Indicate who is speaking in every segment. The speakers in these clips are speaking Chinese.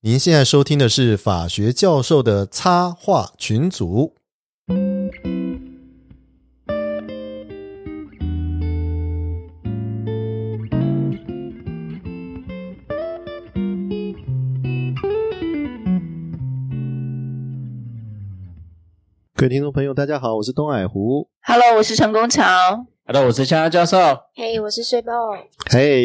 Speaker 1: 您现在收听的是法学教授的插画群组。各位听众朋友，大家好，我是东海湖。
Speaker 2: Hello，我是陈功强。
Speaker 3: Hello，我是香香教授。
Speaker 4: 嘿我是睡包。
Speaker 1: 嘿、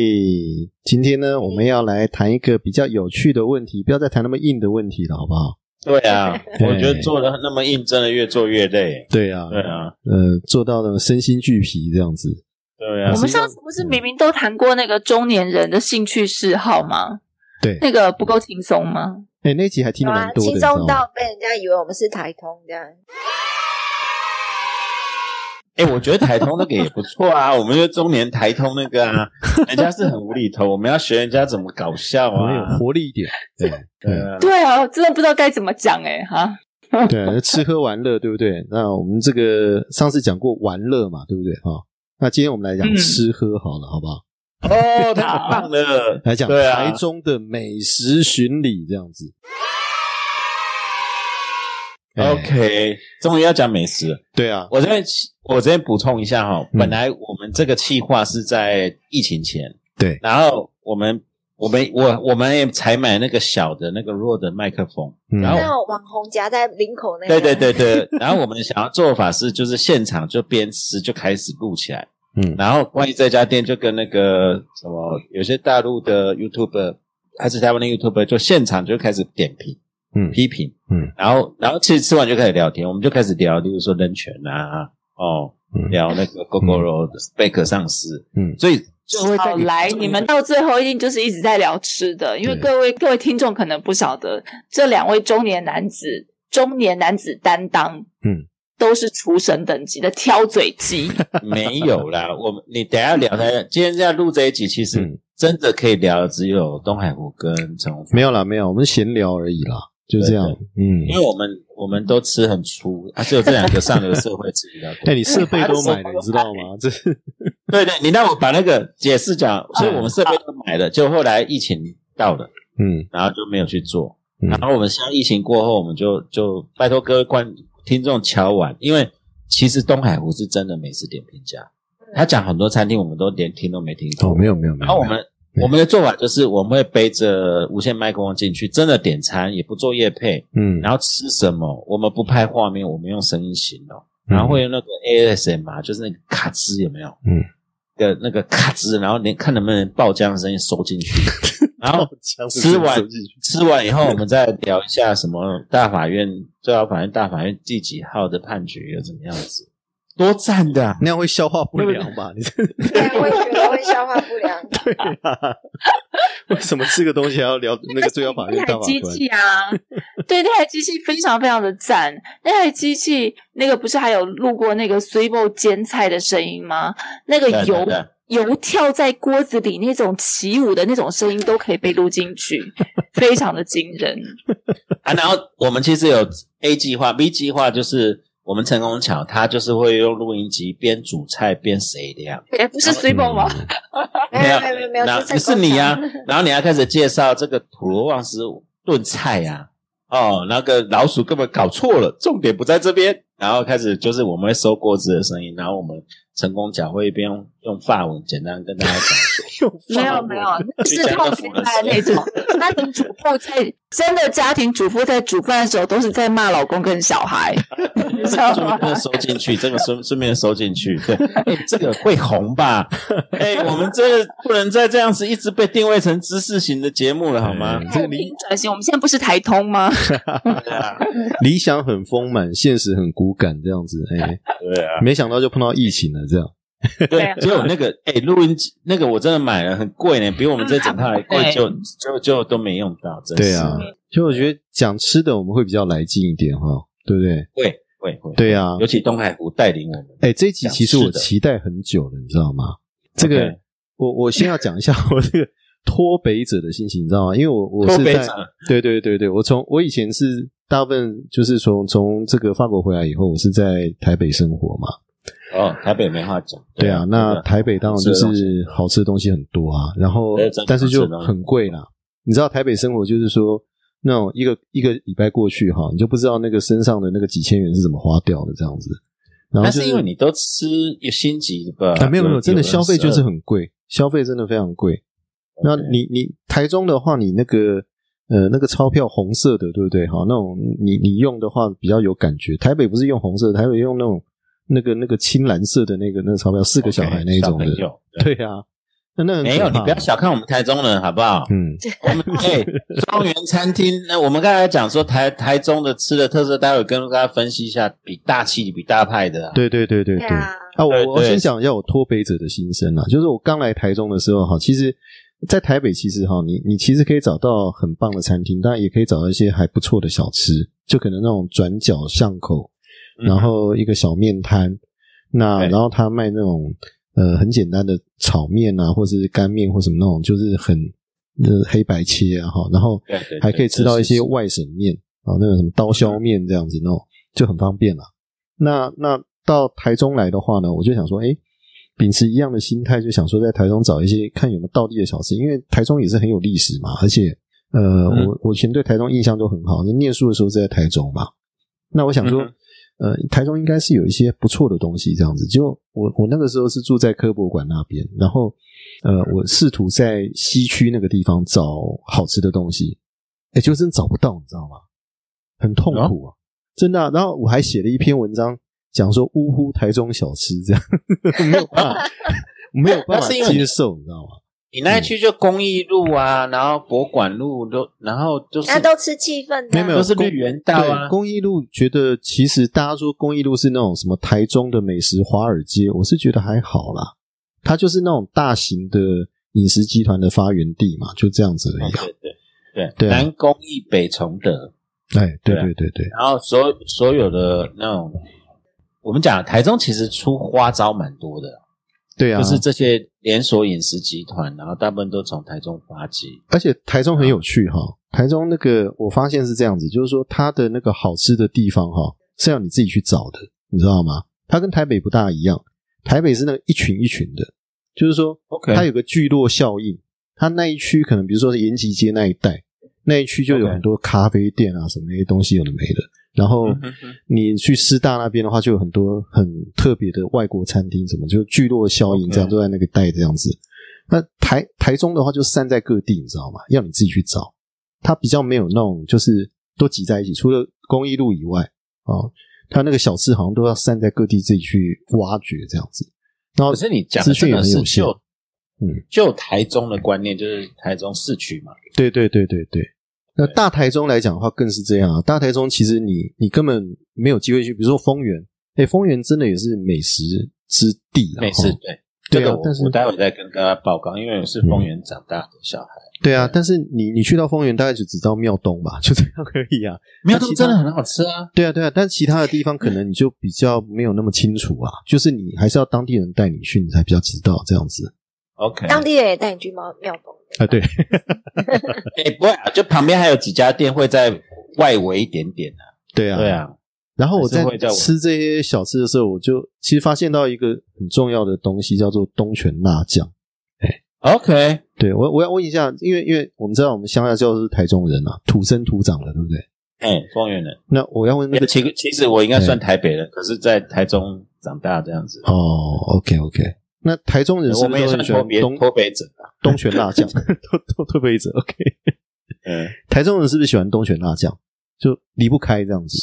Speaker 1: 今天呢，我们要来谈一个比较有趣的问题，不要再谈那么硬的问题了，好不好？，
Speaker 3: 对啊我觉得做的那么硬，真的越做越累。
Speaker 1: 对啊，
Speaker 3: 对啊，
Speaker 1: 呃，做到了身心俱疲这样子。
Speaker 3: 对啊
Speaker 2: 我，们上次不是明明都谈过那个中年人的兴趣嗜好吗？
Speaker 1: 对
Speaker 2: 那个不够轻松吗？
Speaker 1: 哎、那集还听
Speaker 4: 有
Speaker 1: 了
Speaker 4: 啊
Speaker 1: 蛮，多的，
Speaker 4: 轻
Speaker 1: 你知道
Speaker 4: 松
Speaker 1: 吗
Speaker 4: 到被人家以为我们是台通这样。
Speaker 3: 哎、我觉得台通那个也不错 啊。我们就中年台通那个啊，人家是很无厘头，我们要学人家怎么搞笑
Speaker 1: 我们有
Speaker 3: 啊。
Speaker 1: 活力 一点。对
Speaker 3: 对
Speaker 1: 对
Speaker 3: 啊，
Speaker 2: 对啊，我真的不知道该怎么讲哎、哈。
Speaker 1: 对，吃喝玩乐，对不对？那我们这个上次讲过玩乐嘛，对不对？哈、那今天我们来讲
Speaker 2: 嗯
Speaker 1: 吃喝好了，好不好？
Speaker 3: 哦，太棒 了！
Speaker 1: 来讲
Speaker 3: 对啊
Speaker 1: 台中的美食巡礼这样子。哎
Speaker 3: OK，终于要讲美食了。
Speaker 1: 对啊，
Speaker 3: 我这边我这边补充一下哈、
Speaker 1: 嗯
Speaker 3: 本来我们这个计划是在疫情前，
Speaker 1: 对
Speaker 3: 然后我们我们我我们也才买那个小的那个弱的麦克风，
Speaker 1: 嗯
Speaker 3: 然后
Speaker 4: 那种网红夹在领口那个。
Speaker 3: 对对对对， 然后我们想要做法是，就是现场就边吃就开始录起来，
Speaker 1: 嗯，
Speaker 3: 然后关于这家店就跟那个什么，有些大陆的 YouTube 还是台湾的 YouTube 就现场就开始点评，
Speaker 1: 嗯
Speaker 3: 批评，
Speaker 1: 嗯，
Speaker 3: 然后然后其实吃完就开始聊天，我们就开始聊，例如说人权啊，哦，
Speaker 1: 嗯
Speaker 3: 聊那个 GoGo 的贝壳丧尸，
Speaker 1: 嗯
Speaker 3: 所以就会带
Speaker 2: 好
Speaker 3: 给
Speaker 2: 来，你们到最后一定就是一直在聊吃的，因为
Speaker 1: 对
Speaker 2: 各位各位听众可能不晓得，这两位中年男子，中年男子担当，
Speaker 1: 嗯，
Speaker 2: 都是厨神等级的挑嘴机。
Speaker 3: 没有啦，我们你等一下聊他，今天在录这一集，其
Speaker 1: 嗯
Speaker 3: 实真的可以聊的只有东海湖跟陈红。
Speaker 1: 没有啦，没有，我们闲聊而已啦，就这样。嗯，
Speaker 3: 因为我们我们都吃很粗，啊，只有这两个上流社会吃比较
Speaker 1: 哎、
Speaker 3: 多。
Speaker 1: 你设备都买了，你知道吗？这是
Speaker 3: 对对，你让我把那个解释讲，所以我们设备都买了，就后来疫情到了，
Speaker 1: 嗯
Speaker 3: 然后就没有去做。
Speaker 1: 嗯
Speaker 3: 然后我们像疫情过后，我们就就拜托各位观听众敲碗，因为其实东海湖是真的美食点评家，他讲很多餐厅我们都连听都没听过。
Speaker 1: 哦，没有没有没有。
Speaker 3: 然后我们
Speaker 1: 对
Speaker 3: 我们的做法就是，我们会背着无线麦克风进去，真的点餐，也不做夜配，
Speaker 1: 嗯，
Speaker 3: 然后吃什么，我们不拍画面，我们用声音形容，然后会用那个 ASMR，就是那个咔吱有没有？
Speaker 1: 嗯，
Speaker 3: 的那个咔吱，然后你看能不能爆浆的声音收进去，然后
Speaker 1: 爆浆的
Speaker 3: 吃完
Speaker 1: 手机
Speaker 3: 吃完以后，我们再聊一下什么呃大法院、最高法院、大法院第几号的判决又怎么样子，多赞的啊、
Speaker 1: 那样会消化不良 吧？你这
Speaker 4: 对，我也觉得会消化不 良。
Speaker 1: 对啊，为什么这个东西还要聊那个最高法院大
Speaker 2: 那台
Speaker 1: 法
Speaker 2: 机
Speaker 1: 官？
Speaker 2: 器啊，对，那台机器非常非常的赞。那台机器那个不是还有录过那个随波煎菜的声音吗？那个
Speaker 3: 对对
Speaker 2: 油
Speaker 3: 对
Speaker 2: 油跳在锅子里那种起舞的那种声音都可以被录进去，非常的惊人。
Speaker 3: 啊，然后我们其实有 A 计划、B 计划，就是我们陈功桥他就是会用录音机边煮菜边谁的呀？
Speaker 2: 哎，不是随波吗？
Speaker 1: 嗯
Speaker 4: 没有没有没有没有，
Speaker 3: 然后
Speaker 4: 在
Speaker 3: 是
Speaker 4: 工
Speaker 3: 你
Speaker 1: 啊
Speaker 4: 厂
Speaker 3: 呀、 然后你要开始介绍这个普罗旺斯炖菜呀、哦，那个老鼠根本搞错了，重点不在这边。然后开始就是我们会收锅子的声音，然后我们陈功桥会一边用用法文简单跟大家讲 说，
Speaker 1: 嗯
Speaker 2: 没有没有，那是
Speaker 3: 讲
Speaker 2: 泡
Speaker 3: 个
Speaker 2: 菜
Speaker 3: 腐的
Speaker 2: 那种家庭主妇在真的家庭主妇在煮饭的时候都是在骂老公跟小孩，你知道吗
Speaker 3: 顺？便收进去，这个顺顺便收进去， 对，哎、这个会红吧？哎、我们这个不能再这样子一直被定位成知识型的节目了，好吗？
Speaker 1: 嗯这
Speaker 2: 这
Speaker 1: 个
Speaker 2: 个
Speaker 1: 理
Speaker 2: 转型，我们现在不是台通吗？
Speaker 3: 对啊，
Speaker 1: 理想很丰满，现实很骨感，这样子。 哎，
Speaker 3: 对啊，
Speaker 1: 没想到就碰到疫情了，这样。
Speaker 2: 对啊
Speaker 3: 对，只有那个哎，录音机那个我真的买了，很贵呢，比我们这整套还贵，
Speaker 2: 嗯对
Speaker 3: 就就就都没用到，真是
Speaker 1: 对啊，所以我觉得讲吃的我们会比较来劲一点哈，对不对？
Speaker 3: 会会会，
Speaker 1: 对啊，
Speaker 3: 尤其东海湖带领我们，
Speaker 1: 哎，这一集其实我
Speaker 3: 讲吃的
Speaker 1: 期待很久了，你知道吗？这个
Speaker 3: OK
Speaker 1: 我我先要讲一下我这个脱北者的心情，你知道吗？因为我我是
Speaker 3: 脱北
Speaker 1: 在
Speaker 3: 者
Speaker 1: 对对对对，我从我以前是大部分就是从从这个法国回来以后，我是在台北生活嘛。
Speaker 3: 哦，台北没话讲，
Speaker 1: 对啊，那
Speaker 3: 真的
Speaker 1: 台北当然就是好吃的东西很多啊，然后
Speaker 3: 对真的
Speaker 1: 但是就
Speaker 3: 好吃的东西
Speaker 1: 很贵啦。你知道台北生活就是说，那种一个一个礼拜过去哈，你就不知道那个身上的那个几千元是怎么花掉的这样子。然后、
Speaker 3: 那
Speaker 1: 就是
Speaker 3: 因为你都吃有心急的吧？
Speaker 1: 啊，没有没有，真的消费就是
Speaker 3: 很。
Speaker 1: 很贵，消费真的非常贵。那你你台中的话，你那个呃那个钞票红色的，对不对？哈，那种你你用的话比较有感觉。台北不是用红色的，台北用那种那个那个青蓝色的那个那个钞票，四个小孩那一种的。
Speaker 3: OK，小朋友
Speaker 1: 对啊，那那很可
Speaker 3: 没有，你
Speaker 1: 怕
Speaker 3: 不要小看我们台中人，好 不好？
Speaker 1: 嗯，
Speaker 3: 我们哎，庄园餐厅，那我们刚才讲说台台中的吃的特色，待会跟大家分析一下，比大气比大派的啊、
Speaker 1: 对对对对对。
Speaker 4: 对啊，
Speaker 1: 啊，我
Speaker 3: 对
Speaker 1: 我
Speaker 3: 对
Speaker 1: 先讲一下我脱北者的心声啦，就是我刚来台中的时候哈，其实，在台北其实哈，你你其实可以找到很棒的餐厅，当然也可以找到一些还不错的小吃，就可能那种转角巷口，
Speaker 3: 嗯
Speaker 1: 然后一个小面摊，那
Speaker 3: 对
Speaker 1: 然后他卖那种呃很简单的炒面啊，或是干面或什么那种，就是很呃黑白切啊哈，然后
Speaker 3: 对对对
Speaker 1: 还可以吃到一
Speaker 3: 是嗯
Speaker 1: 些
Speaker 3: 是
Speaker 1: 外省面啊，那种什么刀削面这样子那种就很方便啦。那那到台中来的话呢，我就想说，哎，秉持一样的心态，就想说在台中找一些看有没有道地的小吃，因为台中也是很有历史嘛，而且呃，
Speaker 3: 嗯
Speaker 1: 我我以前对台中印象都很好，就念书的时候是在台中嘛。那我想说，
Speaker 3: 嗯
Speaker 1: 呃，台中应该是有一些不错的东西这样子。就我我那个时候是住在科博馆那边，然后呃，我试图在西区那个地方找好吃的东西，哎，就真找不到，你知道吗？很痛苦啊，真的啊、然后我还写了一篇文章，讲说呜呼台中小吃这样， 没有办 法，没有办
Speaker 3: 那
Speaker 1: 法
Speaker 3: 是因为你
Speaker 1: 接受，你知道吗？
Speaker 3: 你那一
Speaker 1: 嗯
Speaker 3: 区就公益路啊，然后博馆路都，然后就是
Speaker 4: 那都吃气氛的
Speaker 1: 没
Speaker 4: 啊，
Speaker 1: 有没有
Speaker 3: 都是绿园道啊
Speaker 1: 对，，公益路觉得其实大家说公益路是那种什么台中的美食华尔街，我是觉得还好啦，它就是那种大型的饮食集团的发源地嘛，就这样子而已、啊。
Speaker 3: 对对对
Speaker 1: 对啊
Speaker 3: 南公益北崇德，
Speaker 1: 哎，对
Speaker 3: 对啊
Speaker 1: 对对对，
Speaker 3: 然后所所有的那种，我们讲台中其实出花招蛮多的，
Speaker 1: 对啊，
Speaker 3: 就是这些连锁饮食集团，然后大部分都从台中发起。
Speaker 1: 而且台中很有趣哈、
Speaker 3: 啊
Speaker 1: 台中那个我发现是这样子，就是说它的那个好吃的地方哈、是要你自己去找的，你知道吗？它跟台北不大一样，台北是那个一群一群的，就是说
Speaker 3: OK
Speaker 1: 它有个聚落效应，它那一区可能比如说延吉街那一带，那一区就有
Speaker 3: OK
Speaker 1: 很多咖啡店啊什么那些东西有的没的，然后
Speaker 3: 嗯哼哼
Speaker 1: 你去师大那边的话，就有很多很特别的外国餐厅，什么就聚落效应
Speaker 3: OK
Speaker 1: 这样都在那个带这样子。那台台中的话，就散在各地，你知道吗？要你自己去找，它比较没有那种就是都挤在一起，除了公益路以外哦，它那个小吃好像都要散在各地自己去挖掘这样子。然后
Speaker 3: 可是你讲
Speaker 1: 资
Speaker 3: 的
Speaker 1: 讯
Speaker 3: 这
Speaker 1: 也
Speaker 3: 个
Speaker 1: 很
Speaker 3: 是
Speaker 1: 有限，
Speaker 3: 就
Speaker 1: 嗯，
Speaker 3: 就台中的观念，就是台中市区嘛。
Speaker 1: 对对对对对。那大台中来讲的话，更是这样啊。大台中其实你你根本没有机会去，比如说丰原，哎，丰原真的也是美食之地啊，
Speaker 3: 美食
Speaker 1: 吼
Speaker 3: 对，
Speaker 1: 对
Speaker 3: 这
Speaker 1: 啊
Speaker 3: 个我
Speaker 1: 但是
Speaker 3: 我待会再跟大家报告，因为我是丰原长大的小孩，
Speaker 1: 对啊。但是你你去到丰原，大概就只知道庙东吧，就这样而已啊。
Speaker 3: 没有，
Speaker 1: 那其他
Speaker 3: 真的很好吃啊。
Speaker 1: 对啊，对啊。但其他的地方可能你就比较没有那么清楚啊，就是你还是要当地人带你去，你才比较知道这样子
Speaker 3: OK，
Speaker 4: 当地人也带你去猫庙东。
Speaker 1: 啊。对，
Speaker 3: 哎、不会啊，就旁边还有几家店会在外围一点点啊。
Speaker 1: 对啊，
Speaker 3: 对。啊，
Speaker 1: 然后我
Speaker 3: 还是
Speaker 1: 在
Speaker 3: 会在我
Speaker 1: 吃这些小吃的时候，我就其实发现到一个很重要的东西，叫做东泉辣酱。
Speaker 3: OK，
Speaker 1: 对我，我要问一下，因为因为我们知道我们乡下教是台中人啊，土生土长的，对不对？
Speaker 3: 哎、丰原人。
Speaker 1: 那我要问那个
Speaker 3: 其其实我应该算台北人，可是在台中长大这样子。
Speaker 1: 哦，OK OK，那台中人是
Speaker 3: 我
Speaker 1: 不
Speaker 3: 们
Speaker 1: 是
Speaker 3: 也
Speaker 1: 都
Speaker 3: 算
Speaker 1: 很喜
Speaker 3: 脱
Speaker 1: 欢
Speaker 3: 北
Speaker 1: 东
Speaker 3: 脱北者啊。
Speaker 1: 东泉辣酱？都都特别者 OK，
Speaker 3: 嗯，
Speaker 1: 台中人是不是喜欢东泉辣酱？就离不开这样子。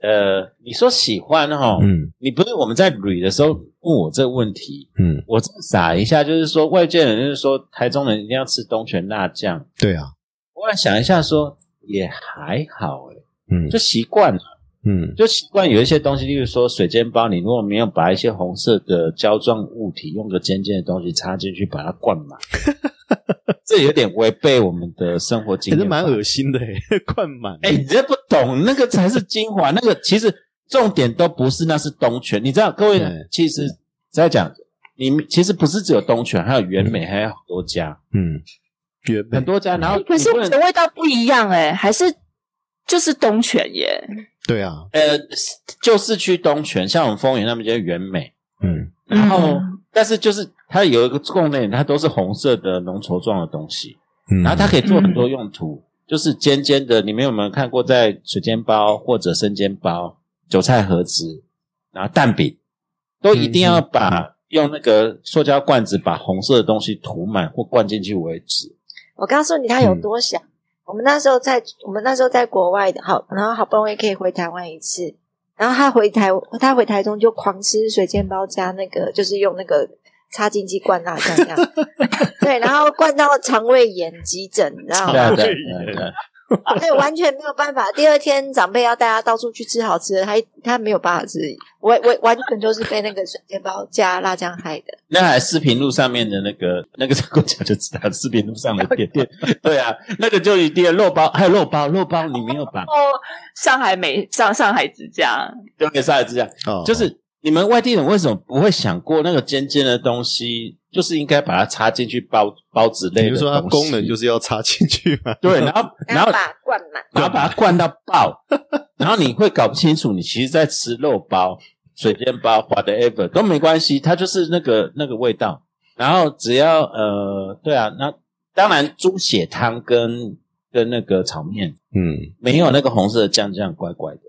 Speaker 3: 呃，你说喜欢哈、
Speaker 1: 嗯
Speaker 3: 你不是我们在捋的时候问我这个问题，
Speaker 1: 嗯，
Speaker 3: 我真的傻一下，就是说外界人就是说台中人一定要吃东泉辣酱，
Speaker 1: 对啊，
Speaker 3: 我来想一下说也还好诶、
Speaker 1: 嗯
Speaker 3: 就习惯了，
Speaker 1: 嗯
Speaker 3: 就习惯有一些东西，例如说水煎包，你如果没有把一些红色的胶状物体用个尖尖的东西插进去把它 灌满，这有点违背我们的生活经
Speaker 1: 还
Speaker 3: 验
Speaker 1: 是
Speaker 3: 吧，
Speaker 1: 蛮恶哎心的诶， 灌满。
Speaker 3: 哎、你这不懂，那个才是精华。那个其实重点都不是，那是东泉。你知道，各位
Speaker 1: 对
Speaker 3: 其实在讲，你们其实不是只有东泉，还有原美，还有好多家，
Speaker 1: 嗯，原
Speaker 3: 很
Speaker 1: 本
Speaker 3: 多家。然后
Speaker 2: 可
Speaker 3: 你
Speaker 2: 是
Speaker 3: 不
Speaker 2: 我
Speaker 3: 能
Speaker 2: 觉得味道不一样哎、还是就是东泉耶。
Speaker 1: 对啊，
Speaker 3: 呃，旧市区东泉，像我们丰原那边就是原美，
Speaker 1: 嗯
Speaker 3: 然后、
Speaker 2: 嗯
Speaker 3: 但是就是它有一个共同点，它都是红色的浓稠状的东西，
Speaker 1: 嗯
Speaker 3: 然后它可以做很多用途。就是尖尖的。你们有没有看过在水煎包或者生煎包、韭菜盒子，然后蛋饼，都一定要把用那个塑胶罐子把红色的东西涂满或灌进去为止。
Speaker 4: 我告诉你他
Speaker 1: 嗯
Speaker 4: 有多想。我们那时候在我们那时候在国外的，好，然后好不容易可以回台湾一次，然后他回台他回台中就狂吃水煎包加那个，就是用那个插进去灌辣酱这样， 对，然后灌到肠胃炎急诊，你知道
Speaker 3: 对啊
Speaker 4: 吗？
Speaker 3: 对啊
Speaker 5: 对
Speaker 3: 对啊对啊，
Speaker 4: 对，完全没有办法。第二天长辈要带他到处去吃好吃的，他他没有办法吃，我我完全就是被那个水煎包加辣酱害的。
Speaker 3: 那还视频路上面的那个那个我讲就知道，视频路上的店店，对啊，那个就一定肉包，还有肉包，肉包你没有把
Speaker 2: 哦，上海美上上海之家，
Speaker 3: 丢给沙来之下，
Speaker 1: 哦
Speaker 3: 就是你们外地人为什么不会想过那个尖尖的东西，就是应该把它插进去包包子类
Speaker 1: 比
Speaker 3: 的
Speaker 1: 如说它
Speaker 3: 东
Speaker 1: 功
Speaker 3: 西
Speaker 1: 能就是要插进去嘛，
Speaker 3: 对，然后然
Speaker 4: 然
Speaker 3: 后
Speaker 4: 后把灌满，
Speaker 3: 然后把它灌到爆，然后你会搞不清楚，你其实在吃肉包、水煎包、whatever 都没关系，它就是那个那个味道。然后只要呃，对啊，那当然猪血汤跟跟那个炒面
Speaker 1: 嗯，
Speaker 3: 没有那个红色的酱酱怪怪的，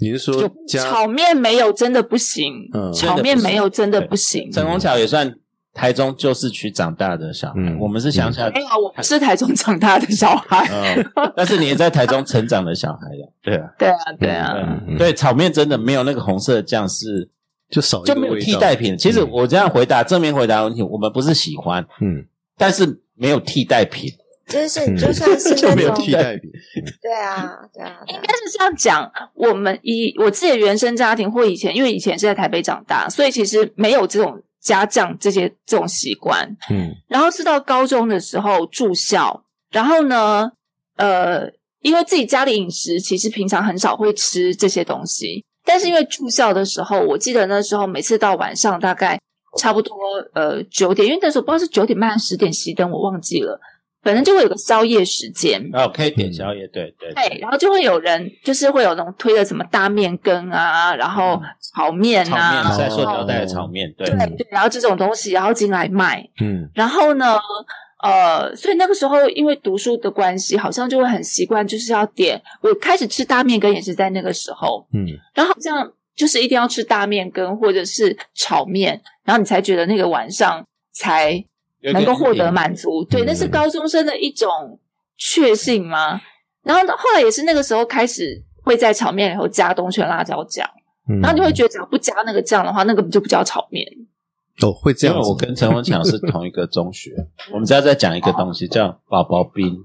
Speaker 1: 你是说加
Speaker 2: 炒面没有真的不行，
Speaker 1: 嗯
Speaker 2: 炒面没有真的不行。
Speaker 3: 陈功桥也算台中旧市区长大的小孩，
Speaker 1: 嗯
Speaker 3: 我们是乡下，
Speaker 2: 没有，我不是台中长大的小孩。
Speaker 3: 哦但是你也在台中成长的小孩呀， 对啊，
Speaker 2: 对啊，对啊，
Speaker 3: 对啊
Speaker 1: 嗯嗯
Speaker 3: 对，炒面真的没有那个红色的酱是
Speaker 1: 就少一
Speaker 3: 就
Speaker 1: 个
Speaker 3: 没有
Speaker 1: 味道
Speaker 3: 替代，品。其实我这样回答正面回答问题，我们不是喜欢，
Speaker 1: 嗯，
Speaker 3: 但是没有替代品。
Speaker 4: 就是
Speaker 1: 嗯
Speaker 4: 就算是
Speaker 1: 就没
Speaker 4: 那
Speaker 1: 有
Speaker 4: 种
Speaker 1: 替代品，
Speaker 4: 对啊，对啊，
Speaker 2: 应
Speaker 4: 对啊
Speaker 2: 该是这样讲，我们以我自己的原生家庭或以前，因为以前是在台北长大，所以其实没有这种家酱这些这种习惯。
Speaker 1: 嗯
Speaker 2: 然后是到高中的时候住校，然后呢，呃，因为自己家里饮食其实平常很少会吃这些东西，但是因为住校的时候，我记得那时候每次到晚上大概差不多呃九点，因为那时候不知道是九点半还是十点熄灯，我忘记了，反正就会有个宵夜时间。
Speaker 3: 哦，可以点宵夜，对对
Speaker 2: 对，然后就会有人，就是会有那种推的什么大面羹啊，然后炒面
Speaker 3: 嗯炒
Speaker 2: 啊，
Speaker 3: 面
Speaker 1: 哦
Speaker 3: 在塑胶袋的炒面，对，
Speaker 1: 对
Speaker 2: 对，然后这种东西，然后进来卖，
Speaker 1: 嗯
Speaker 2: 然后呢，呃，所以那个时候因为读书的关系，好像就会很习惯，就是要点。我开始吃大面羹也是在那个时候，
Speaker 1: 嗯
Speaker 2: 然后好像就是一定要吃大面羹或者是炒面，然后你才觉得那个晚上才
Speaker 3: 有
Speaker 2: 能
Speaker 3: 点
Speaker 2: 够获得
Speaker 3: 腻
Speaker 2: 满足。对，
Speaker 1: 嗯
Speaker 2: 那是高中生的一种确信吗？然后后来也是那个时候开始会在炒面里头加东泉辣椒酱，
Speaker 1: 嗯，
Speaker 2: 然后你会觉得只要不加那个酱的话，那个就不叫炒面。
Speaker 1: 哦会这
Speaker 3: 因
Speaker 1: 样
Speaker 3: 为
Speaker 1: 子，
Speaker 3: 我跟陈文强是同一个中学， 我们只要再讲一个东西
Speaker 2: 哦
Speaker 3: 叫宝宝冰，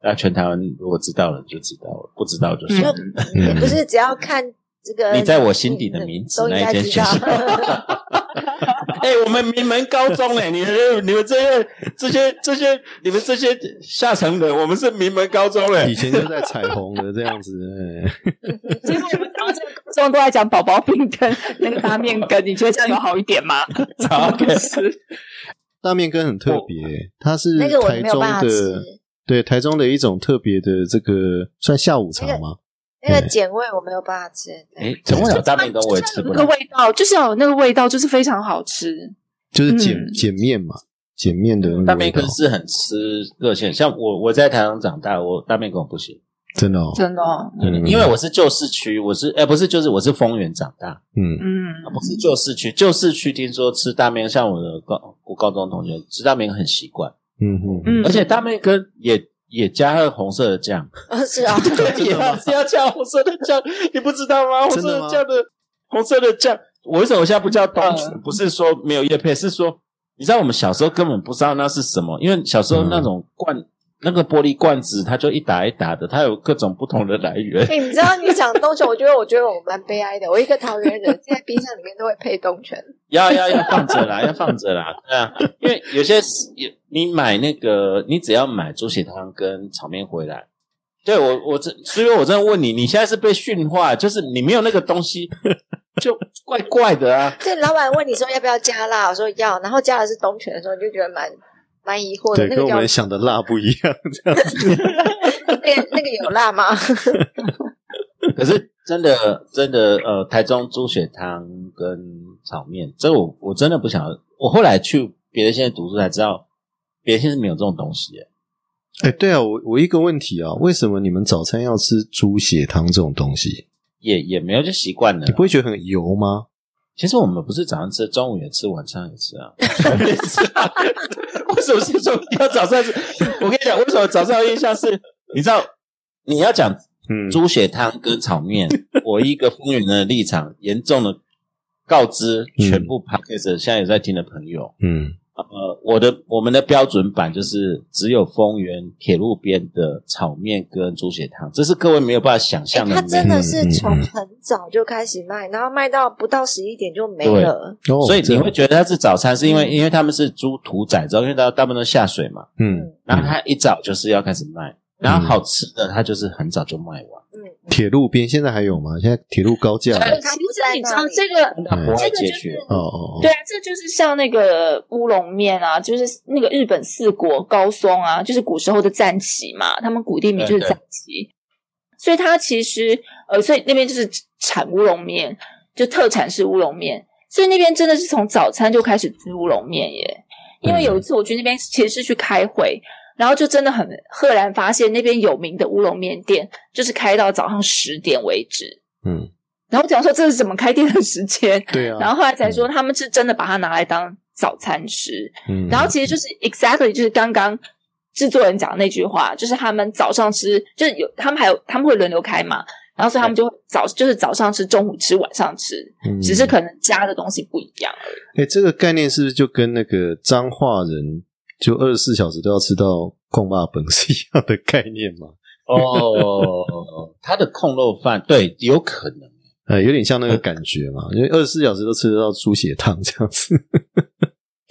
Speaker 3: 那全台湾如果知道了就知道了，不知道就算了。
Speaker 4: 就也不是只要看这个，
Speaker 3: 嗯你在我心底的名字
Speaker 4: 都应该
Speaker 3: 那一间
Speaker 4: 知道。
Speaker 3: 学 哎、我们名门高中哎、你们你们这些这些这些你们这些下层人，我们是名门高中哎、
Speaker 1: 以前就在彩虹的这样子，哎
Speaker 2: 其实我们讲到这个高中都在讲宝宝饼跟那个拉面羹，你觉得这样有好一点吗？
Speaker 3: 好，OK
Speaker 2: 是
Speaker 1: 大面羹很特别，它是
Speaker 4: 那个我
Speaker 1: 台
Speaker 4: 没有
Speaker 1: 中
Speaker 4: 办法
Speaker 1: 的
Speaker 4: 吃，
Speaker 1: 对台中的一种特别的这个算下午茶吗？
Speaker 4: 那个碱味我没有办法吃。对
Speaker 3: 哎，陈文强大面羹我也吃不
Speaker 2: 那个
Speaker 3: 了，
Speaker 2: 味道，就是要有那个味道，就是非常好吃。
Speaker 1: 就是碱
Speaker 2: 嗯
Speaker 1: 碱面嘛，碱面的那
Speaker 3: 大
Speaker 1: 个味
Speaker 3: 面
Speaker 1: 道
Speaker 3: 羹，是很吃个性，像我我在台湾长大，我大面羹我不行，
Speaker 1: 真的哦，
Speaker 2: 真的哦、
Speaker 1: 嗯
Speaker 3: 因为我是旧市区，我是哎、不是就是我是丰原长大，
Speaker 1: 嗯
Speaker 2: 嗯，
Speaker 3: 不是旧市区，旧市区听说吃大面，像我的高我高中同学吃大面羹很习惯，
Speaker 1: 嗯嗯嗯，
Speaker 2: 嗯
Speaker 3: 而且大面羹也也加了红色的酱，
Speaker 4: 哦，是啊，
Speaker 3: 对呀，是要加红色的酱，你不知道吗？红
Speaker 1: 真
Speaker 3: 色
Speaker 1: 的吗
Speaker 3: 的酱的红色的酱，我为什么我现在不叫东
Speaker 1: 嗯
Speaker 3: 泉？不是说没有叶配，是说你知道我们小时候根本不知道那是什么，因为小时候
Speaker 1: 嗯
Speaker 3: 那种罐、那个玻璃罐子，它就一打一打的，它有各种不同的来源。
Speaker 4: 哎、你知道你讲东泉，我觉得我觉得我蛮悲哀的。我一个桃园人，现在冰箱里面都会配东泉，
Speaker 3: 要要要放着啦，要放着啦，对啊，因为有些是有你买那个，你只要买猪血汤跟炒面回来。对我，我真，所以我真的问你，你现在是被驯化，就是你没有那个东西，就怪怪的啊。
Speaker 4: 所以老板问你说要不要加辣，我说要，然后加的是东泉的时候，你就觉得蛮蛮疑惑的。
Speaker 1: 对，跟
Speaker 4: 那个
Speaker 1: 我
Speaker 4: 叫
Speaker 1: 们想的辣不一样，这样子，
Speaker 4: 那个那个有 辣吗？
Speaker 3: 可是真的真的，呃，台中猪血汤跟炒面，这我我真的不想要。我后来去别的县读书才知道，别的县是没有这种东西的。
Speaker 1: 哎、对啊，我我一个问题啊，为什么你们早餐要吃猪血汤这种东西？
Speaker 3: 也也没有就习惯了
Speaker 1: 你。不会觉得很油吗？
Speaker 3: 其实我们不是早上吃，中午也吃，晚上也吃啊， 也吃啊。为什么是说一定要早上吃？我跟你讲，为什么早上的印象是？你知道你要讲
Speaker 1: 嗯，
Speaker 3: 猪血汤跟炒面，我一个风云人的立场，严重的告知全部 p a c k a g e 现在有在听的朋友，
Speaker 1: 嗯
Speaker 3: 呃，我的我们的标准版就是只有丰原铁路边的炒面跟猪血汤，这是各位没有办法想
Speaker 4: 哎
Speaker 3: 象的美。
Speaker 4: 它真的是
Speaker 1: 嗯
Speaker 4: 从
Speaker 1: 嗯嗯
Speaker 4: 很早就开始卖，然后卖到不到十一点就没了。
Speaker 1: 哦
Speaker 3: 所以
Speaker 1: 这
Speaker 3: 你
Speaker 1: 样
Speaker 3: 会觉得它是早餐，是因为
Speaker 4: 嗯
Speaker 3: 因为他们是猪屠宰之后，因为大大部分都下水嘛，
Speaker 1: 嗯，
Speaker 3: 然后它一早就是要开始卖，然后好吃的它就是很早就卖完。
Speaker 4: 嗯，
Speaker 1: 铁路边现在还有吗？现在铁路高架
Speaker 2: 呃
Speaker 1: 了
Speaker 4: 对
Speaker 2: 其实你知道这个，
Speaker 1: 嗯
Speaker 3: 那国外
Speaker 2: 这个
Speaker 3: 解
Speaker 2: 就
Speaker 3: 决
Speaker 2: 是
Speaker 1: 哦哦
Speaker 2: 对
Speaker 1: 哦，
Speaker 2: 啊，这就是像那个乌龙面啊，就是那个日本四国高松啊，就是古时候的战旗嘛，他们古地名就是战旗，所以它其实呃，所以那边就是产乌龙面，就特产是乌龙面，所以那边真的是从早餐就开始吃乌龙面耶。因为有一次我去那边其实是去开会，然后就真的很赫然发现那边有名的乌龙面店就是开到早上十点为止，
Speaker 1: 嗯，
Speaker 2: 然后我讲说这是怎么开店的时间，
Speaker 1: 对
Speaker 2: 然
Speaker 1: 啊，
Speaker 2: 后后来才说他们是真的把它拿来当早餐吃，
Speaker 1: 嗯
Speaker 2: 然后其实就是 exactly 就是刚刚制作人讲的那句话，就是他们早上吃，就是有他们还有他们会轮流开嘛，然后所以他们就会早就是早上吃，中午吃，晚上吃，只是
Speaker 1: 嗯
Speaker 2: 可能加的东西不一样而已。
Speaker 1: 哎、这个概念是不是就跟那个彰化人就二十四小时都要吃到控霸本是一样的概念吗？
Speaker 3: 哦，它的控肉饭 对有可能。
Speaker 1: 呃，有点像那个感觉嘛，因为二十四小时都吃得到猪血汤这样子。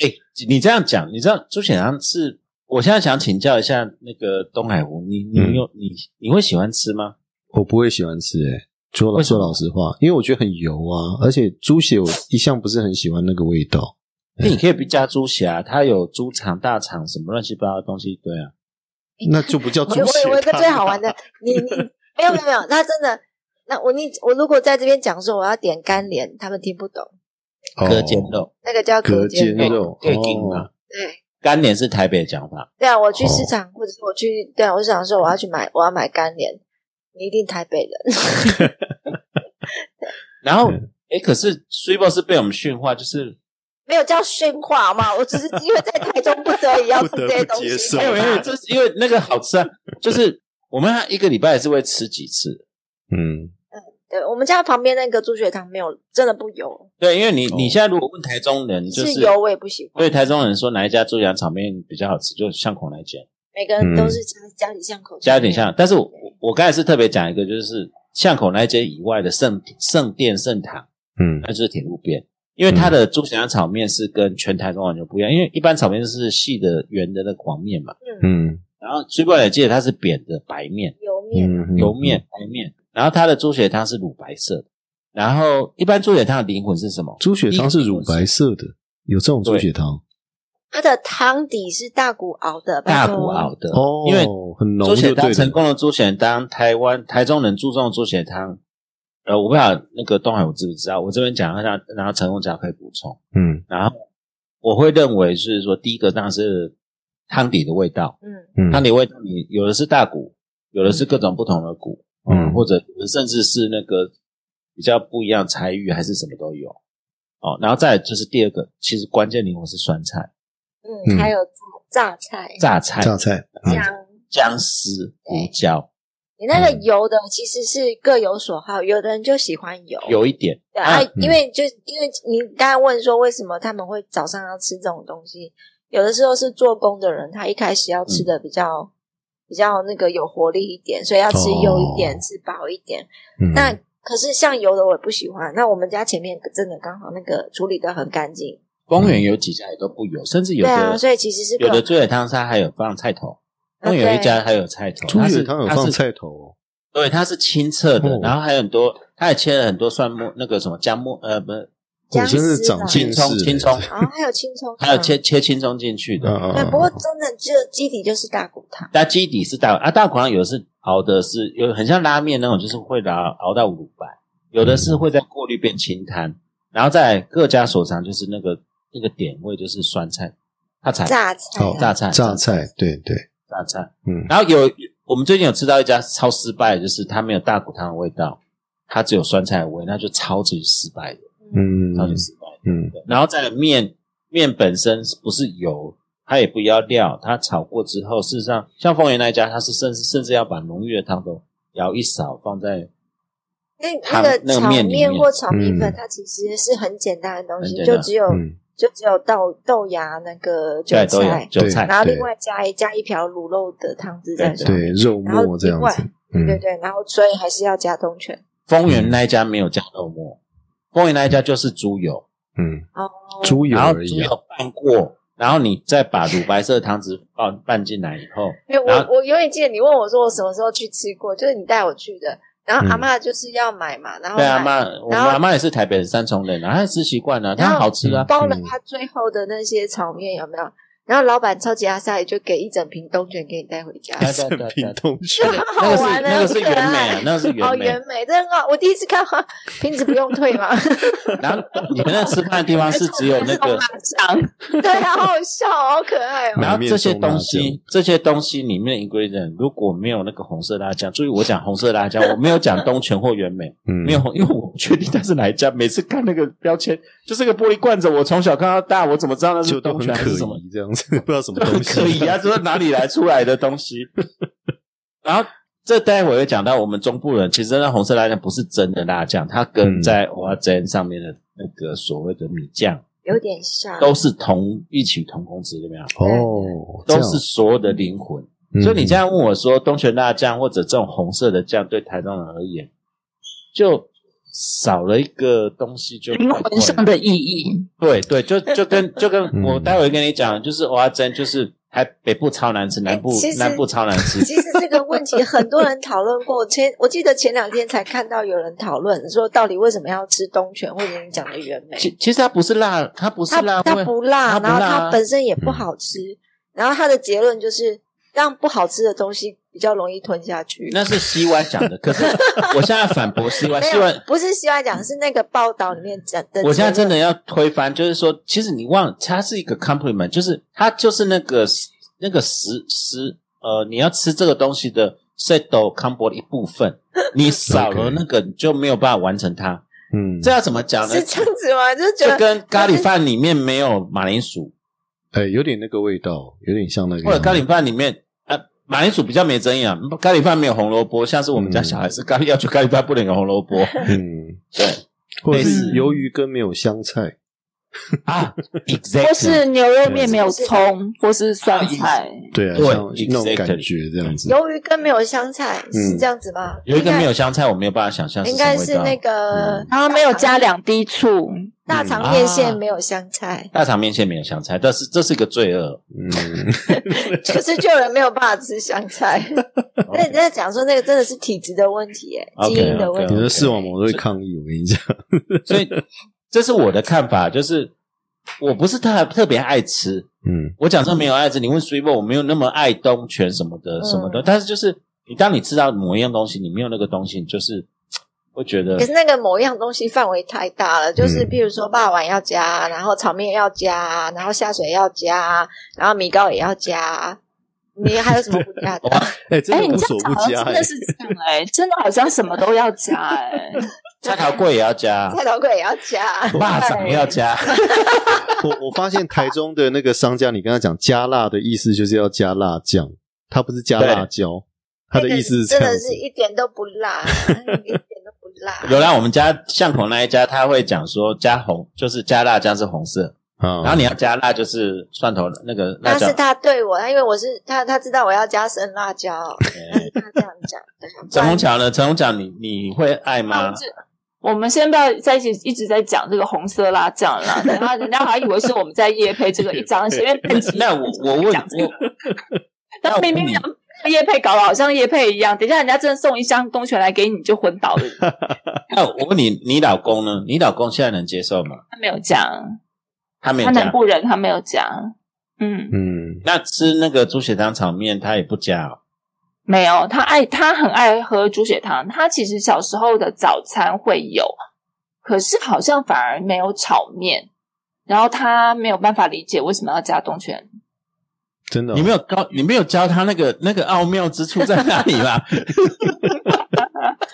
Speaker 3: 哎、你这样讲，你知道朱显阳是？我现在想请教一下那个东海湖，你你
Speaker 1: 嗯
Speaker 3: 有、你你会喜欢吃吗？
Speaker 1: 我不会喜欢吃、欸，哎，说老
Speaker 3: 为什
Speaker 1: 说
Speaker 3: 么
Speaker 1: 老实话，因为我觉得很油啊，而且猪血我一向不是很喜欢那个味道。
Speaker 3: 那你可以不加猪血啊，它有猪肠、大肠什么乱七八糟的东西，对啊。
Speaker 1: 那就不叫猪
Speaker 4: 我
Speaker 1: 血汤、
Speaker 4: 我有一个最好玩 的，你你没有没有没有，那真的，那我你我如果在这边讲说我要点干莲，他们听不懂，
Speaker 1: 哦
Speaker 3: 隔间肉，
Speaker 4: 那个叫
Speaker 1: 隔
Speaker 4: 间
Speaker 1: 间
Speaker 4: 肉。
Speaker 1: 肉，
Speaker 3: 对，干
Speaker 1: 哦
Speaker 3: 嘛？
Speaker 4: 对
Speaker 3: 干莲是台北的讲法，
Speaker 4: 对啊，我去
Speaker 1: 哦
Speaker 4: 市场、或者是我去，对啊，我想说我要去买，我要买干莲，你一定台北人。
Speaker 3: 然后
Speaker 1: 嗯
Speaker 3: 哎、可是 s u p e 是被我们驯化，就是
Speaker 4: 没有叫训话好吗？我只是因为在台中不得已要吃
Speaker 1: 不得
Speaker 4: 这
Speaker 1: 不
Speaker 4: 些东
Speaker 1: 接
Speaker 4: 西
Speaker 1: 受
Speaker 4: 嘛。
Speaker 3: 没有没有，哎这是因为那个好吃啊， 就是我们一个礼拜也是会吃几次，
Speaker 1: 嗯，
Speaker 4: 对我们家旁边那个猪血汤没有，真的不油，
Speaker 3: 对，因为你、
Speaker 1: 哦
Speaker 3: 你现在如果问台中人，就是
Speaker 4: 油我也不喜欢。
Speaker 3: 对台中人说哪一家猪羊炒面比较好吃，就巷口那一间，
Speaker 4: 每个人都
Speaker 1: 嗯
Speaker 4: 是家家里巷口
Speaker 3: 加点像。但是我我刚才是特别讲一个，就是巷口那一间以外的圣圣殿圣堂，
Speaker 1: 嗯
Speaker 3: 那就是铁路边，因为它的猪血汤炒面是跟全台中完全不一样，因为一般炒面是细的圆的那个黄面嘛，
Speaker 1: 嗯
Speaker 3: 然后追包也记得它是扁的白面。
Speaker 4: 油面，
Speaker 1: 嗯，
Speaker 3: 油面、白面，然后它的猪血汤是乳白色的。然后一般猪血汤的灵魂是什么？
Speaker 1: 猪血汤是乳白色的，有这种猪血汤
Speaker 4: 它的汤底是大骨熬的，拜
Speaker 3: 大
Speaker 4: 托
Speaker 3: 骨熬的，
Speaker 1: 哦，
Speaker 3: 因为
Speaker 1: 很浓
Speaker 3: 猪
Speaker 1: 就
Speaker 3: 血
Speaker 1: 对
Speaker 3: 汤
Speaker 1: 了。
Speaker 3: 成功的猪血汤，台湾台中人注重的猪血汤。呃，我不知道那个东海我知不知道，我这边讲一下，然后陈红讲可以补充。
Speaker 1: 嗯
Speaker 3: 然后我会认为是说，第一个当然是汤底的味道，
Speaker 4: 嗯，
Speaker 1: 嗯，
Speaker 3: 汤底味道你有的是大骨，有的是各种不同的骨，
Speaker 1: 嗯
Speaker 3: 哦或者有的甚至是那个比较不一样的柴鱼还是什么都有。哦，然后再来就是第二个，其实关键灵魂是酸菜、
Speaker 1: 嗯
Speaker 4: 嗯，还有榨榨菜、
Speaker 3: 榨菜、
Speaker 1: 榨菜，嗯
Speaker 4: 姜。
Speaker 3: 姜丝、胡椒，
Speaker 4: 你那个
Speaker 1: 嗯
Speaker 4: 油的其实是各有所好，有的人就喜欢油，
Speaker 3: 有一点
Speaker 4: 对
Speaker 3: 啊
Speaker 4: 啊，因为就因为你刚才问说为什么他们会早上要吃这种东西，有的时候是做工的人，他一开始要
Speaker 3: 嗯
Speaker 4: 吃的比较、比较那个有活力一点，所以要吃油一点，
Speaker 1: 哦
Speaker 4: 吃饱一点。
Speaker 1: 嗯
Speaker 4: 那可是像油的我也不喜欢，那我们家前面真的刚好那个处理的很干净，
Speaker 3: 公园有几家也都不有，甚至有
Speaker 4: 对啊，
Speaker 3: 的
Speaker 4: 所以其实是
Speaker 3: 有
Speaker 4: 各
Speaker 3: 的猪血汤它还有放菜头，
Speaker 4: 啊
Speaker 3: 公园有一
Speaker 4: 对
Speaker 3: 家还有菜头，
Speaker 1: 猪
Speaker 3: 它
Speaker 1: 血
Speaker 3: 是
Speaker 1: 汤有
Speaker 3: 它是
Speaker 1: 放菜头
Speaker 3: 对，它是清澈的
Speaker 1: 哦，
Speaker 3: 然后还有很多，它也切了很多蒜末，那个什么姜末，呃，不是
Speaker 1: 哦，
Speaker 4: 姜
Speaker 1: 我
Speaker 4: 丝
Speaker 1: 真是
Speaker 4: 的
Speaker 1: 长见
Speaker 3: 青葱，
Speaker 1: 识
Speaker 3: 青
Speaker 1: 了
Speaker 3: 葱，，
Speaker 4: 然后还有青葱
Speaker 3: 还有
Speaker 4: 嗯
Speaker 3: 切切青葱哦进去
Speaker 1: 嗯
Speaker 3: 的。
Speaker 1: 嗯，
Speaker 4: 对，
Speaker 1: 嗯
Speaker 4: 不过
Speaker 1: 嗯
Speaker 4: 真的就基底就是大骨汤，
Speaker 3: 但基底是大啊，大骨汤有的是熬的是有很像拉面那种，就是会熬熬到乳白，有的是会在过滤变清汤，然后再各家所长就是那个那个点位就是酸菜，它才
Speaker 4: 榨菜
Speaker 1: 哦
Speaker 4: 啊
Speaker 3: 榨菜
Speaker 1: 榨菜，对对，
Speaker 3: 榨菜。
Speaker 1: 嗯
Speaker 3: 然后有我们最近有吃到一家超失败的，就是它没有大骨汤的味道，它只有酸菜的味，那就超级失败的，
Speaker 1: 嗯
Speaker 3: 超级失败
Speaker 1: 嗯
Speaker 3: 的。然后再来面面本身不是油，它也不要料，它炒过之后，事实上像丰原那一家，它是甚至甚至要把浓郁的汤都舀一勺放在
Speaker 4: 那
Speaker 3: 汤
Speaker 4: 那个
Speaker 3: 那个
Speaker 4: 炒
Speaker 3: 面里面
Speaker 4: 或炒米粉，
Speaker 1: 嗯
Speaker 4: 它其实是很简单的东
Speaker 3: 很
Speaker 4: 西，
Speaker 3: 简
Speaker 4: 就
Speaker 3: 单
Speaker 4: 只有
Speaker 1: 嗯，
Speaker 4: 就只有豆豆芽那个韭
Speaker 3: 对都有
Speaker 4: 菜，
Speaker 3: 韭菜，
Speaker 4: 然后另
Speaker 1: 对
Speaker 4: 外加一加一瓢卤肉的汤汁在
Speaker 3: 对
Speaker 4: 上面，
Speaker 1: 对，肉末这样
Speaker 4: 然后
Speaker 1: 子
Speaker 4: 另，
Speaker 1: 嗯
Speaker 4: 对对，然后所以还是要加冬卷
Speaker 3: 丰原那一家没有加肉末，丰原那一家就是猪油，
Speaker 1: 嗯，
Speaker 4: 哦，
Speaker 1: 猪油
Speaker 3: 然后
Speaker 1: 而
Speaker 3: 猪
Speaker 1: 已啊，
Speaker 3: 油拌过，然后你再把乳白色汤汁拌拌进来以后，
Speaker 4: 因为
Speaker 3: 然
Speaker 4: 我
Speaker 3: 后
Speaker 4: 我永远记得你问我说我什么时候去吃过，就是你带我去的，然
Speaker 1: 嗯
Speaker 4: 后阿嬷就是要买嘛，然后
Speaker 3: 对阿啊
Speaker 4: 买
Speaker 3: 妈，我们阿妈也是台北人，三重人啊，她吃习惯了，
Speaker 4: 然后
Speaker 3: 她好吃啊，
Speaker 4: 包了
Speaker 1: 嗯
Speaker 4: 他最后的那些炒面有没有？然后老板超级阿萨也就给一整瓶冬卷给你带回家，
Speaker 3: 对对
Speaker 1: 圣
Speaker 3: 对
Speaker 1: 品
Speaker 3: 对
Speaker 1: 同 学，
Speaker 4: 好
Speaker 3: 那个是
Speaker 4: 玩啊
Speaker 3: 那个是
Speaker 4: 很可
Speaker 3: 原美啊
Speaker 4: 爱，
Speaker 3: 那个是
Speaker 4: 哦，
Speaker 3: 原美
Speaker 4: 原。美，真的很好，我第一次看 到瓶子不用退嘛，
Speaker 3: 然后你们那吃饭的地方是只有那个，
Speaker 2: 香，
Speaker 4: 对啊，好好笑，好可爱哦。
Speaker 3: 然后这些
Speaker 1: 买面送辣
Speaker 3: 东
Speaker 1: 酱
Speaker 3: 西，这些东西里面的 ingredient 如果没有那个红色辣酱，注意我讲红色辣酱，我没有讲东泉或原美，
Speaker 1: 嗯，
Speaker 3: 没有，因为我不确定它是哪一家。每次看那个标签，就是个玻璃罐子，我从小看到大，我怎么知道那
Speaker 1: 就是都
Speaker 3: 东
Speaker 1: 很
Speaker 3: 泉还
Speaker 1: 可
Speaker 3: 是什么？
Speaker 1: 疑这样子，不知道什么
Speaker 3: 就 很
Speaker 1: 东西，
Speaker 3: 可以 啊，就是哪里来出来的东西。然后这待会会讲到，我们中部人其实那红色辣酱不是真的辣酱，它跟
Speaker 1: 嗯
Speaker 3: 在蚵仔煎上面的那个所谓的米酱
Speaker 4: 有点像，
Speaker 3: 都是同异曲同工之妙，
Speaker 1: 哦，嗯
Speaker 3: 都是所有的灵魂。
Speaker 1: 这样，
Speaker 3: 所以你这
Speaker 1: 样
Speaker 3: 样问我说，东泉辣酱或者这种红色的酱，对台中人而言，就少了一个东西就，
Speaker 2: 灵魂上的意义。
Speaker 3: 对对，就就 跟就跟
Speaker 1: 嗯
Speaker 3: 我待会跟你讲，就是蚵仔煎，就是还北部超难吃，南部
Speaker 4: 哎其实
Speaker 3: 南部超难吃，
Speaker 4: 其实这个问题很多人讨论过，前我记得前两天才看到有人讨论说，到底为什么要吃冬卷，或者你讲的原美？
Speaker 3: 其其实它不是辣，它不是辣
Speaker 4: 它它
Speaker 3: 味，
Speaker 4: 不辣，嗯
Speaker 3: 它不
Speaker 4: 然后
Speaker 3: 辣啊
Speaker 4: 它本身也不好吃，然后它的结论就是让不好吃的东西比较容易吞下去。
Speaker 3: 那是西湾讲的。可是我现在反驳西湾，
Speaker 4: 没
Speaker 3: 西
Speaker 4: 有
Speaker 3: 湾，。
Speaker 4: 不是希望讲，是那个报道里面讲的结论。
Speaker 3: 我现在真的要推翻，就是说，其实你忘了，它是一个 compliment，就是它就是那个那个食食呃，你要吃这个东西的 set combo 的一部 分，你少了
Speaker 1: OK
Speaker 3: 那个，你就没有办法完成它。
Speaker 1: 嗯，
Speaker 3: 这要怎么讲呢？
Speaker 4: 是这样子吗？就是觉
Speaker 3: 就
Speaker 4: 得
Speaker 3: 跟咖喱饭里面没有马铃薯，
Speaker 1: 哎，有点那个味道，有点像那个
Speaker 4: 嗯
Speaker 3: 或者咖喱饭里面呃马铃薯比较没争议啊，咖喱饭没有红萝卜，像是我们家小
Speaker 4: 嗯
Speaker 3: 孩是咖喱要求咖喱饭不能有红萝卜
Speaker 1: 嗯，
Speaker 3: 对，
Speaker 1: 或者
Speaker 3: 类
Speaker 1: 是
Speaker 3: 似
Speaker 1: 鱿鱼跟没有香菜，
Speaker 3: 啊
Speaker 2: 或
Speaker 3: ，exactly，
Speaker 2: 是牛肉面没有葱，或是酸菜，
Speaker 1: 对啊，
Speaker 3: 对
Speaker 1: 像那种
Speaker 3: exactly
Speaker 1: 感觉这样子，
Speaker 4: 鱿鱼跟没有香菜是
Speaker 1: 嗯
Speaker 4: 这样子吗？
Speaker 3: 有一个没
Speaker 4: 应
Speaker 3: 有香菜，我没有办法想象
Speaker 4: 该，
Speaker 3: 是
Speaker 4: 应
Speaker 3: 什么
Speaker 4: 该
Speaker 3: 味
Speaker 4: 是
Speaker 3: 道。
Speaker 4: 那个
Speaker 1: 嗯
Speaker 2: 然后没有加两滴醋，
Speaker 4: 大
Speaker 1: 嗯
Speaker 4: 肠面线
Speaker 3: 啊
Speaker 4: 没有香菜，
Speaker 3: 大肠面线没有香菜，但是这是一个罪恶。
Speaker 1: 嗯，
Speaker 4: 就是就有人没有办法吃香 菜。那那讲说那个真的是体质的问题，哎，基
Speaker 3: OK，
Speaker 4: 因的问
Speaker 3: OK，OK
Speaker 4: 题。
Speaker 1: 你的视网膜都会抗议，我跟你讲，
Speaker 3: 所 以这是我的看法，就是我不是特特别爱吃，
Speaker 1: 嗯
Speaker 3: 我讲真的没有爱吃。你问 s u p e 我没有那么爱东泉什么的、
Speaker 4: 嗯
Speaker 3: 什么的，但是就是你当你吃到某一样东西，你没有那个东西，你就是会觉得
Speaker 4: 可是那个某一样东西范围太大了，就是
Speaker 1: 嗯
Speaker 4: 譬如说霸王要加，然后炒面要加，然后下水要加，然后米糕也要加，你还有什么不 加的？
Speaker 1: 哎，真
Speaker 2: 哎，
Speaker 1: 的
Speaker 2: 你
Speaker 1: 无
Speaker 2: 这
Speaker 1: 所
Speaker 2: 样
Speaker 1: 不
Speaker 2: 讲
Speaker 1: 加，哎
Speaker 2: 好像真的是这样哎，真的好像什么都要加哎，
Speaker 3: 菜头粿也要加，
Speaker 4: 菜头粿也要加，
Speaker 3: 蚂蚱也要 加，
Speaker 1: 我我发现台中的那个商家，你跟他讲加辣的意思就是要加辣酱，他不是加辣椒，他的意思是这
Speaker 4: 真
Speaker 1: 样
Speaker 4: 的
Speaker 1: 子
Speaker 4: 是，一点都不 辣，一点都不辣。
Speaker 3: 有啦，我们家巷口那一家他会讲说加红，就是加辣酱是红色，
Speaker 1: 啊
Speaker 3: 然后你要加辣就是蒜头那个辣
Speaker 4: 但
Speaker 3: 椒
Speaker 4: 嗯是。他对我，他因为我是他，他知道我要加生辣椒，
Speaker 3: 哎
Speaker 4: 他是他这样讲的。
Speaker 3: 陈红桥呢？陈红桥，你你会爱
Speaker 2: 那
Speaker 3: 吗
Speaker 4: 哦
Speaker 2: 我？啊这我们先不要在一起一直在讲这个红色辣酱啦，然后人家还以为是我们在夜配这个一张随便喷几
Speaker 3: 那我我问
Speaker 2: 讲这个
Speaker 3: 我，那
Speaker 2: 但
Speaker 3: 我
Speaker 2: 明明
Speaker 3: 问你
Speaker 2: 讲叶配搞得好像叶配一样，等一下人家真的送一箱东泉来给你，你就昏倒 了。
Speaker 3: 那哦我问你，你老公呢？你老公现在能接受吗？
Speaker 2: 他没有讲，
Speaker 3: 他没
Speaker 2: 他
Speaker 3: 有
Speaker 2: 南
Speaker 3: 加。
Speaker 2: 部人他没有讲，嗯，
Speaker 1: 嗯
Speaker 3: 那吃那个猪血汤炒面，他也不加哦。
Speaker 2: 没有。他爱他很爱喝猪血汤，他其实小时候的早餐会有，可是好像反而没有炒面。然后他没有办法理解为什么要加东泉
Speaker 1: 真的哦、
Speaker 3: 你没有告，你没有教他那个那个奥妙之处在哪里吗？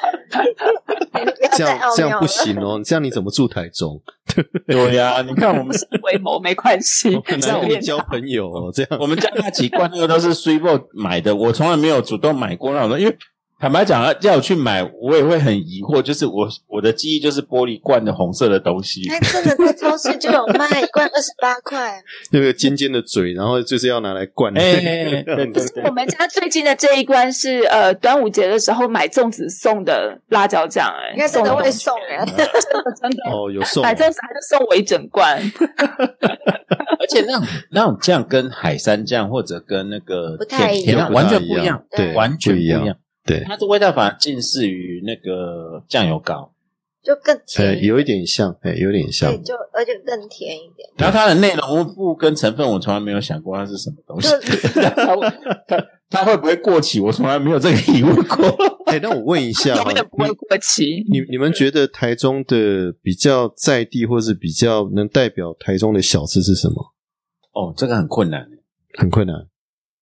Speaker 4: 不要
Speaker 1: 这
Speaker 4: 再
Speaker 1: 样
Speaker 4: 奥
Speaker 1: 这
Speaker 4: 妙
Speaker 1: 样
Speaker 4: 了。
Speaker 1: 不行哦，这样你怎么住台 中？
Speaker 3: 对呀、你看我们
Speaker 2: 回眸没关 系
Speaker 1: 我，很
Speaker 2: 这
Speaker 1: 难
Speaker 2: 样我
Speaker 1: 跟你
Speaker 2: 变
Speaker 1: 交朋友哦，这样
Speaker 3: 我们家那几罐那个都是 s u p e 买的，我从来没有主动买过那种东西，因为坦白讲啊，要我去买，我也会很疑惑，就是我我的记忆就是玻璃罐的红色的东西，
Speaker 4: 哎，真的在超市就有卖，一罐二十八 块。啊
Speaker 1: 那个尖尖的嘴，然后就是要拿来灌。
Speaker 3: 哎 哎哎对对
Speaker 2: 可是我们家最近的这一关是呃端午节的时候买粽子送的辣椒酱、哎，
Speaker 4: 应该真的
Speaker 2: 送
Speaker 4: 会
Speaker 2: 的
Speaker 4: 送哎，
Speaker 2: 真的。
Speaker 1: 哦，有送哦
Speaker 2: 买粽子他就送我一整 罐，
Speaker 3: 而且那种那种酱跟海山酱或者跟那个
Speaker 4: 不
Speaker 3: 甜
Speaker 4: 太一样
Speaker 3: 甜酱完全不一样，
Speaker 1: 对，
Speaker 3: 完全
Speaker 1: 不
Speaker 3: 不
Speaker 1: 一
Speaker 3: 一
Speaker 1: 样
Speaker 3: 样，。
Speaker 1: 对，
Speaker 3: 它的味道反而近似于那个酱油膏，
Speaker 4: 就更
Speaker 1: 呃，
Speaker 4: 甜，
Speaker 1: 有一点像，哎，有点像
Speaker 4: 对，。就而且更甜一点。
Speaker 3: 然后它的内容物跟成分我从来没有想过它是什么东西，
Speaker 4: 就
Speaker 3: 它会它它会不会过期？我从来没有这个疑问 过。
Speaker 1: 哎，那我问一 下，
Speaker 2: 永远不会过期。
Speaker 1: 你你们觉得台中的比较在地，或是比较能代表台中的小吃是什么？
Speaker 3: 哦，这个很困难，
Speaker 1: 很困难。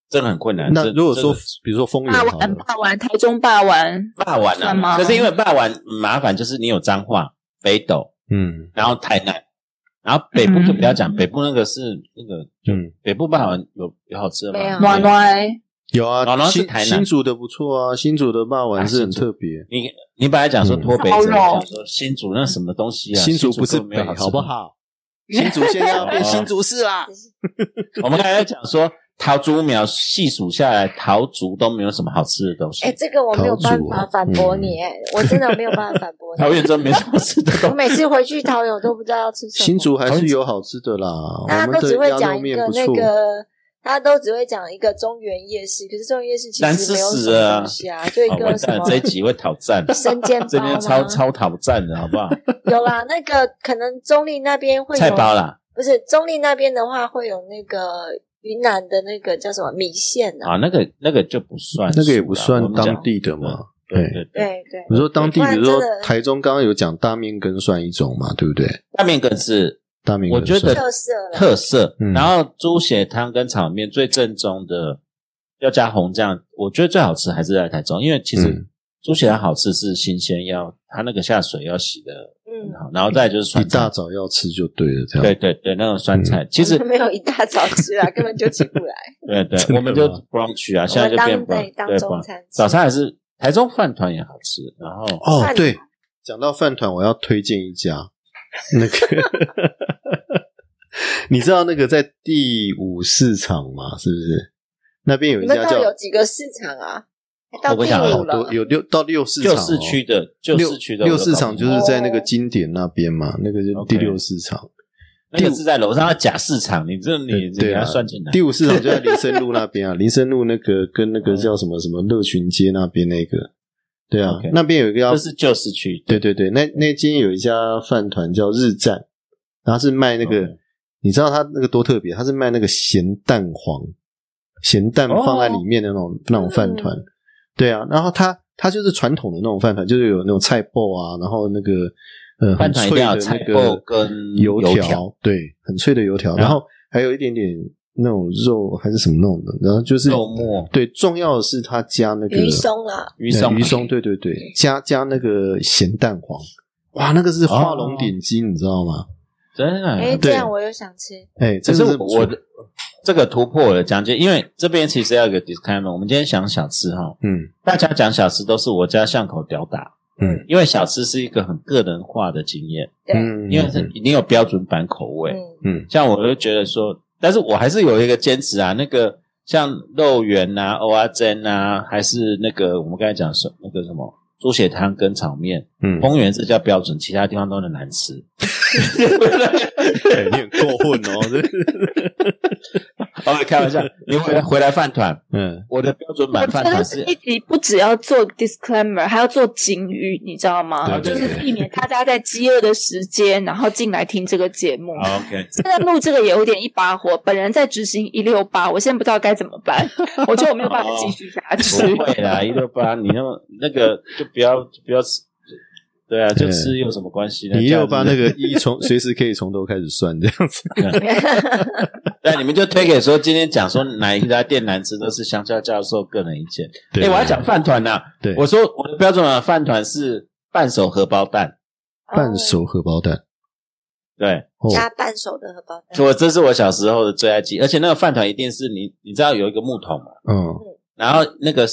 Speaker 3: 真的很困难。
Speaker 1: 那
Speaker 3: 这
Speaker 1: 如果
Speaker 3: 这
Speaker 1: 说
Speaker 3: 个，
Speaker 1: 比如说丰原
Speaker 4: 啊
Speaker 1: 好
Speaker 2: 霸王
Speaker 1: 了，嗯
Speaker 2: 霸王，台中霸王，
Speaker 3: 霸王
Speaker 2: 算吗
Speaker 3: 啊，可是因为霸王麻烦，就是你有彰化、北斗，
Speaker 1: 嗯
Speaker 3: 然后台南，然后北部
Speaker 4: 嗯
Speaker 3: 就不要讲，北部那个是那个
Speaker 1: 嗯，
Speaker 3: 北部霸王有有好吃的吗？
Speaker 4: 没有
Speaker 2: 暖暖，
Speaker 1: 有
Speaker 3: 然
Speaker 1: 啊，
Speaker 3: 后是
Speaker 1: 新
Speaker 3: 台南
Speaker 1: 新竹的不错啊，新竹的霸王是很特别。
Speaker 3: 你你本来讲说脱北
Speaker 2: 嗯
Speaker 3: 者，
Speaker 2: 烧肉
Speaker 3: 讲说新竹那什么东西啊？
Speaker 1: 新竹不是
Speaker 3: 根本没
Speaker 1: 北
Speaker 3: 有，吃的
Speaker 1: 好不？好？ 哦新竹现在要变新竹市
Speaker 4: 啊
Speaker 1: 啦。
Speaker 3: 我们刚才讲说桃竹苗，细数下来，桃竹都没有什么好吃的东西
Speaker 4: 哎，。这个我没有办
Speaker 1: 桃嗯
Speaker 4: 法
Speaker 1: 竹
Speaker 4: 反驳你，哎，我真的没有办法反 驳你。
Speaker 3: 桃园真没什么吃的
Speaker 4: 我
Speaker 3: 东西。
Speaker 4: 每次回去桃园我都不知道要吃什么。
Speaker 1: 新竹还是有好吃的啦，我
Speaker 4: 大家
Speaker 1: 们
Speaker 4: 都只
Speaker 1: 的
Speaker 4: 会
Speaker 1: 鸭
Speaker 4: 讲
Speaker 1: 肉
Speaker 4: 一
Speaker 1: 面
Speaker 4: 个
Speaker 1: 不
Speaker 4: 那
Speaker 1: 错。
Speaker 4: 个，大家都只会讲一个中原夜市，可是中原夜市其
Speaker 3: 难
Speaker 4: 实
Speaker 3: 吃
Speaker 4: 没有
Speaker 3: 死
Speaker 4: 什么
Speaker 3: 了
Speaker 4: 东西啊，就一
Speaker 3: 哦
Speaker 4: 个
Speaker 3: 完
Speaker 4: 什
Speaker 3: 蛋了，
Speaker 4: 么
Speaker 3: 这一集会讨战，
Speaker 4: 生 煎
Speaker 3: 这
Speaker 4: 包啊
Speaker 3: 边超
Speaker 4: 啦，
Speaker 3: 超讨战的好不好？
Speaker 4: 有啦，那个可能中立那边会
Speaker 3: 菜
Speaker 4: 有，
Speaker 3: 包啦，
Speaker 4: 不是中立那边的话会有那个云南的那个叫什么米线啊，
Speaker 3: 啊，那个那个就不算数啦，
Speaker 1: 那个也不算
Speaker 3: 我们讲
Speaker 1: 当地的嘛。哎
Speaker 3: 对对对，
Speaker 4: 对对，
Speaker 1: 你说当地，
Speaker 4: 不然
Speaker 1: 比如说
Speaker 4: 真的
Speaker 1: 台中，刚刚有讲大面羹算一种嘛，对不对？
Speaker 3: 大面梗是
Speaker 1: 大面
Speaker 3: 我
Speaker 1: 羹
Speaker 3: 觉得
Speaker 1: 算
Speaker 4: 特色了，
Speaker 3: 特色
Speaker 1: 嗯，
Speaker 3: 然后猪血汤跟炒面最正宗的，要加红酱，我觉得最好吃还是在台中，因为其实
Speaker 1: 嗯
Speaker 3: 猪血汤好吃是新鲜，要它那个下水要洗的
Speaker 4: 嗯
Speaker 3: 很，好，然后再来就是
Speaker 1: 一
Speaker 3: 酸
Speaker 1: 大哦嗯
Speaker 3: 菜，
Speaker 1: 早要吃就对了，这样
Speaker 3: 对对对，那种酸菜，其 实
Speaker 4: 没有一大早吃 啊，根本就起不来，
Speaker 3: 对
Speaker 1: 真的
Speaker 3: 对，
Speaker 1: 吗
Speaker 3: 我们就 brunch 啊，现在就变
Speaker 4: 当对
Speaker 3: brunch，
Speaker 4: 当
Speaker 3: 对
Speaker 4: 中
Speaker 3: brunch，
Speaker 4: 餐吃
Speaker 3: 早餐还是台中饭团也好吃，然后
Speaker 1: 哦，
Speaker 4: 饭
Speaker 1: 对，讲到饭团，我要推荐一家，那个 你知道那个在第五市场吗？是不是？那边有
Speaker 4: 你
Speaker 1: 一
Speaker 4: 们
Speaker 1: 家
Speaker 4: 到底
Speaker 1: 叫
Speaker 4: 有几个市场啊？还到
Speaker 3: 我跟
Speaker 4: 第
Speaker 3: 你讲
Speaker 4: 五
Speaker 1: 好
Speaker 4: 了
Speaker 1: 多，有六到六市场
Speaker 3: 旧
Speaker 1: 哦，
Speaker 3: 市区的旧
Speaker 1: 六
Speaker 3: 市区的
Speaker 1: 六
Speaker 3: 我都
Speaker 1: 市
Speaker 3: 搞
Speaker 1: 场
Speaker 3: 不
Speaker 1: 就是
Speaker 3: 懂
Speaker 1: 在
Speaker 4: 哦
Speaker 1: 那个经典那边嘛，那个就是第
Speaker 3: OK
Speaker 1: 六市场，
Speaker 3: 那个是在楼上的假市场，你这
Speaker 1: 对
Speaker 3: 你你
Speaker 1: 对
Speaker 3: 给
Speaker 1: 啊
Speaker 3: 它算 进来，
Speaker 1: 第五市场就在林森路那 边啊，林森路那个跟那
Speaker 3: 哦
Speaker 1: 个叫什么什么乐群街那边那个，对啊
Speaker 3: OK，
Speaker 1: 那边有一个叫
Speaker 3: 这是旧市区，
Speaker 1: 对对对，那那间有一家饭团叫日站，然后是卖那个
Speaker 3: OK，
Speaker 1: 你知道它那个多特别，它是卖那个咸蛋黄，咸蛋放在里面的那
Speaker 3: 哦
Speaker 1: 种、那种饭团。
Speaker 4: 嗯
Speaker 1: 对啊，然后它它就是传统的那种饭团，就是有那种菜爆啊，然后那个呃
Speaker 3: 饭
Speaker 1: 很
Speaker 3: 团一
Speaker 1: 脆
Speaker 3: 定要
Speaker 1: 的那
Speaker 3: 有菜
Speaker 1: 个
Speaker 3: 脯跟
Speaker 1: 油
Speaker 3: 油
Speaker 1: 条
Speaker 3: 条，啊
Speaker 1: 对，很脆的油条，
Speaker 3: 然
Speaker 1: 然
Speaker 3: 后
Speaker 1: 后还有一点点那种肉还是什么弄的，然后就是
Speaker 3: 肉末、
Speaker 1: 对，重要的是它加那个
Speaker 4: 鱼松啦，
Speaker 3: 鱼松、
Speaker 1: 鱼松，对对对，加加那个咸蛋黄，哇，那个是画龙点睛，你知道吗？
Speaker 3: 真的
Speaker 4: 哎，
Speaker 3: 很
Speaker 4: 这
Speaker 1: 对
Speaker 4: 样我有想吃，
Speaker 1: 哎，
Speaker 3: 啊可
Speaker 1: 这
Speaker 3: 是
Speaker 1: 个是
Speaker 3: 我我的这个突破我的讲解，因为这边其实要有个 disclaimer，我们今天讲小吃哈，
Speaker 1: 嗯
Speaker 3: 大家讲小吃都是我家巷口屌打，
Speaker 1: 嗯
Speaker 3: 因为小吃是一个很个人化的经验，
Speaker 4: 对，
Speaker 1: 嗯，
Speaker 3: 因为是
Speaker 1: 嗯
Speaker 3: 你有标准版口味，
Speaker 4: 嗯，
Speaker 1: 嗯
Speaker 3: 像我就觉得说，但是我还是有一个坚持啊，那个像肉圆啊呐、欧阿珍呐，啊还是那个我们刚才讲说那个什么猪血汤跟炒面，
Speaker 1: 嗯，
Speaker 3: 丰原是叫标准，其他地方都很难吃。
Speaker 1: 哎你很过分哦，这
Speaker 3: 哦，开玩笑，你回来回来饭 团，
Speaker 1: 嗯
Speaker 3: 我的标准
Speaker 2: 我
Speaker 3: 版
Speaker 2: 觉
Speaker 3: 饭
Speaker 2: 得
Speaker 3: 团
Speaker 2: 这
Speaker 3: 是
Speaker 2: 一集不只要做 disclaimer，还要做警语，你知道吗？
Speaker 1: 对对
Speaker 2: 就是避免大家在饥饿的时间，然后进来听这个节目。
Speaker 3: 好啊 OK，
Speaker 2: 现在录这个也有点一把火，本人在执行一六八，我现在不知道该怎么办，我觉得我没有办法继续下去
Speaker 3: 不。会啦，一六八，你用那个就不要就不要吃，对啊，就吃有什么关系呢？
Speaker 1: 你又把那
Speaker 3: 个
Speaker 1: 个一从随时可以从头开始算这样子，
Speaker 3: 对，你们就推给说今天讲说哪一家店难吃，都是香蕉教授个人意见。哎、
Speaker 1: 对
Speaker 3: 我要讲饭团呐、
Speaker 1: 对，
Speaker 4: 哦
Speaker 3: 我说我的标准啊，饭团是半熟荷包蛋。
Speaker 1: 半熟荷包蛋
Speaker 3: 对，
Speaker 1: 哦，
Speaker 4: 加半熟的荷包 蛋，
Speaker 3: 我这是我小时候的最爱记，而且那个饭团一定是你，你知道有一个木桶嘛，
Speaker 1: 嗯，
Speaker 3: 然后那个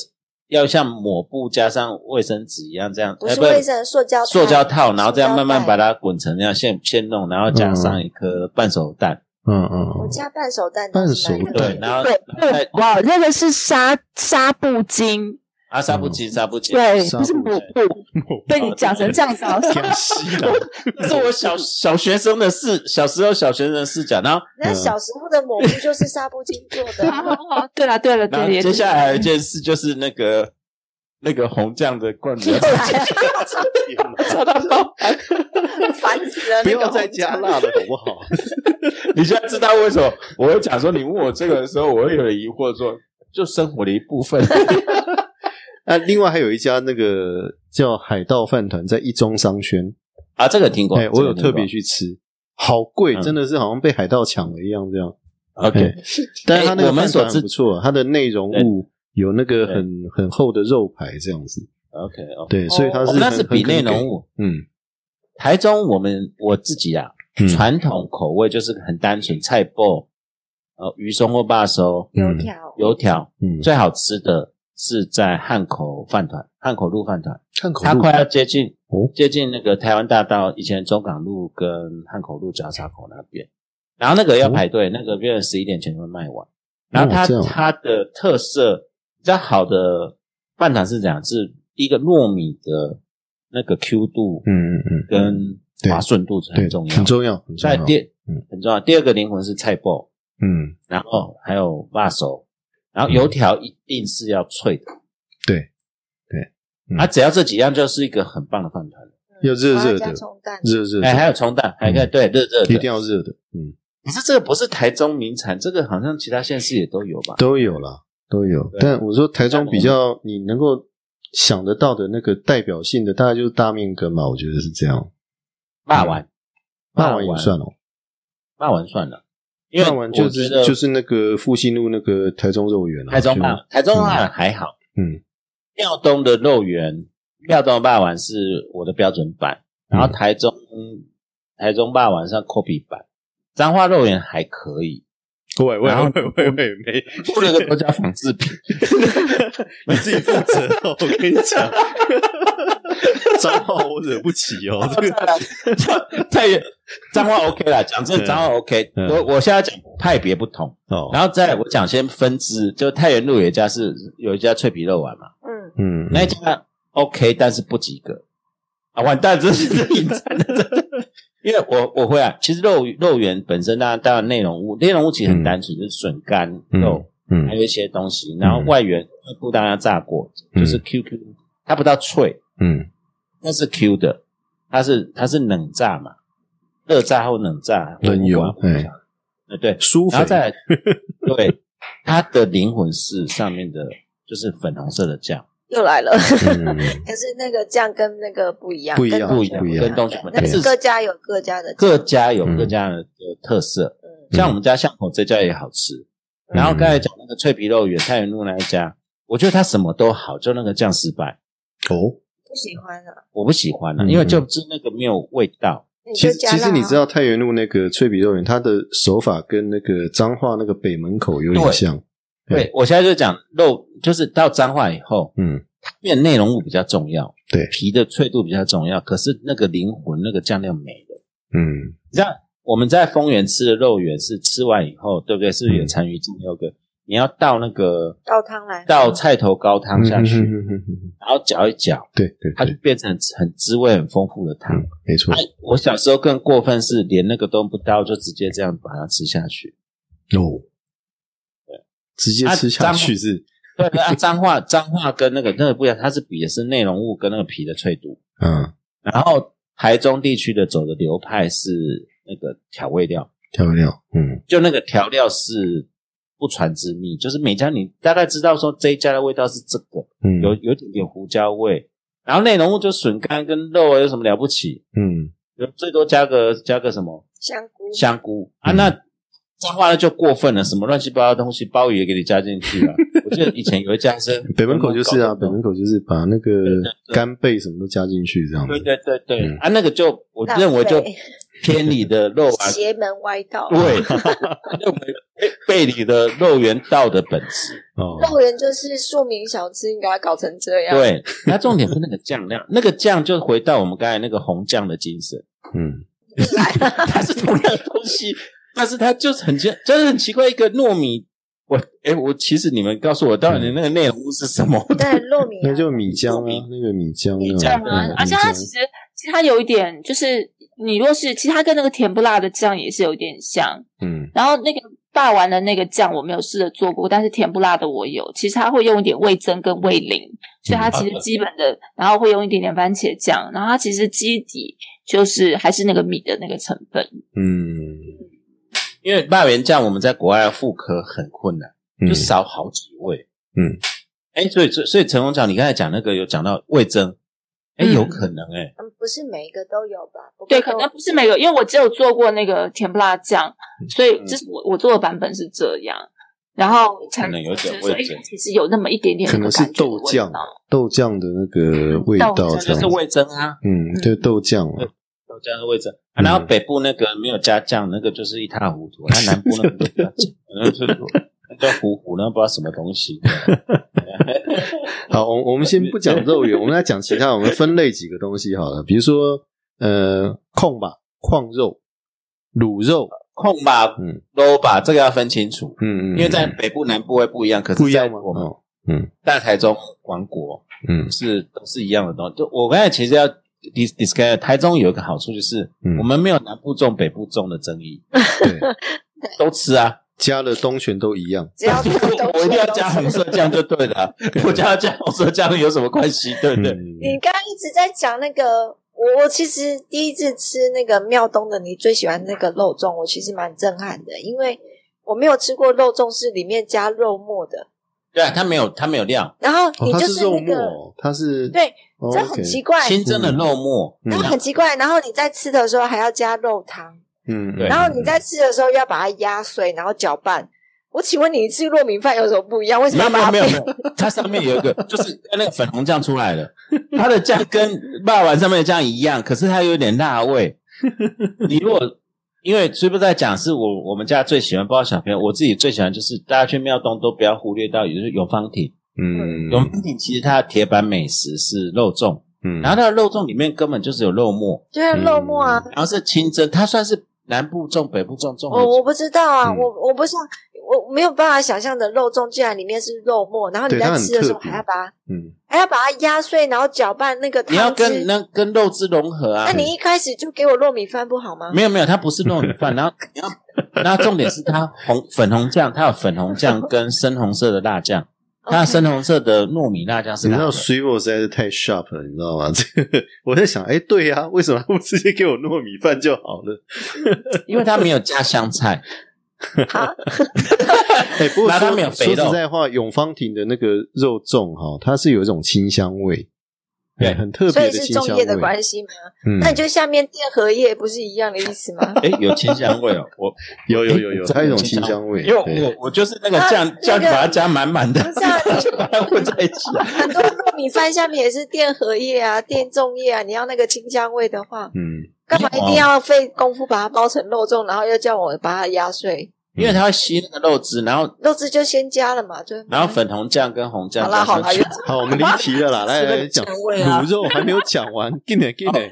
Speaker 3: 要像抹布加上卫生纸一样这样，
Speaker 4: 不
Speaker 3: 哎
Speaker 4: 是卫生塑胶
Speaker 3: 塑胶套，然后这样
Speaker 4: 塑胶
Speaker 3: 慢慢
Speaker 4: 袋
Speaker 3: 把它滚成那样现现弄，然后加上一颗半熟蛋，
Speaker 1: 嗯嗯
Speaker 4: 我加半熟蛋，
Speaker 1: 半熟
Speaker 4: 就是
Speaker 1: 蛋
Speaker 4: 蛮
Speaker 3: 对，然后
Speaker 2: 对
Speaker 3: 然后再，
Speaker 2: 哇，那个是纱纱布巾，
Speaker 3: 啊纱布巾纱布巾，
Speaker 2: 对，
Speaker 1: 纱
Speaker 2: 不是
Speaker 1: 布
Speaker 2: 抹 布，被你讲成这样子，好啊像
Speaker 1: 嗯，西了，
Speaker 3: 这是我小小学生的视，小时候小学生的视角，然后
Speaker 4: 那小时候的抹布就是纱布巾做的啊，
Speaker 2: 对了对了
Speaker 3: 然后
Speaker 2: 对了，
Speaker 3: 接下来还有一件事就是那个那个红酱的罐子
Speaker 2: 又， 来
Speaker 3: 找到包，
Speaker 4: 烦死了！
Speaker 3: 不
Speaker 4: 那
Speaker 3: 要
Speaker 4: 个
Speaker 3: 再
Speaker 4: 红
Speaker 3: 加
Speaker 4: 酱
Speaker 3: 辣了，好不好？ 你现在知道为什么我会讲说你问我这个的时候，我会有点疑惑说，就生活的一部 分。
Speaker 1: 那啊另外还有一家那个叫海盗饭团，在一中商圈，
Speaker 3: 啊，这个听过，
Speaker 1: 哎，我有
Speaker 3: 这个听过
Speaker 1: 特别去吃，好贵，
Speaker 3: 嗯
Speaker 1: 真的是好像被海盗抢了一样这样。
Speaker 3: OK，
Speaker 1: 但是它那
Speaker 3: 哎
Speaker 1: 个
Speaker 3: 我们
Speaker 1: 饭团
Speaker 3: 所知
Speaker 1: 很不错，它的内容物有那个很很厚的肉排这样子，
Speaker 3: OK，OK，
Speaker 1: 对，所以它
Speaker 3: 我
Speaker 1: 是
Speaker 3: 们哦那
Speaker 1: 很
Speaker 3: 是比内容，物。
Speaker 1: 很肯给嗯
Speaker 3: 台中我们我自己啊，
Speaker 1: 嗯
Speaker 3: 传统口味就是很单纯，菜脯、呃鱼松或霸收、
Speaker 4: 油条，
Speaker 3: 油条，
Speaker 1: 嗯，
Speaker 3: 最好吃的是在汉口饭团、汉口路饭团，
Speaker 1: 汉口
Speaker 3: 它
Speaker 1: 路
Speaker 3: 快要接近
Speaker 1: 哦
Speaker 3: 接近那个台湾大道以前中港路跟汉口路交叉口那边，然后那个要排队，那个约十一点前会卖完。然后它、
Speaker 1: 哦这样
Speaker 3: 它的特色比较好的饭团是怎样？是第一个糯米的那个 Q 度
Speaker 1: 嗯嗯嗯，
Speaker 3: 跟滑顺度是
Speaker 1: 对
Speaker 3: 很重，要，
Speaker 1: 很重要，很重
Speaker 3: 在
Speaker 1: 要，
Speaker 3: 第
Speaker 1: 嗯
Speaker 3: 很重要。第二个灵魂是菜包，
Speaker 1: 嗯，
Speaker 3: 然后还有辣手，然后油条一定是要脆的。
Speaker 1: 对对嗯
Speaker 3: 啊，只要这几样就是一个很棒的饭团。
Speaker 1: 要热热
Speaker 4: 嗯然后加
Speaker 1: 的，
Speaker 4: 葱蛋，
Speaker 1: 热热的，
Speaker 3: 哎，还有葱蛋，还有一个
Speaker 1: 嗯
Speaker 3: 对热热
Speaker 1: 一
Speaker 3: 的
Speaker 1: 定。要热的，嗯，
Speaker 3: 可是这个不是台中名产，这个好像其他县市也都有吧？
Speaker 1: 都有啦，都有。
Speaker 3: 对
Speaker 1: 但我说台中比
Speaker 3: 但
Speaker 1: 较你能够想得到的那个代表性的，大概就是大面羹嘛，我觉得是这样。
Speaker 3: 骂完，
Speaker 1: 霸王也算，哦，
Speaker 3: 骂完算了，因为
Speaker 1: 霸王就
Speaker 3: 我
Speaker 1: 是
Speaker 3: 觉得
Speaker 1: 就是那个复兴路那个台中肉圆啊，
Speaker 3: 台中
Speaker 1: 就
Speaker 3: 霸，台中霸还好，
Speaker 1: 嗯，
Speaker 3: 庙东的肉圆，庙东的霸王是我的标准版，然后台中台中霸王上 copy 版，彰化肉圆还可以，
Speaker 1: 喂
Speaker 3: 然后
Speaker 1: 喂喂，没，
Speaker 3: 出了个多家仿制 品，
Speaker 1: 你自己负责 哦，我跟你讲，脏话我惹不起哦，这
Speaker 2: 啊
Speaker 1: 个
Speaker 3: 太彰化 OK 啦，讲真的彰化 OK，
Speaker 1: 嗯
Speaker 3: 我我现在讲派别不同。
Speaker 1: 哦，
Speaker 3: 然后再我讲先分支，就太原路有一家是有一家脆皮肉丸嘛，
Speaker 4: 嗯，
Speaker 1: 嗯，
Speaker 3: 那一家 OK，但是不及格啊，完蛋，这是这是引战，因为我我会啊，其实肉肉圆本身当然当然内容物，内容物其实很单纯，就是笋干肉，
Speaker 1: 嗯
Speaker 3: 还有一些东西，然后外圆外部当然要炸过，就是 QQ，它不到脆，
Speaker 1: 嗯
Speaker 3: 那是 Q 的，它是它是冷炸嘛，热炸或冷炸，啊
Speaker 1: 冷油
Speaker 3: 我不
Speaker 1: 哎
Speaker 3: 管呃对，
Speaker 1: 舒服
Speaker 3: 然后，再来对它的灵魂是上面的，就是粉红色的酱，
Speaker 4: 又来了。
Speaker 1: 嗯
Speaker 4: 可是那个酱跟那个不一样，
Speaker 1: 不一样
Speaker 4: 跟
Speaker 3: 不
Speaker 4: 东
Speaker 3: 一
Speaker 4: 西
Speaker 3: 样
Speaker 1: 不一样
Speaker 3: 跟东西不一样
Speaker 4: 但
Speaker 3: 但
Speaker 4: 是
Speaker 3: 是
Speaker 4: 各家有各家的酱
Speaker 3: 各家有
Speaker 1: 嗯
Speaker 3: 各家的特色。
Speaker 4: 嗯
Speaker 3: 像我们家巷口这家也好吃，然后刚才讲那个脆皮肉圆太原路那一家，我觉得它什么都好，就那个酱失败，
Speaker 1: 哦，
Speaker 4: 不喜欢啊的，
Speaker 3: 我不喜欢了、啊
Speaker 1: 嗯
Speaker 3: 因为就是那个没有味道。
Speaker 4: 你
Speaker 1: 其
Speaker 4: 就
Speaker 1: 实
Speaker 4: 加
Speaker 1: 其
Speaker 4: 辣
Speaker 1: 实你知道太原路那个脆皮肉圆，它的手法跟那个彰化那个北门口有点
Speaker 3: 对
Speaker 1: 像，对
Speaker 3: 对我现在就讲肉，就是到彰化以后，
Speaker 1: 嗯，
Speaker 3: 它变内容物比较重要，
Speaker 1: 对
Speaker 3: 皮的脆度比较重要，可是那个灵魂那个酱料没了。
Speaker 1: 嗯
Speaker 3: 你知道我们在丰原吃的肉圆是吃完以后，对不对？是
Speaker 1: 嗯
Speaker 3: 不是有残余酱料个？你要倒那个
Speaker 4: 倒汤来
Speaker 3: 倒菜头高汤下去，
Speaker 1: 嗯嗯嗯嗯嗯嗯
Speaker 3: 然后搅一搅，
Speaker 1: 对对，
Speaker 3: 它
Speaker 1: 对
Speaker 3: 就变成很滋味很丰富的汤。
Speaker 1: 嗯，没错
Speaker 3: 哎，，我小时候更过分是连那个都不倒，就直接这样把它吃下去。
Speaker 1: 哦，直接吃下去是，
Speaker 3: 对啊，脏话脏话跟那个那个不一样，它是比的是内容物跟那个皮的脆度。
Speaker 1: 嗯，
Speaker 3: 然后台中地区的走的流派是那个调味料，
Speaker 1: 调味料，嗯
Speaker 3: 就那个调料是不传之秘，就是每家你大概知道说这一家的味道是这个，
Speaker 1: 嗯，
Speaker 3: 有有点点胡椒味，然后内容物就笋干跟肉啊，有什么了不起？
Speaker 1: 嗯
Speaker 3: 有最多加个加个什么
Speaker 4: 香菇，
Speaker 3: 香菇啊？
Speaker 1: 嗯
Speaker 3: 那彰化那就过分了，什么乱七八糟的东西，鲍鱼也给你加进去 了。我记得以前有一家是
Speaker 1: 北门口就是啊，北门口就是把那个
Speaker 3: 对
Speaker 1: 干贝什么都加进去这样子
Speaker 3: 对。对对对、
Speaker 1: 嗯
Speaker 3: 啊，那个就我认为就
Speaker 4: 浪费
Speaker 3: 偏离的肉 啊，
Speaker 4: 邪门歪道。
Speaker 3: 对，认为背离的肉圆道的本质。
Speaker 1: 哦，
Speaker 4: 肉圆就是庶民小吃，你给它搞成这样，，
Speaker 3: 对，那重点是那个酱料，那个酱就回到我们刚才那个红酱的精神，
Speaker 1: 嗯，
Speaker 3: 它是同样的东西， 但是它就是很奇，真的很奇怪，一个糯米。我哎，我其实你们告诉我，到底那个内容物是什么？
Speaker 1: 嗯
Speaker 4: 但糯米、啊、
Speaker 1: 那就米浆啊，那个米浆
Speaker 4: 米
Speaker 1: 啊
Speaker 4: 浆
Speaker 2: 嗯，
Speaker 1: 嗯
Speaker 2: 而且它其实其实它有一点就是，你若是其实它跟那个甜不辣的酱也是有点像。
Speaker 1: 嗯，
Speaker 2: 然后那个霸王的那个酱我没有试着做过，但是甜不辣的我有。其实它会用一点味增跟味淋，所以它其实基本的，然后会用一点点番茄酱，然后它其实基底就是还是那个米的那个成分。
Speaker 1: 嗯，
Speaker 3: 因为辣圆酱我们在国外复刻很困难，
Speaker 1: 嗯
Speaker 3: 就少好几味。
Speaker 1: 嗯，
Speaker 3: 哎，所以所以所以陈红长，你刚才讲那个有讲到味增，哎，
Speaker 2: 嗯
Speaker 3: 有可能哎，
Speaker 4: 嗯，不是每一个都有吧？不过
Speaker 2: 对，
Speaker 4: 都
Speaker 2: 可能不是每个，因为我只有做过那个甜不辣酱，所以这是我我做的版本是这样。然后才
Speaker 3: 可能有
Speaker 2: 就
Speaker 3: 点
Speaker 2: 是说
Speaker 3: 味增
Speaker 2: 哎其实有那么一点点
Speaker 1: 可
Speaker 2: 那个
Speaker 1: 能是
Speaker 2: 感觉的
Speaker 1: 豆
Speaker 2: 味
Speaker 1: 酱
Speaker 2: 道，
Speaker 1: 豆酱的那个味道
Speaker 2: 豆
Speaker 1: 这
Speaker 3: 这
Speaker 2: 酱
Speaker 3: 就是
Speaker 1: 样子。
Speaker 3: 味增啊。
Speaker 1: 嗯，对，豆酱啊，
Speaker 3: 豆浆的味
Speaker 1: 嗯
Speaker 3: 增、啊然后北部那个没有加酱，那个就是一塌糊涂。那南部那个都加酱， 那就是那叫糊糊，那不知道什么东西。
Speaker 1: 好，我我们先不讲肉圆，我们来讲其他，我们分类几个东西好了，比如说呃，控吧，矿肉、卤肉，
Speaker 3: 控吧
Speaker 1: 嗯
Speaker 3: ，low 吧，这个要分清楚，
Speaker 1: 嗯嗯，
Speaker 3: 因为在
Speaker 1: 嗯
Speaker 3: 北部、南部会不一样，可
Speaker 1: 不
Speaker 3: 是
Speaker 1: 一
Speaker 3: 在
Speaker 1: 样吗？
Speaker 3: 我们
Speaker 1: 哦，嗯
Speaker 3: 大台中王国
Speaker 1: 嗯
Speaker 3: 是都是一样的东西。就我刚才其实要 dis discuss，台中有一个好处就是
Speaker 1: 嗯，
Speaker 3: 我们没有南部重北部重的争议，
Speaker 1: 对，
Speaker 3: 都吃啊。
Speaker 1: 加了东泉都一样，
Speaker 4: 只要都
Speaker 2: 啊
Speaker 3: 我我一定要加红色。酱就对了 啊，我加加红色酱有什么关系？ 对不对？
Speaker 1: 嗯
Speaker 4: 你刚刚一直在讲那个。我我其实第一次吃那个妙东的，你最喜欢那个肉粽，我其实蛮震撼的，因为我没有吃过肉粽是里面加肉末的，
Speaker 3: 对啊，它没有它没有料，
Speaker 4: 然后
Speaker 1: 哦，
Speaker 4: 你
Speaker 1: 它
Speaker 4: 就是
Speaker 1: 肉
Speaker 4: 那
Speaker 1: 末
Speaker 4: 个，
Speaker 1: 哦，它是
Speaker 4: 对，
Speaker 1: 哦
Speaker 4: 这
Speaker 1: OK
Speaker 4: 很奇怪，
Speaker 3: 清蒸的肉末，
Speaker 1: 嗯
Speaker 4: 然后很奇怪，然后你在吃的时候还要加肉汤，
Speaker 1: 嗯，
Speaker 3: 对
Speaker 4: 然后你在吃的时候要把它压碎，然后搅拌。我请问你吃糯米饭有什么不一样？为什
Speaker 3: 没
Speaker 4: 么
Speaker 3: 有
Speaker 4: 要
Speaker 3: 没
Speaker 4: 把它
Speaker 3: 有没有，没
Speaker 4: 变
Speaker 3: 有它上面有一个， 就是那个粉红酱出来的，它的酱跟霸王上面的酱一样，可是它有点辣味。 你如果因为虽不在讲，是我我们家最喜欢，包括小朋友，我自己最喜欢就是大家去庙东都不要忽略到，也就是永芳亭。
Speaker 1: 嗯
Speaker 3: 永芳亭其实它的铁板美食是肉粽，
Speaker 1: 嗯，
Speaker 3: 然后它的肉粽里面根本就是有肉末，
Speaker 4: 就是肉末啊？
Speaker 3: 然后是清蒸，它算是南部粽、北部粽
Speaker 4: 我我
Speaker 3: 粽。
Speaker 4: 不知道啊，
Speaker 1: 嗯
Speaker 4: 我我不像我没有办法想象的肉粽竟然里面是肉末，然后你
Speaker 1: 对它
Speaker 4: 在
Speaker 1: 很
Speaker 4: 吃的时候
Speaker 1: 特别
Speaker 4: 还要把它
Speaker 1: 嗯
Speaker 4: 还要把它压碎，然后搅拌那个
Speaker 3: 你要
Speaker 4: 汤
Speaker 3: 跟
Speaker 4: 汁。
Speaker 3: 那跟肉汁融合啊！
Speaker 4: 那你一开始就给我糯米饭不好 吗？
Speaker 3: 没有没有，它不是糯米 饭，然后然后然后重点是它红粉红酱，它有粉红酱跟深红色的辣酱，它的
Speaker 4: OK
Speaker 3: 深红色的糯米辣酱是
Speaker 1: 你
Speaker 3: 辣
Speaker 1: 知道
Speaker 3: 的。
Speaker 1: Swivel 实在是太 sharp 了，你知道吗？ 这个我在想，哎，对呀、为什么不直接给我糯米饭就好了？
Speaker 3: 因为它没有加 香菜，
Speaker 4: 好，
Speaker 1: 哎，不过
Speaker 3: 那它
Speaker 1: 说
Speaker 3: 没有肥
Speaker 1: 说
Speaker 3: 肉
Speaker 1: 实在话，永芳亭的那个肉粽哈、它是有一种清香味，
Speaker 3: 对
Speaker 1: 哎很特
Speaker 4: 所
Speaker 1: 别
Speaker 4: 以
Speaker 1: 的
Speaker 4: 是
Speaker 1: 清
Speaker 4: 粽
Speaker 1: 香
Speaker 4: 叶的
Speaker 1: 味。
Speaker 4: 关系吗？
Speaker 1: 嗯
Speaker 4: 那你就下面垫荷叶，不是一样的意思吗？
Speaker 3: 哎，有清香味哦。我
Speaker 1: 有有有有，
Speaker 3: 哎真的
Speaker 1: 它有一种
Speaker 3: 有清
Speaker 1: 清
Speaker 3: 香
Speaker 1: 香味。
Speaker 3: 因为
Speaker 1: 对
Speaker 3: 我我就是那个
Speaker 4: 啊
Speaker 3: 酱
Speaker 4: 那
Speaker 3: 酱
Speaker 4: 个
Speaker 3: 把它加满满的
Speaker 4: 不是啊，你
Speaker 3: 就把它混在一起啊。
Speaker 1: 嗯
Speaker 4: 很多糯米饭下面也是淀荷叶啊、淀粽叶啊，你要那个清香味的话，
Speaker 1: 嗯，
Speaker 4: 干嘛一定要费功夫把它包成肉粽，然后又叫我把它压碎？
Speaker 3: 因为它会吸那个肉汁，然后
Speaker 4: 肉汁就先加了嘛，对。
Speaker 3: 然后粉红酱跟红酱
Speaker 4: 好啦
Speaker 3: 加
Speaker 4: 好
Speaker 3: 上
Speaker 4: 啦，
Speaker 3: 去
Speaker 4: 又，
Speaker 1: 好，我们离题了 啦，来
Speaker 3: 是那
Speaker 1: 来
Speaker 3: 个
Speaker 1: 来讲
Speaker 3: 香味啊
Speaker 1: 卤肉还没有讲完，进来进
Speaker 3: 哦
Speaker 1: 来，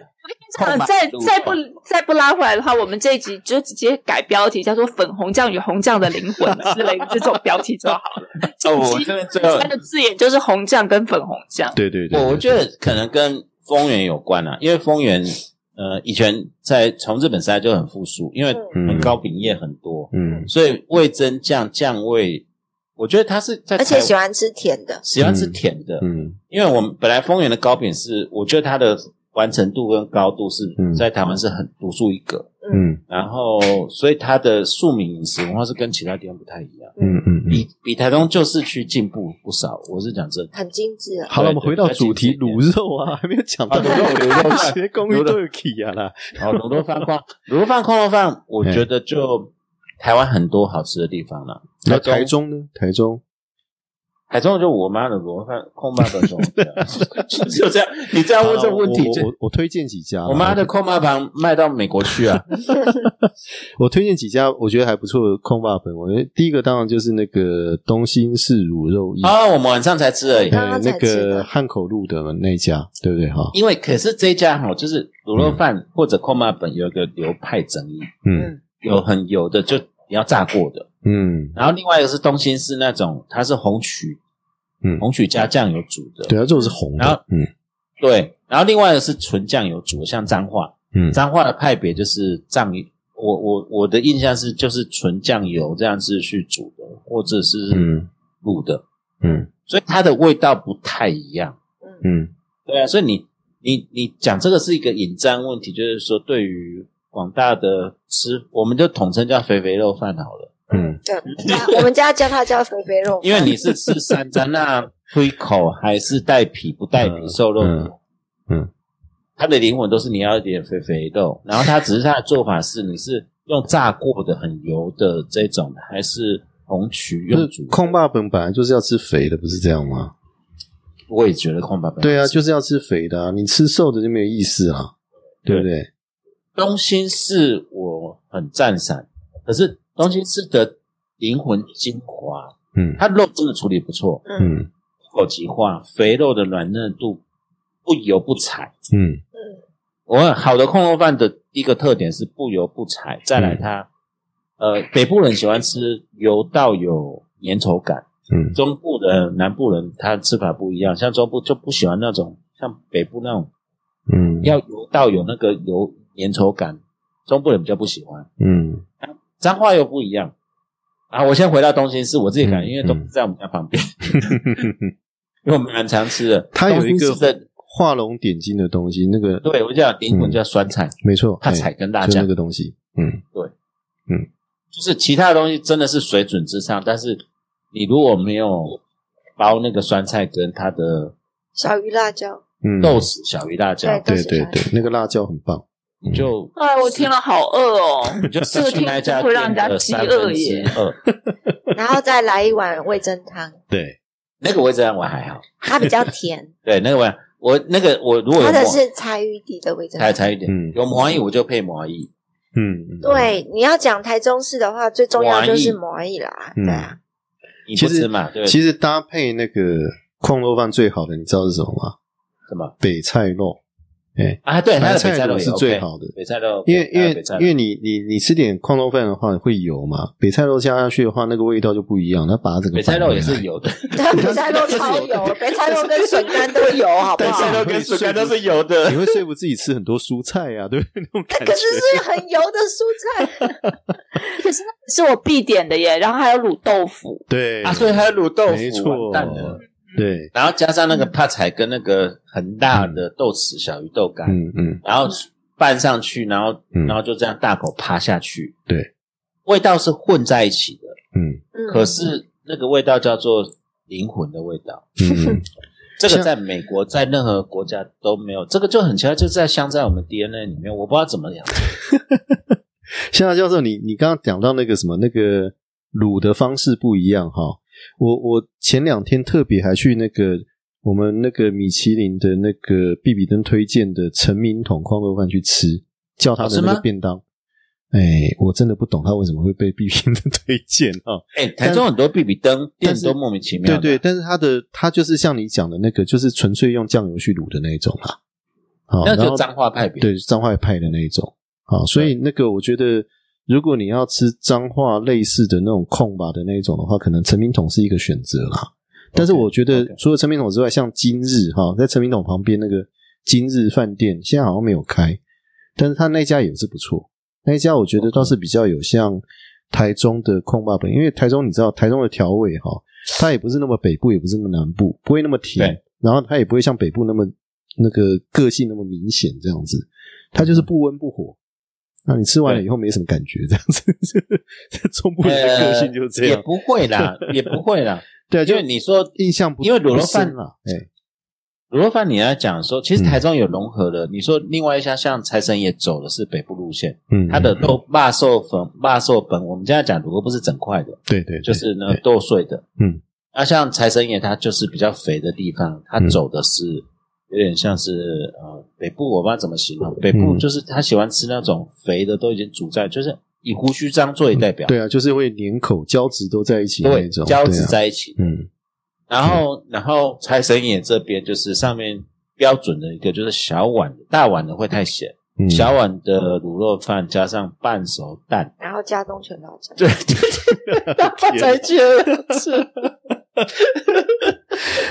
Speaker 3: 空白
Speaker 2: 再
Speaker 3: 路
Speaker 2: 再不再不拉回来的话，我们这一集就直接改标题，叫做“粉红酱与红酱的灵魂”之类的这种标题就好了。
Speaker 3: 哦，我这边最后
Speaker 2: 它的字眼就是红酱跟粉红酱。
Speaker 1: 对对对，
Speaker 3: 我我
Speaker 1: 得
Speaker 3: 觉得可能跟丰原有关啊，因为丰原呃以前在从日本时代就很富庶，因为
Speaker 1: 嗯
Speaker 3: 糕饼业很多，
Speaker 1: 嗯
Speaker 3: 所以味增酱酱味，我觉得它是在
Speaker 4: 而且
Speaker 3: 台
Speaker 4: 喜欢吃甜的，
Speaker 3: 喜欢吃甜的，
Speaker 1: 嗯
Speaker 3: 因为我们本来丰原的糕饼是，我觉得它的完成度跟高度是
Speaker 1: 嗯
Speaker 3: 在台湾是很独树一格，
Speaker 1: 嗯
Speaker 3: 然后所以它的庶民饮食文化是跟其他地方不太一样，
Speaker 1: 嗯嗯嗯。
Speaker 3: 比比台东旧市区进步不少，我是讲真的。
Speaker 4: 很精致啊。
Speaker 1: 好了，我们
Speaker 3: 对
Speaker 1: 回到
Speaker 3: 比较
Speaker 1: 主题，
Speaker 3: 精致一
Speaker 1: 卤肉啊，还没有讲到
Speaker 3: 啊卤肉卤肉
Speaker 1: 学公寓都有 key 啊啦，
Speaker 3: 哦，卤肉饭框，卤肉饭、空肉饭，我觉得就台湾很多好吃的地方了。
Speaker 1: 那
Speaker 3: 台中
Speaker 1: 台中呢？台中
Speaker 3: 台中就我妈的罗饭空巴本中， 就只有这样。你这样问这个问题，
Speaker 1: 啊我
Speaker 3: 这
Speaker 1: 我我我推荐几家啦，
Speaker 3: 我妈的空巴房卖到美国去啊！
Speaker 1: 我推荐几家我觉得还不错的空霸粉。我觉得第一个当然就是那个东兴市卤肉一，
Speaker 3: 啊，我们晚上才吃而已。
Speaker 1: 呃，
Speaker 4: 刚刚才
Speaker 1: 那
Speaker 4: 吃
Speaker 1: 个
Speaker 4: 的
Speaker 1: 汉口路的那一家，对不对哈？
Speaker 3: 因为可是这家哈，就是卤肉饭或者空巴本有一个流派争议，
Speaker 1: 嗯
Speaker 3: 有很油的就你要炸过的，
Speaker 1: 嗯
Speaker 3: 然后另外一个是东兴是那种它是红曲
Speaker 1: 嗯，
Speaker 3: 红曲加酱油煮的，
Speaker 1: 对啊，肉是红
Speaker 3: 然后
Speaker 1: 的，嗯
Speaker 3: 对，然后另外一个是纯酱油煮的，像彰化，
Speaker 1: 嗯
Speaker 3: 彰化的派别就是藏，我我我的印象是就是纯酱油这样子去煮的，或者是
Speaker 1: 嗯
Speaker 3: 卤的，
Speaker 1: 嗯
Speaker 3: 所以它的味道不太一样。
Speaker 4: 嗯
Speaker 1: 嗯
Speaker 3: 对啊，所以你你你讲这个是一个引战问题，就是说对于广大的吃，我们就统称叫肥肥肉饭好了，
Speaker 1: 嗯，
Speaker 4: 对， 那我们家叫它叫肥肥肉饭，
Speaker 3: 因为你是吃 山楂，那推口还是带皮不带皮
Speaker 1: 嗯
Speaker 3: 瘦肉
Speaker 1: 嗯嗯
Speaker 3: 它的灵魂都是你要一点肥肥肉，然后它只是它的做法是你是用炸过的很油的这种，还是红曲
Speaker 1: 那
Speaker 3: 用煮的？
Speaker 1: 空霸粉本来就是要吃肥的，不是这样吗？
Speaker 3: 我也觉得空巴本
Speaker 1: 对啊，
Speaker 3: 来是
Speaker 1: 就是要吃肥的啊，你吃瘦的就没有意思啊，对不对？
Speaker 3: 东兴市我很赞赏，可是东兴市的灵魂精华，
Speaker 1: 嗯
Speaker 3: 它肉真的处理不错，
Speaker 4: 嗯
Speaker 1: 嗯
Speaker 3: 口即化，肥肉的软嫩度不油不柴。
Speaker 1: 嗯
Speaker 4: 嗯
Speaker 3: 我很好的控肉饭的一个特点是不油不柴，再来
Speaker 1: 嗯
Speaker 3: 它，呃，北部人喜欢吃油到有粘稠感。
Speaker 1: 嗯
Speaker 3: 中部人、南部人他吃法不一样，像中部就不喜欢那种像北部那种
Speaker 1: 嗯，
Speaker 3: 要油到有那个油粘稠感，中部人比较不喜欢。
Speaker 1: 嗯
Speaker 3: 彰化又不一样啊！我先回到东兴市，我自己感
Speaker 1: 嗯
Speaker 3: 觉，因为都不在我们家 旁边，因为我们蛮常吃的。
Speaker 1: 它有一个
Speaker 3: 东兴市的，
Speaker 1: 画龙点睛的东西，那个
Speaker 3: 对我叫灵魂叫酸菜，
Speaker 1: 没错，
Speaker 3: 它
Speaker 1: 哎
Speaker 3: 踩跟大
Speaker 1: 就
Speaker 3: 家
Speaker 1: 那个东西，嗯
Speaker 3: 就是其他的东西真的是水准之上，但是你如果没有包那个酸菜跟它的
Speaker 4: 小鱼辣椒，
Speaker 1: 嗯，
Speaker 3: 豆豉小鱼辣椒，
Speaker 1: 对
Speaker 4: 对
Speaker 1: 对对，那个辣椒很棒，嗯
Speaker 3: 就
Speaker 2: 哎，我听了好饿哦，
Speaker 3: 你
Speaker 2: 这
Speaker 3: 就
Speaker 2: 个
Speaker 3: 失去
Speaker 2: 听
Speaker 3: 那
Speaker 2: 起来
Speaker 3: 家
Speaker 2: 会让人
Speaker 3: 店
Speaker 2: 家
Speaker 3: 的
Speaker 2: 饥
Speaker 3: 三
Speaker 2: 饿
Speaker 3: 分之
Speaker 2: 耶。
Speaker 3: 二。
Speaker 4: 然后再来一碗味噌汤，
Speaker 1: 对，
Speaker 3: 那个味噌汤我还好，
Speaker 4: 它比较 甜，
Speaker 3: 对那个味，我那个我如果有
Speaker 4: 它的
Speaker 3: 抹
Speaker 4: 是柴鱼底的味噌
Speaker 3: 才
Speaker 4: 汤。
Speaker 3: 才一点，
Speaker 1: 嗯
Speaker 3: 有麻意我就配麻意，
Speaker 1: 嗯，嗯，
Speaker 4: 对，你要讲台中市的话，最重要就是麻意啦，
Speaker 1: 嗯
Speaker 4: 对啊，
Speaker 3: 你
Speaker 1: 其
Speaker 3: 不
Speaker 1: 实
Speaker 3: 吃嘛？对，
Speaker 1: 其实搭配那个控肉饭最好的，你知道是什么吗？
Speaker 3: 什么
Speaker 1: 北菜肉，哎，
Speaker 3: 啊？对，它的北
Speaker 1: 白
Speaker 3: 菜
Speaker 1: 菜
Speaker 3: 肉
Speaker 1: 肉
Speaker 3: 也
Speaker 1: 是
Speaker 3: OK，
Speaker 1: 最好的
Speaker 3: 北菜肉呃 OK，
Speaker 1: 因为因
Speaker 3: 还有
Speaker 1: 为
Speaker 3: 北菜肉
Speaker 1: 因为你你你吃点控肉饭的话会油嘛，北菜肉加下去的话，那个味道就不一样，它把它整个
Speaker 3: 北菜
Speaker 1: 反
Speaker 3: 肉
Speaker 1: 回
Speaker 3: 也
Speaker 1: 来
Speaker 3: 是，有的，
Speaker 4: 对，北菜 肉超油，北菜肉跟笋 干都油，好不
Speaker 1: 北
Speaker 4: 好
Speaker 1: 菜？肉跟笋干都是
Speaker 3: 有
Speaker 1: 你
Speaker 3: 的。
Speaker 1: 会说服自己吃很多蔬菜呀、啊，对不对？那种感
Speaker 4: 可
Speaker 1: 觉。
Speaker 4: 是是很油的蔬菜，
Speaker 2: 可是那是我必点的耶，然后还有卤豆腐，
Speaker 1: 对
Speaker 3: 啊，对，还有卤豆腐，
Speaker 1: 没错
Speaker 3: 完蛋了。
Speaker 1: 对，
Speaker 3: 然后加上那个泡菜跟那个很大的豆豉小鱼豆干，
Speaker 1: 嗯嗯
Speaker 3: 然后拌上去，然后
Speaker 1: 嗯
Speaker 3: 然后就这样大口趴下去，
Speaker 1: 对，
Speaker 3: 味道是混在一起的。
Speaker 1: 嗯
Speaker 4: 嗯
Speaker 3: 可是那个味道叫做灵魂的味道，
Speaker 1: 嗯嗯，
Speaker 3: 这个在美国在任何国家都没有，这个就很奇怪，就在镶在我们 DNA 里面，我不知道怎么养成。
Speaker 1: 夏教授，你你刚刚讲到那个什么那个卤的方式不一样哈，我我前两天特别还去那个我们那个米其林的那个必比登推荐的陈明桶矿肉饭去吃，叫他
Speaker 3: 哦是
Speaker 1: 的那
Speaker 3: 吗
Speaker 1: 个便当。哎、我真的不懂他为什么会被必比登 推荐啊？
Speaker 3: 哎、台中很多比比登店
Speaker 1: 但是
Speaker 3: 都莫名其妙
Speaker 1: 对
Speaker 3: 的，哦
Speaker 1: 对，但是他的他就是像你讲的那个，就是纯粹用酱油去卤的那一种啦。好，
Speaker 3: 那
Speaker 1: 然
Speaker 3: 就
Speaker 1: 后
Speaker 3: 脏话派别。
Speaker 1: 对彰化派的那一种啊，所以那个我觉得，如果你要吃彰化类似的那种控吧的那一种的话，可能陈明桶是一个选择啦。但是我觉得
Speaker 3: OK
Speaker 1: 除了陈明桶之外，像今日哈，在陈明桶旁边那个今日饭店，现在好像没有开，但是他那家也是不错，那一家我觉得倒是比较有像台中的控吧本，因为台中你知道台中的调味哈，它也不是那么北部，也不是那么南部，不会那么甜
Speaker 3: 对，
Speaker 1: 然后它也不会像北部那么那个个性那么明显这样子，它
Speaker 3: 嗯
Speaker 1: 就是不温不火。那你吃完了以后没什么感觉，这样子，这 中部人的个性就是这
Speaker 3: 呃也
Speaker 1: 样。
Speaker 3: 不会啦，也不会啦，
Speaker 1: 对啊，
Speaker 3: 因
Speaker 1: 就
Speaker 3: 为你说
Speaker 1: 印象不，
Speaker 3: 因为卤肉饭
Speaker 1: 啦，哎，
Speaker 3: 卤肉饭你要讲说，
Speaker 1: 嗯
Speaker 3: 其实台中有融合的。你说另外一家像财神爷走的是北部路线，
Speaker 1: 嗯，
Speaker 3: 它的肉霸寿粉、霸寿粉，我们现在讲如果不是整块的，
Speaker 1: 对对，对
Speaker 3: 就是呢
Speaker 1: 对
Speaker 3: 剁碎的。
Speaker 1: 嗯，
Speaker 3: 那像财神爷它就是比较肥的地方，它
Speaker 1: 嗯
Speaker 3: 走的是有点像是呃北部，我不知道怎么形容，北部
Speaker 1: 嗯
Speaker 3: 就是他喜欢吃那种肥的，都已经煮在，就是以胡须章作为代表，
Speaker 1: 对啊，就是会连口交趾都在一起那
Speaker 3: 对，
Speaker 1: 种
Speaker 3: 交
Speaker 1: 对
Speaker 3: 织
Speaker 1: 啊
Speaker 3: 在一起。
Speaker 1: 嗯
Speaker 3: 然后，然后财神爷这边就是上面标准的一个，就是小碗的，大碗的会太咸，
Speaker 1: 嗯，
Speaker 3: 小碗的卤肉饭加上半熟蛋，
Speaker 4: 然后加东全老酱，
Speaker 3: 对对对，
Speaker 2: 他才觉得是，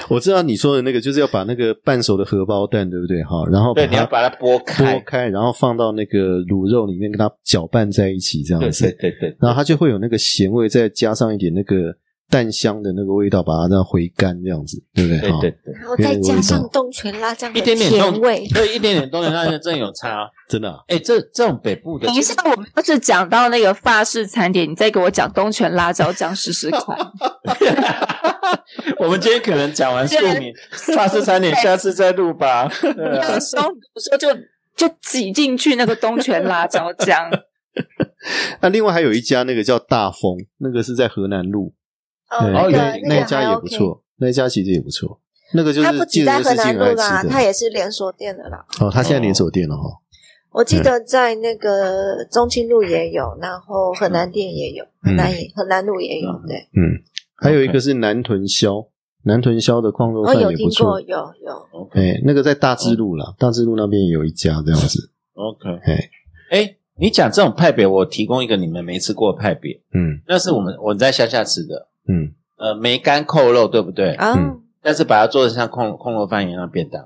Speaker 1: 我知道你说的那个就是要把那个半熟的荷包蛋，对不对？哈，然后
Speaker 3: 对，你要把它剥开
Speaker 1: 剥，开，然后放到那个卤肉里面，跟它搅拌在一起，这样
Speaker 3: 对对
Speaker 1: 子，
Speaker 3: 对对，
Speaker 1: 然后它就会有那个咸味，再加上一点那个蛋香的那个味道，把它让回甘，这样子，对不对？
Speaker 3: 对
Speaker 1: 哈
Speaker 3: 对，对，
Speaker 4: 然后再加上东泉辣酱的
Speaker 3: 一点点
Speaker 4: 甜
Speaker 3: 动
Speaker 4: 味，
Speaker 3: 对，一点点东西，那真的有差 哦。
Speaker 1: 真的啊
Speaker 3: 哎，这这种北部的
Speaker 2: 等，一下我们要是讲到那个法式餐点，你再给我讲东泉辣椒酱试试看。
Speaker 3: 我们今天可能讲完素米法式餐点，下次再录吧。 对啊
Speaker 2: 那个时候我说就就挤进去那个东泉辣椒酱，
Speaker 1: 那另外还有一家那个叫大丰，那个是在河南路，对
Speaker 4: 那
Speaker 3: 哦
Speaker 4: 个
Speaker 3: 有
Speaker 1: 嗯那
Speaker 4: 个
Speaker 1: 一家
Speaker 4: 还
Speaker 1: 也不
Speaker 4: OK
Speaker 1: 错，那一家其实也不错，那个就
Speaker 4: 它不
Speaker 1: 是
Speaker 4: 止
Speaker 1: 记
Speaker 4: 在
Speaker 1: 得
Speaker 4: 河
Speaker 1: 是
Speaker 4: 南
Speaker 1: 进
Speaker 4: 路
Speaker 1: 来
Speaker 4: 啦，
Speaker 1: 吃
Speaker 4: 它
Speaker 1: 的
Speaker 4: 也是连锁店的啦。
Speaker 1: 哦，它现在连锁店了哈。
Speaker 4: 我
Speaker 1: 嗯
Speaker 4: 记得在那个中清路也有，然后河南店也有，河
Speaker 1: 嗯
Speaker 4: 南也河南路也有，
Speaker 3: 嗯
Speaker 4: 对，
Speaker 1: 嗯，还有一个是南屯消，南屯消的矿肉
Speaker 4: 我
Speaker 1: 饭
Speaker 4: 哦有
Speaker 1: 也
Speaker 4: 听
Speaker 1: 不
Speaker 4: 过，
Speaker 1: 错。
Speaker 4: 有有。
Speaker 1: 哎、
Speaker 3: ，OK
Speaker 1: 那个在大智路啦，大智路那边也有一家这样子。
Speaker 3: OK，
Speaker 1: 哎，
Speaker 3: 哎，你讲这种派别，我提供一个你们没吃过的派别。
Speaker 1: 嗯
Speaker 3: 那是我们我们在乡下吃的，
Speaker 1: 嗯，
Speaker 3: 呃，梅干扣肉，对不对？
Speaker 4: 啊、
Speaker 1: 嗯
Speaker 3: 但是把它做的像空空肉饭一样的便当，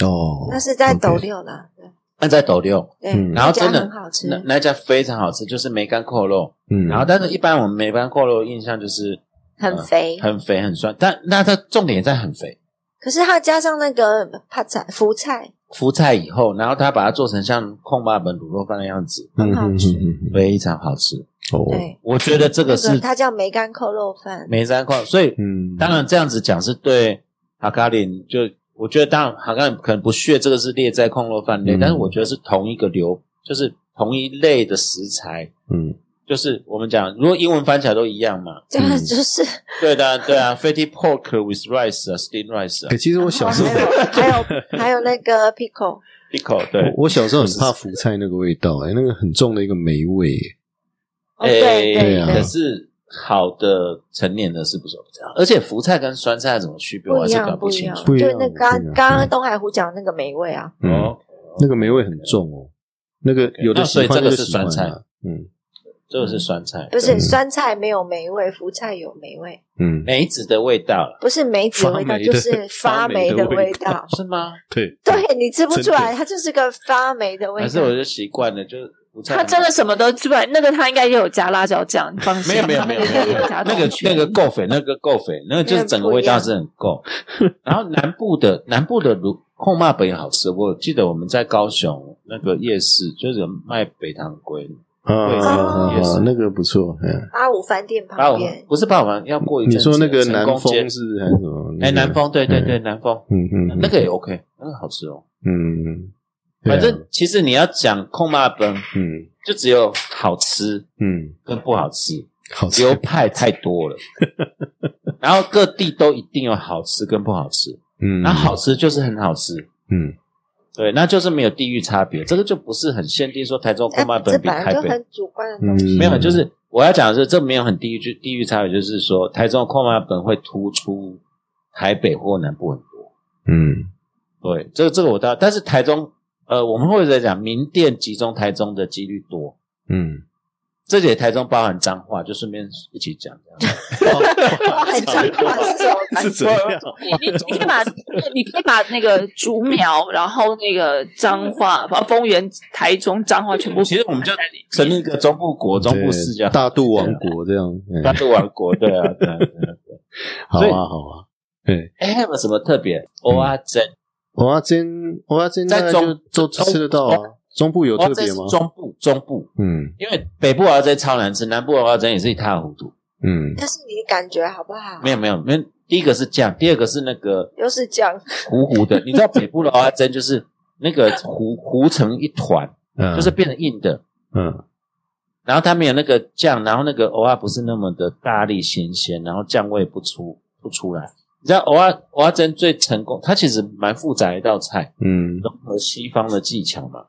Speaker 1: 哦，
Speaker 4: 那是在斗
Speaker 1: OK
Speaker 4: 六啦，对
Speaker 3: 那在斗六，
Speaker 4: 对，
Speaker 1: 嗯
Speaker 3: 然后
Speaker 4: 那家
Speaker 3: 真的
Speaker 4: 很好吃
Speaker 3: 那，那家非常好吃，就是梅干扣肉。
Speaker 1: 嗯，
Speaker 3: 然后，但是一般我们梅干扣肉的印象就是
Speaker 4: 很肥。
Speaker 3: 嗯很肥很酸，但那它重点在很肥。
Speaker 4: 可是它加上那个泡菜、福菜，
Speaker 3: 敷菜以后，然后它把它做成像空巴本卤肉饭的样子，
Speaker 1: 嗯
Speaker 4: 很好
Speaker 1: 嗯
Speaker 4: 吃
Speaker 1: 嗯嗯，
Speaker 3: 非常好吃。
Speaker 1: 哦，
Speaker 4: 对，
Speaker 3: 我觉得这个
Speaker 4: 那
Speaker 3: 是
Speaker 4: 个它叫梅干扣肉饭，
Speaker 3: 梅干扣，所以
Speaker 1: 嗯，
Speaker 3: 当然这样子讲是对哈卡林，就我觉得当然哈卡林可能不屑这个是列在控肉饭类，
Speaker 1: 嗯
Speaker 3: 但是我觉得是同一个流，就是同一类的食材，
Speaker 1: 嗯，
Speaker 3: 就是我们讲如果英文翻起来都一样嘛，
Speaker 4: 对，就是
Speaker 3: 对的啊、对啊 f a t t y pork with rice 啊，steam rice
Speaker 1: 哎、
Speaker 3: 啊
Speaker 1: 其实我 小时候，
Speaker 4: 还哦有还有还有那 个 pickle，
Speaker 3: ，pickle 对。
Speaker 1: 我我小时候很怕福菜那个味道、哎，那个很重的一个霉味、
Speaker 4: 哦，
Speaker 3: 哎
Speaker 4: 对
Speaker 1: 对啊
Speaker 4: 对
Speaker 3: 可，是好的成年的是不是不这样？而且福菜跟酸菜怎么区别，我
Speaker 4: 不
Speaker 3: 啊还
Speaker 4: 一
Speaker 3: 是搞
Speaker 4: 样不一
Speaker 3: 清
Speaker 4: 样，
Speaker 3: 楚。
Speaker 1: 不一
Speaker 4: 就
Speaker 1: 样
Speaker 4: 那
Speaker 1: 不一
Speaker 4: 刚
Speaker 1: 样
Speaker 4: 刚刚
Speaker 1: 嗯
Speaker 4: 东海湖讲的那个梅味啊，
Speaker 1: 嗯，
Speaker 3: 哦，
Speaker 1: 那个霉味很重哦。那个有的
Speaker 3: 那
Speaker 1: 喜
Speaker 3: 哦所以
Speaker 1: 欢，
Speaker 3: 这个
Speaker 1: 有的
Speaker 3: 是
Speaker 1: 喜欢
Speaker 3: 酸菜
Speaker 1: 啊，嗯
Speaker 3: 这个是酸菜，
Speaker 4: 不是
Speaker 1: 嗯
Speaker 4: 酸菜没有梅味，福菜有梅味，
Speaker 1: 嗯，
Speaker 3: 梅子的味道了，
Speaker 4: 不是梅子的味
Speaker 1: 发
Speaker 4: 道，
Speaker 1: 霉
Speaker 4: 就
Speaker 1: 的
Speaker 4: 是发霉
Speaker 1: 发霉的
Speaker 4: 味
Speaker 1: 味
Speaker 4: 道。
Speaker 3: 是吗？
Speaker 1: 对，
Speaker 4: 对你吃不出
Speaker 1: 真
Speaker 4: 来，它就是个发霉的味
Speaker 3: 还是
Speaker 4: 道
Speaker 3: 我。就习惯了，就是福菜
Speaker 2: 他真的什么都出来。那个他应该也有加辣椒 酱，你放心，
Speaker 3: 没有没有
Speaker 2: 他那个
Speaker 3: 没有
Speaker 2: 应该也有加
Speaker 3: 那个
Speaker 2: 东泉
Speaker 3: 那个够肥，那个够肥，那个就是整个味道是很够。然后南部的南部的卤控骂北也好吃，我记得我们在高雄那个夜市就是有卖北糖龟，
Speaker 1: 啊
Speaker 3: 对
Speaker 1: 啊啊
Speaker 3: 也是
Speaker 1: 啊，那个不错，嗯，
Speaker 4: 阿五饭店
Speaker 3: 八
Speaker 4: 旁
Speaker 3: 五
Speaker 4: 边，
Speaker 3: 不是八五环，要过一
Speaker 1: 你
Speaker 3: 阵子
Speaker 1: 说那个
Speaker 3: 成
Speaker 1: 南
Speaker 3: 功街
Speaker 1: 风是不是还是什么？
Speaker 3: 哎
Speaker 1: 那个
Speaker 3: 南，风对对对南风
Speaker 1: 嗯嗯，嗯
Speaker 3: 那个也 OK，那个好吃哦。
Speaker 1: 嗯，对啊
Speaker 3: 反正其实你要讲控骂本，
Speaker 1: 嗯
Speaker 3: 就只有好吃
Speaker 1: 嗯，
Speaker 3: 跟不好吃，
Speaker 1: 好吃，
Speaker 3: 流派太多 了。然后各地都一定有好吃跟不好吃，
Speaker 1: 嗯，
Speaker 3: 那啊好，吃就是很好吃，
Speaker 1: 嗯
Speaker 3: 对，那就是没有地域差别，这个就不是很限定说台中
Speaker 4: 哎
Speaker 3: 空麦，
Speaker 4: 这
Speaker 3: 本比
Speaker 4: 本来
Speaker 3: 台
Speaker 4: 就
Speaker 3: 北、
Speaker 4: 很主观的东西。
Speaker 1: 嗯
Speaker 3: 没有，就是我要讲的是这没有很地域就地域差别，就是说台中空麦本会突出台北或南部很多，
Speaker 1: 嗯
Speaker 3: 对，这个这个我知道，但是台中呃，我们会在讲名店集中台中的几率多。
Speaker 1: 嗯，
Speaker 3: 这里台中包含脏话，就顺便一起讲。这样
Speaker 4: 哇很脏话是什么感
Speaker 1: 是
Speaker 4: 觉
Speaker 1: 怎样？
Speaker 2: 你你可以把 你可以把那个竹苗，然后那个彰化，把丰原、台中、彰化全部，
Speaker 3: 其实我们就 成立一个中部国、中部市这样，
Speaker 1: 大肚王国这样，嗯
Speaker 3: 大，肚王国，对啊，对啊。对啊
Speaker 1: 好
Speaker 3: 所以
Speaker 1: 啊好啊。嗯
Speaker 3: 哎，还有没有什么特别？蚵仔煎，
Speaker 1: 我要煎，我要煎，
Speaker 3: 在中
Speaker 1: 都吃得到啊。中部有特
Speaker 3: 蚵仔
Speaker 1: 别
Speaker 3: 煎是
Speaker 1: 吗？
Speaker 3: 中部，中部，
Speaker 1: 嗯
Speaker 3: 因为北部蚵仔煎超难吃，南部蚵仔煎也是一塌糊涂。
Speaker 1: 嗯
Speaker 4: 但是你的感觉好不好？
Speaker 3: 没有没有，没有第一个是酱，第二个是那个
Speaker 4: 又是酱，
Speaker 3: 糊糊的。你知道北部的蚵仔煎就是那个糊糊成一团，
Speaker 1: 嗯，
Speaker 3: 就是变成硬的。
Speaker 1: 嗯
Speaker 3: 然后它没有那个酱，然后那个蚵仔不是那么的大力咸鲜，然后酱味不出不出来。你知道蚵仔蚵仔煎最成功，它其实蛮复杂的一道菜，
Speaker 1: 嗯
Speaker 3: 融合西方的技巧嘛。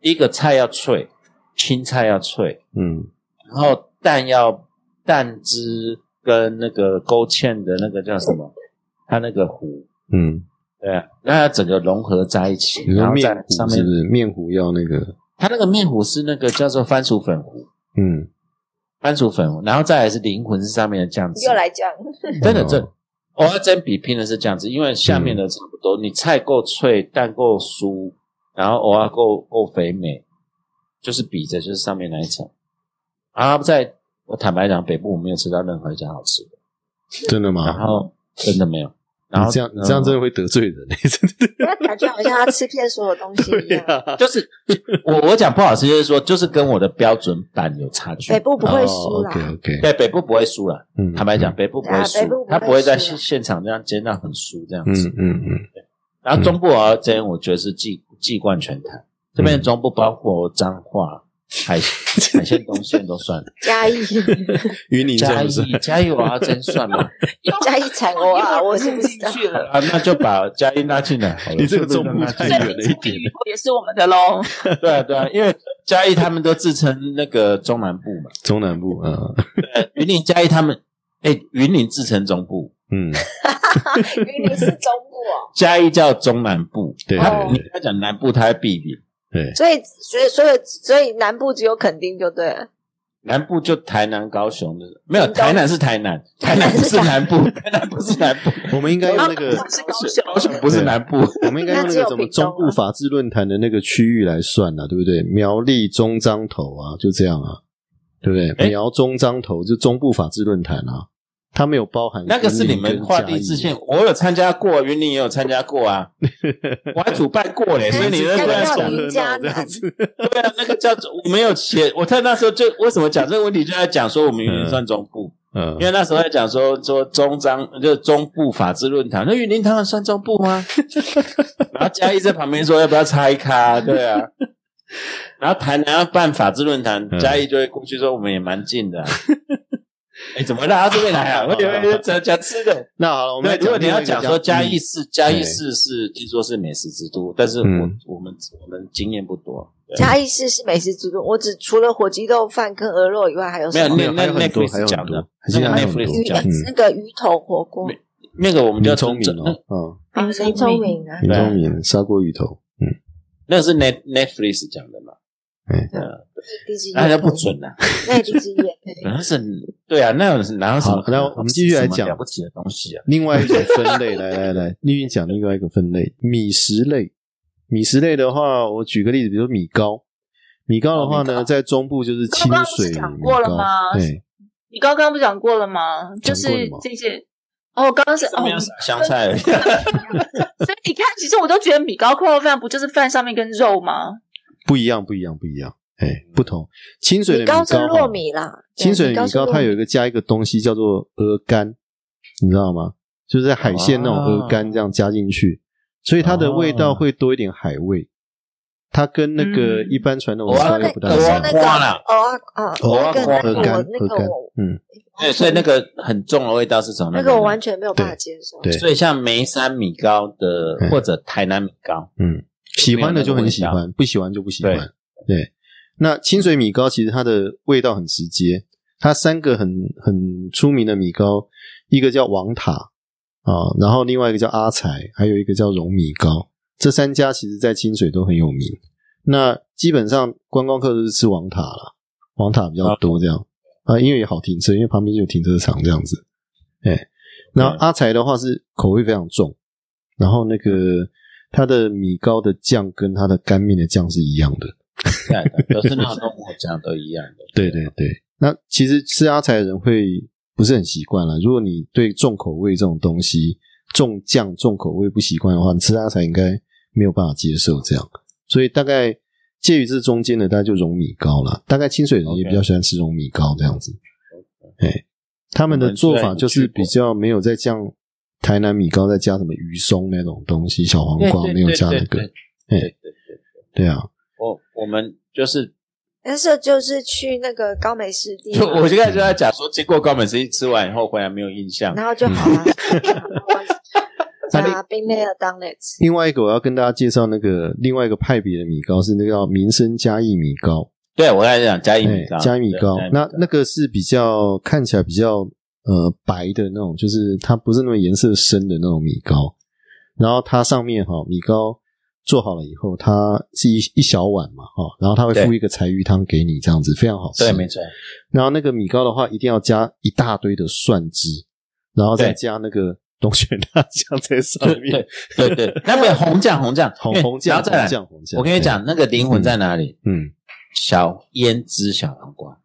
Speaker 3: 第一个菜要脆，青菜要脆，
Speaker 1: 嗯
Speaker 3: 然后蛋要蛋汁跟那个勾芡的那个叫什么？它那个糊，
Speaker 1: 嗯，
Speaker 3: 对啊，那它整个融合在一起，
Speaker 1: 你
Speaker 3: 然
Speaker 1: 说
Speaker 3: 后
Speaker 1: 面
Speaker 3: 在
Speaker 1: 糊
Speaker 3: 上
Speaker 1: 是
Speaker 3: 面
Speaker 1: 不，是面糊要那个？
Speaker 3: 它那个面糊是那个叫做番薯粉糊，
Speaker 1: 嗯，
Speaker 3: 番薯粉糊，然后再来是灵魂是上面的酱汁
Speaker 4: 又，来酱，
Speaker 3: 真的
Speaker 1: 哦
Speaker 3: 真的。我要真比拼的是酱汁，因为下面的差不多，你菜够脆，蛋够酥，然后偶尔够够肥美，就是比着就是上面那一层。然后在我坦白讲，北部我没有吃到任何一家好吃的，
Speaker 1: 真的
Speaker 3: 然
Speaker 1: 吗？
Speaker 3: 后真的没有。然后
Speaker 1: 啊你
Speaker 3: 呃
Speaker 1: 这样你这样真的会得罪 人，真的。
Speaker 4: 他感觉好像他吃遍所有东西一样。
Speaker 3: 就是我我讲不好吃，就是说就是跟我的标准版有差距
Speaker 4: 北。部不会输啦，
Speaker 1: OK OK，
Speaker 3: 对，北部不会输啦。
Speaker 1: 哦嗯，
Speaker 3: 坦白讲，，北部不会
Speaker 4: 对啊北部
Speaker 3: 输
Speaker 4: 不，会
Speaker 3: 他不会在
Speaker 4: 输
Speaker 3: 现
Speaker 4: 啦
Speaker 3: 现场这样煎到很酥这样
Speaker 1: 嗯
Speaker 3: 子。
Speaker 1: 嗯嗯
Speaker 3: 然后中部蚵仔煎，我觉得是季季冠全台。这
Speaker 1: 嗯
Speaker 3: 边的中部包括彰化、 海海鲜东线都算，
Speaker 4: 嘉 义
Speaker 1: 嗯，云林
Speaker 3: 嘉
Speaker 1: 算不
Speaker 3: 义
Speaker 1: 是？
Speaker 3: 嘉义蚵仔煎 算吗？
Speaker 4: 嘉义产欧啊，我是不知道
Speaker 2: 进。去了。
Speaker 3: 啊，那就把嘉义拉进来好了。
Speaker 1: 你这个
Speaker 3: 是不是
Speaker 1: 中部
Speaker 3: 让它进
Speaker 1: 太
Speaker 3: 来
Speaker 1: 远了一点
Speaker 2: 鱼也是我们的喽。
Speaker 3: 对啊对啊，因为嘉义他们都自称那个中南部嘛，
Speaker 1: 中南部啊，
Speaker 3: 呃云林嘉义他们，哎，云林自称中部，
Speaker 1: 嗯，
Speaker 4: 云林是中部哦，
Speaker 3: 嘉义叫中南部。
Speaker 1: 对
Speaker 3: 他
Speaker 1: 对
Speaker 3: 你要讲南部，他会避免。
Speaker 1: 对，
Speaker 4: 所以所以所以所以南部只有垦丁就对了，
Speaker 3: 南部就台南、高雄的，没有
Speaker 4: 屏东
Speaker 3: 台南是台南， 台南不是南部，台南不是南 部，
Speaker 1: 我们应该用那个
Speaker 4: 哦
Speaker 2: 然后我是高雄，
Speaker 3: 高雄不是南部，
Speaker 1: 我们应该用那个什么
Speaker 4: 啊
Speaker 1: 中部法治论坛的那个区域来算啊，对不对？苗栗、中彰头啊，就这样啊，对不对？
Speaker 3: 诶
Speaker 1: 苗中彰头就中部法治论坛啊，它没有包含
Speaker 3: 那个是你
Speaker 1: 云林
Speaker 3: 们
Speaker 1: 跟
Speaker 3: 划
Speaker 1: 嘉
Speaker 3: 地
Speaker 1: 义啊
Speaker 3: 自限。我有参加过，云林也有参加过 啊，我还主办过嘞，所以你那
Speaker 4: 那
Speaker 3: 个
Speaker 4: 个
Speaker 3: 要
Speaker 4: 叫
Speaker 3: 从
Speaker 4: 云嘉南，
Speaker 3: 对啊，那个叫做我没有写，我在那时候就为什么讲这个问题，就在讲说我们云林算中部，
Speaker 1: 嗯
Speaker 3: 因为那时候在讲说说中彰就是中部法治论坛，那云林当然算中部吗？然后嘉义在旁边说要不要拆咖，对啊。然后台南要办法治论坛，
Speaker 1: 嗯
Speaker 3: 嘉义就会过去说我们也蛮近的啊、哎、怎么拉到这边来啊？我以为讲讲吃的。
Speaker 1: 那好了，我们
Speaker 3: 对，
Speaker 1: 来
Speaker 3: 如果你
Speaker 1: 另外
Speaker 3: 要
Speaker 1: 一个
Speaker 3: 讲
Speaker 1: 叫
Speaker 3: 说嘉义
Speaker 1: 嗯
Speaker 3: 市，嘉义
Speaker 1: 对
Speaker 3: 市是听说是美食之都，但是我、
Speaker 1: 嗯
Speaker 3: 我们我们经验不多。对
Speaker 4: 嘉义市是美食之都，我只除了火鸡肉饭跟鹅肉以外，还有
Speaker 3: 没
Speaker 4: 什
Speaker 3: 有
Speaker 4: 么？
Speaker 1: 没有
Speaker 3: 那
Speaker 1: 还有
Speaker 3: 那
Speaker 1: 很多
Speaker 3: Netflix
Speaker 1: 还有很
Speaker 3: 讲的
Speaker 1: 多，
Speaker 3: 那个
Speaker 1: 现在还有很
Speaker 3: Netflix
Speaker 1: 多
Speaker 4: 鱼
Speaker 3: 讲
Speaker 1: 嗯
Speaker 4: 那个鱼头火锅，
Speaker 3: 那个我们
Speaker 1: 林
Speaker 3: 叫
Speaker 1: 聪明
Speaker 3: 真正
Speaker 1: 哦，嗯，
Speaker 4: 很聪明啊！
Speaker 1: 林
Speaker 3: 对啊
Speaker 1: 聪明砂锅鱼头，嗯，
Speaker 3: 那个是 Net Netflix 讲的嘛？
Speaker 4: 第一
Speaker 3: 那就不，准嗯了。
Speaker 4: 那第一眼，
Speaker 3: 可能是对啊，那有哪有什么
Speaker 1: 好？那我们继续来讲
Speaker 3: 什么了不起的东西啊！
Speaker 1: 另外一种分类， 来来来，另一讲另外一个分类，米食类。米食类的话，我举个例子，比如米糕。米糕的话
Speaker 2: 哦米
Speaker 1: 呢，
Speaker 2: 糕
Speaker 1: 在中部就是清
Speaker 2: 刚刚不
Speaker 1: 水
Speaker 2: 是
Speaker 1: 米糕。哎
Speaker 2: 讲过了吗
Speaker 1: 对，
Speaker 2: 你刚刚不讲过了吗？就是
Speaker 1: 讲过了吗
Speaker 2: 这些。哦，刚刚是哦
Speaker 3: 没，有香菜而已，
Speaker 2: 所以你看，其实我都觉得米糕扣肉饭不就是饭上面跟肉吗？
Speaker 1: 不一样，不一样，不一样。哎，不同。清水的
Speaker 4: 米糕是
Speaker 1: 哈
Speaker 4: 糯米啦，
Speaker 1: 清水的米糕它有一
Speaker 4: 个
Speaker 1: 个加一个东西叫做鹅肝，你知道吗？就是在海鲜那种鹅
Speaker 4: 啊
Speaker 1: 肝这样加进去，所以它的味
Speaker 4: 哦
Speaker 1: 道会多一点海味。它跟那个
Speaker 2: 嗯
Speaker 1: 一般传统
Speaker 3: 我
Speaker 1: 的
Speaker 3: 说
Speaker 1: 烧
Speaker 4: 说
Speaker 1: 肉
Speaker 4: 那
Speaker 1: 不
Speaker 4: 个
Speaker 1: 太一
Speaker 4: 说
Speaker 1: 样
Speaker 4: 那。
Speaker 3: 我花啦
Speaker 4: 个哦啊，
Speaker 1: 鹅
Speaker 4: 那
Speaker 1: 肝
Speaker 4: 个
Speaker 3: 花
Speaker 4: 那
Speaker 3: 鹅
Speaker 4: 个
Speaker 1: 鹅肝
Speaker 4: 我那
Speaker 1: 鹅
Speaker 4: 个
Speaker 1: 肝
Speaker 4: 我，
Speaker 1: 嗯，
Speaker 3: 对，所以那个很重的味道是从
Speaker 4: 那
Speaker 3: 个
Speaker 4: 个
Speaker 3: 来
Speaker 4: 我完全没有办法接受。
Speaker 1: 对，
Speaker 3: 所以像梅山米糕的
Speaker 1: 嗯
Speaker 3: 或者台南米糕，
Speaker 1: 嗯，喜欢的就很喜欢，不喜欢就不喜欢。对，那清水米糕其实它的味道很直接，它三个很很出名的米糕，一个叫王塔啊，然后另外一个叫阿财，还有一个叫荣米糕，这三家其实在清水都很有名。那基本上观光客都是吃王塔啦，王塔比较多这样啊，因为也好停车，因为旁边就有停车场这样子。哎，然后
Speaker 3: 对
Speaker 1: 阿财的话是口味非常重，然后那个它的米糕的酱跟它的干面的酱是一样的。
Speaker 3: 对的都是那种跟我讲都一样的。
Speaker 1: 对对对，那其实吃阿财的人会不是很习惯了。如果你对重口味这种东西、重酱、重口味不习惯的话，你吃阿财应该没有办法接受这样。所以大概介于这中间的，大概就融米糕了。大概清水人也
Speaker 3: OK
Speaker 1: 比较喜欢吃融米糕这样子。哎，他们
Speaker 3: 我
Speaker 1: 的
Speaker 3: 们
Speaker 1: 做
Speaker 3: 虽然
Speaker 1: 法
Speaker 3: 有
Speaker 1: 就是
Speaker 3: 去过
Speaker 1: 比较没有在酱台南米糕再加什么鱼松那种东西，小黄瓜
Speaker 3: 对
Speaker 1: 没有加那
Speaker 3: 对
Speaker 1: 个，
Speaker 3: 对对
Speaker 1: 嘿
Speaker 3: 对对对
Speaker 1: 对啊，
Speaker 3: 我我们就是，
Speaker 4: 那时候就是去那个高美湿地啊
Speaker 3: 就
Speaker 4: 嘛，
Speaker 3: 我就开始跟他讲说，经过高美湿地吃完以后回来没有印象，
Speaker 4: 然后就 好了。
Speaker 3: 那你
Speaker 4: 啊，冰类的 donuts，
Speaker 1: 另外一个我要跟大家介绍那个另外一个派别的米糕是那个叫民生嘉义米糕，
Speaker 3: 对啊我刚才讲嘉义米糕，
Speaker 1: 哎嘉义米糕
Speaker 3: 对，
Speaker 1: 那那个是比较看起来比较呃白的那种，就是它不是那么颜色深的那种米糕，然后它上面哈米糕。做好了以后，它是一一小碗嘛，哈，然后它会
Speaker 3: 对
Speaker 1: 附一个柴鱼汤给你，这样子非常好吃。
Speaker 3: 对，没错，
Speaker 1: 然后那个米糕的话，一定要加一大堆的蒜汁，然后再
Speaker 3: 对
Speaker 1: 加那个龙卷辣酱在上
Speaker 3: 对
Speaker 1: 面，
Speaker 3: 对对对，那个红酱红酱
Speaker 1: 红
Speaker 3: 因为
Speaker 1: 红
Speaker 3: 然
Speaker 1: 酱、
Speaker 3: 后再来
Speaker 1: 红酱、红酱。
Speaker 3: 我跟你讲，那个灵魂在哪里？
Speaker 1: 对，嗯，
Speaker 3: 小胭脂小黄瓜，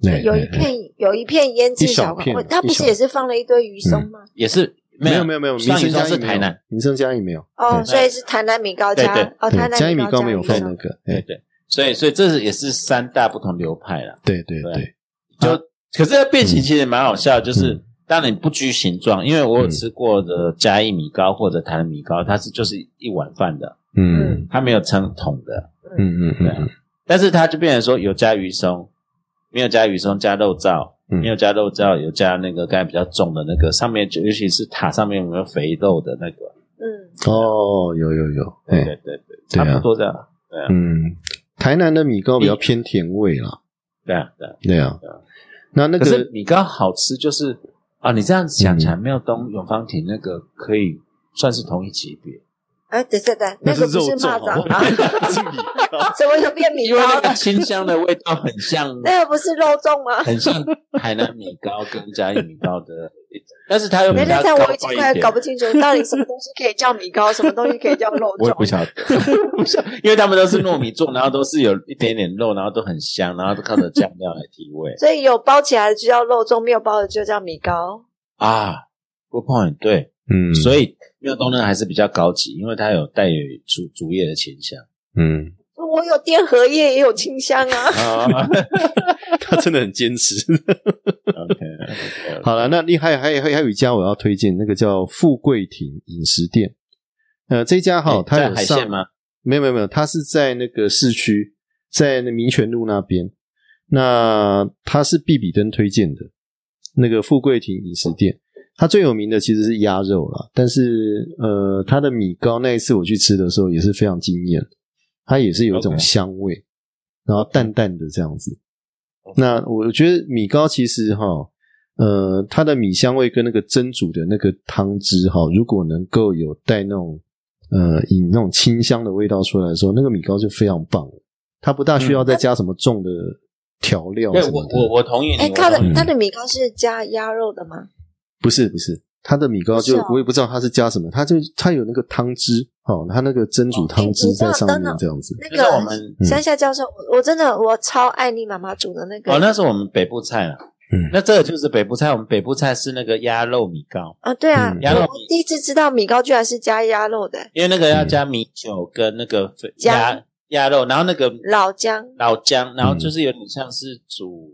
Speaker 1: 对
Speaker 4: 有一
Speaker 1: 对对
Speaker 4: 片有一片腌制
Speaker 1: 一小
Speaker 4: 小黄
Speaker 1: 片
Speaker 4: 瓜，它不
Speaker 1: 一
Speaker 4: 是
Speaker 1: 小
Speaker 4: 也是放了一堆鱼
Speaker 1: 嗯
Speaker 4: 松吗？
Speaker 3: 也是
Speaker 1: 没
Speaker 3: 有
Speaker 1: 有没有没有，民
Speaker 3: 上一
Speaker 1: 生
Speaker 3: 周
Speaker 1: 嘉义
Speaker 3: 是
Speaker 1: 没有
Speaker 3: 台南，，
Speaker 1: 民生嘉义没有。
Speaker 4: 哦，
Speaker 1: 对
Speaker 4: 所以是台南米糕加
Speaker 3: 对对
Speaker 4: 哦，
Speaker 1: 对
Speaker 4: 台南
Speaker 1: 嘉义米
Speaker 4: 糕
Speaker 1: 糕没有放
Speaker 4: 加
Speaker 1: 那
Speaker 4: 鱼
Speaker 1: 个，
Speaker 3: 对
Speaker 1: 哎，
Speaker 3: 对，所以所以这是也是三大不同流派啦。
Speaker 1: 对对
Speaker 3: 对
Speaker 1: 对，
Speaker 3: 就、
Speaker 1: 啊
Speaker 3: 可是它变形其实蛮好笑，就是
Speaker 1: 嗯
Speaker 3: 当你不拘形状，因为我有
Speaker 1: 嗯
Speaker 3: 吃过的嘉义米糕或者台南米糕，它是就是一碗饭的，
Speaker 1: 嗯
Speaker 3: 它没有成桶的，
Speaker 1: 嗯嗯
Speaker 3: 对啊
Speaker 1: 嗯，
Speaker 3: 但是它就变成说有加鱼松，没有加鱼松加肉燥，
Speaker 1: 嗯
Speaker 3: 没有加肉燥有加那个刚才比较重的那个上面，尤其是塔上面有没有肥肉的那个，
Speaker 4: 嗯，
Speaker 1: 哦，有有有，
Speaker 3: 对
Speaker 1: 哎，
Speaker 3: 对对对，
Speaker 1: 对
Speaker 3: 差
Speaker 1: 啊
Speaker 3: 不多这样，对啊
Speaker 1: 嗯，台南的米糕比较偏甜味啦，
Speaker 3: 对啊对啊。
Speaker 1: 对啊
Speaker 3: 对啊，
Speaker 1: 那那
Speaker 3: 可是
Speaker 1: 个
Speaker 3: 米糕好吃就是啊，你这样想起来，妙东永芳亭那个可以算是同一级别。
Speaker 4: 哎，等一下等一下，那
Speaker 1: 是
Speaker 4: 个不
Speaker 1: 肉
Speaker 4: 是蚂
Speaker 1: 粽哦，
Speaker 4: 蚱啊吗？
Speaker 1: 是米糕，
Speaker 4: 怎么又变米
Speaker 3: 因为那
Speaker 4: 糕
Speaker 3: 个
Speaker 4: 了？
Speaker 3: 清香的味道很 像，
Speaker 4: 那个不是肉粽吗？
Speaker 3: 很像台南米糕跟嘉义米糕的，但是它又比
Speaker 4: 等
Speaker 3: 较
Speaker 4: 等，
Speaker 3: 高
Speaker 4: 我已经
Speaker 3: 端
Speaker 4: 快
Speaker 3: 一点
Speaker 4: 搞。不清楚到底什么东西可以叫 米糕，什么东西可以叫肉
Speaker 3: 我也不
Speaker 4: 粽。
Speaker 3: 晓得，不晓得， 因为他们都是糯米做，然后都是有一点点肉，然后都很香，然后都靠着酱料来提味
Speaker 4: 所以有包起来的就叫肉粽，没有包的就叫米糕。
Speaker 3: 啊。Good point，对，
Speaker 1: 嗯，
Speaker 3: 所
Speaker 1: 以
Speaker 3: 以妙东呢还是比较高级，因为它有带有竹竹叶的清香
Speaker 1: 嗯，
Speaker 4: 我有颠荷叶，也有清香 啊。
Speaker 3: 啊。
Speaker 1: 他真的很坚持。
Speaker 3: OK，
Speaker 1: 好了，那另还有还有还有一家我要推荐，那个叫富贵亭饮食店。呃，这家哈，它
Speaker 3: 哎在
Speaker 1: 有
Speaker 3: 海
Speaker 1: 上
Speaker 3: 鲜吗？
Speaker 1: 没有没有没有，它是在那个市区，在那民权路那边。那它是毕比登推荐的那个富贵亭饮食店，它最有名的其实是鸭肉啦，但是呃，它的米糕那一次我去吃的时候也是非常惊艳，它也是有一种
Speaker 3: OK
Speaker 1: 香味然后淡淡的这样子。那我觉得米糕其实哈，呃，它的米香味跟那个蒸煮的那个汤汁哈，如果能够有带那种呃以那种清香的味道出来的时候，那个米糕就非常棒了。它不大需要再加什么重的调料
Speaker 3: 嗯对
Speaker 1: 什
Speaker 3: 我
Speaker 1: 么的。
Speaker 3: 我我同意你。
Speaker 4: 哎，它的
Speaker 3: 我同意
Speaker 4: 它的米糕是加鸭肉的吗？
Speaker 1: 不是不是，它的米糕
Speaker 4: 不是
Speaker 1: 就
Speaker 3: 啊
Speaker 4: 哦
Speaker 1: 我也不知道它是加什么，它就它有那个汤汁哦，它那个蒸煮汤
Speaker 3: 嗯
Speaker 1: 汁在上面这样子。
Speaker 4: 那
Speaker 3: 就是我
Speaker 4: 个
Speaker 3: 们
Speaker 1: 嗯
Speaker 4: 乡下教授，我我真的我超爱你妈妈煮的那
Speaker 3: 哦，
Speaker 4: 个。
Speaker 3: 那是我们北部菜了。
Speaker 1: 嗯
Speaker 3: 那这个就是北部菜，我们北部菜是那个鸭肉米糕，
Speaker 4: 啊，对啊
Speaker 1: 嗯，
Speaker 3: 鸭肉
Speaker 4: 我第一次知道米糕居然是加鸭肉的，
Speaker 3: 因为那个要
Speaker 1: 嗯
Speaker 3: 加米酒跟那个肥
Speaker 4: 姜
Speaker 3: 鸭鸭肉，然后那个
Speaker 4: 老姜
Speaker 3: 老
Speaker 1: 嗯
Speaker 3: 姜，然后就是有点像是煮，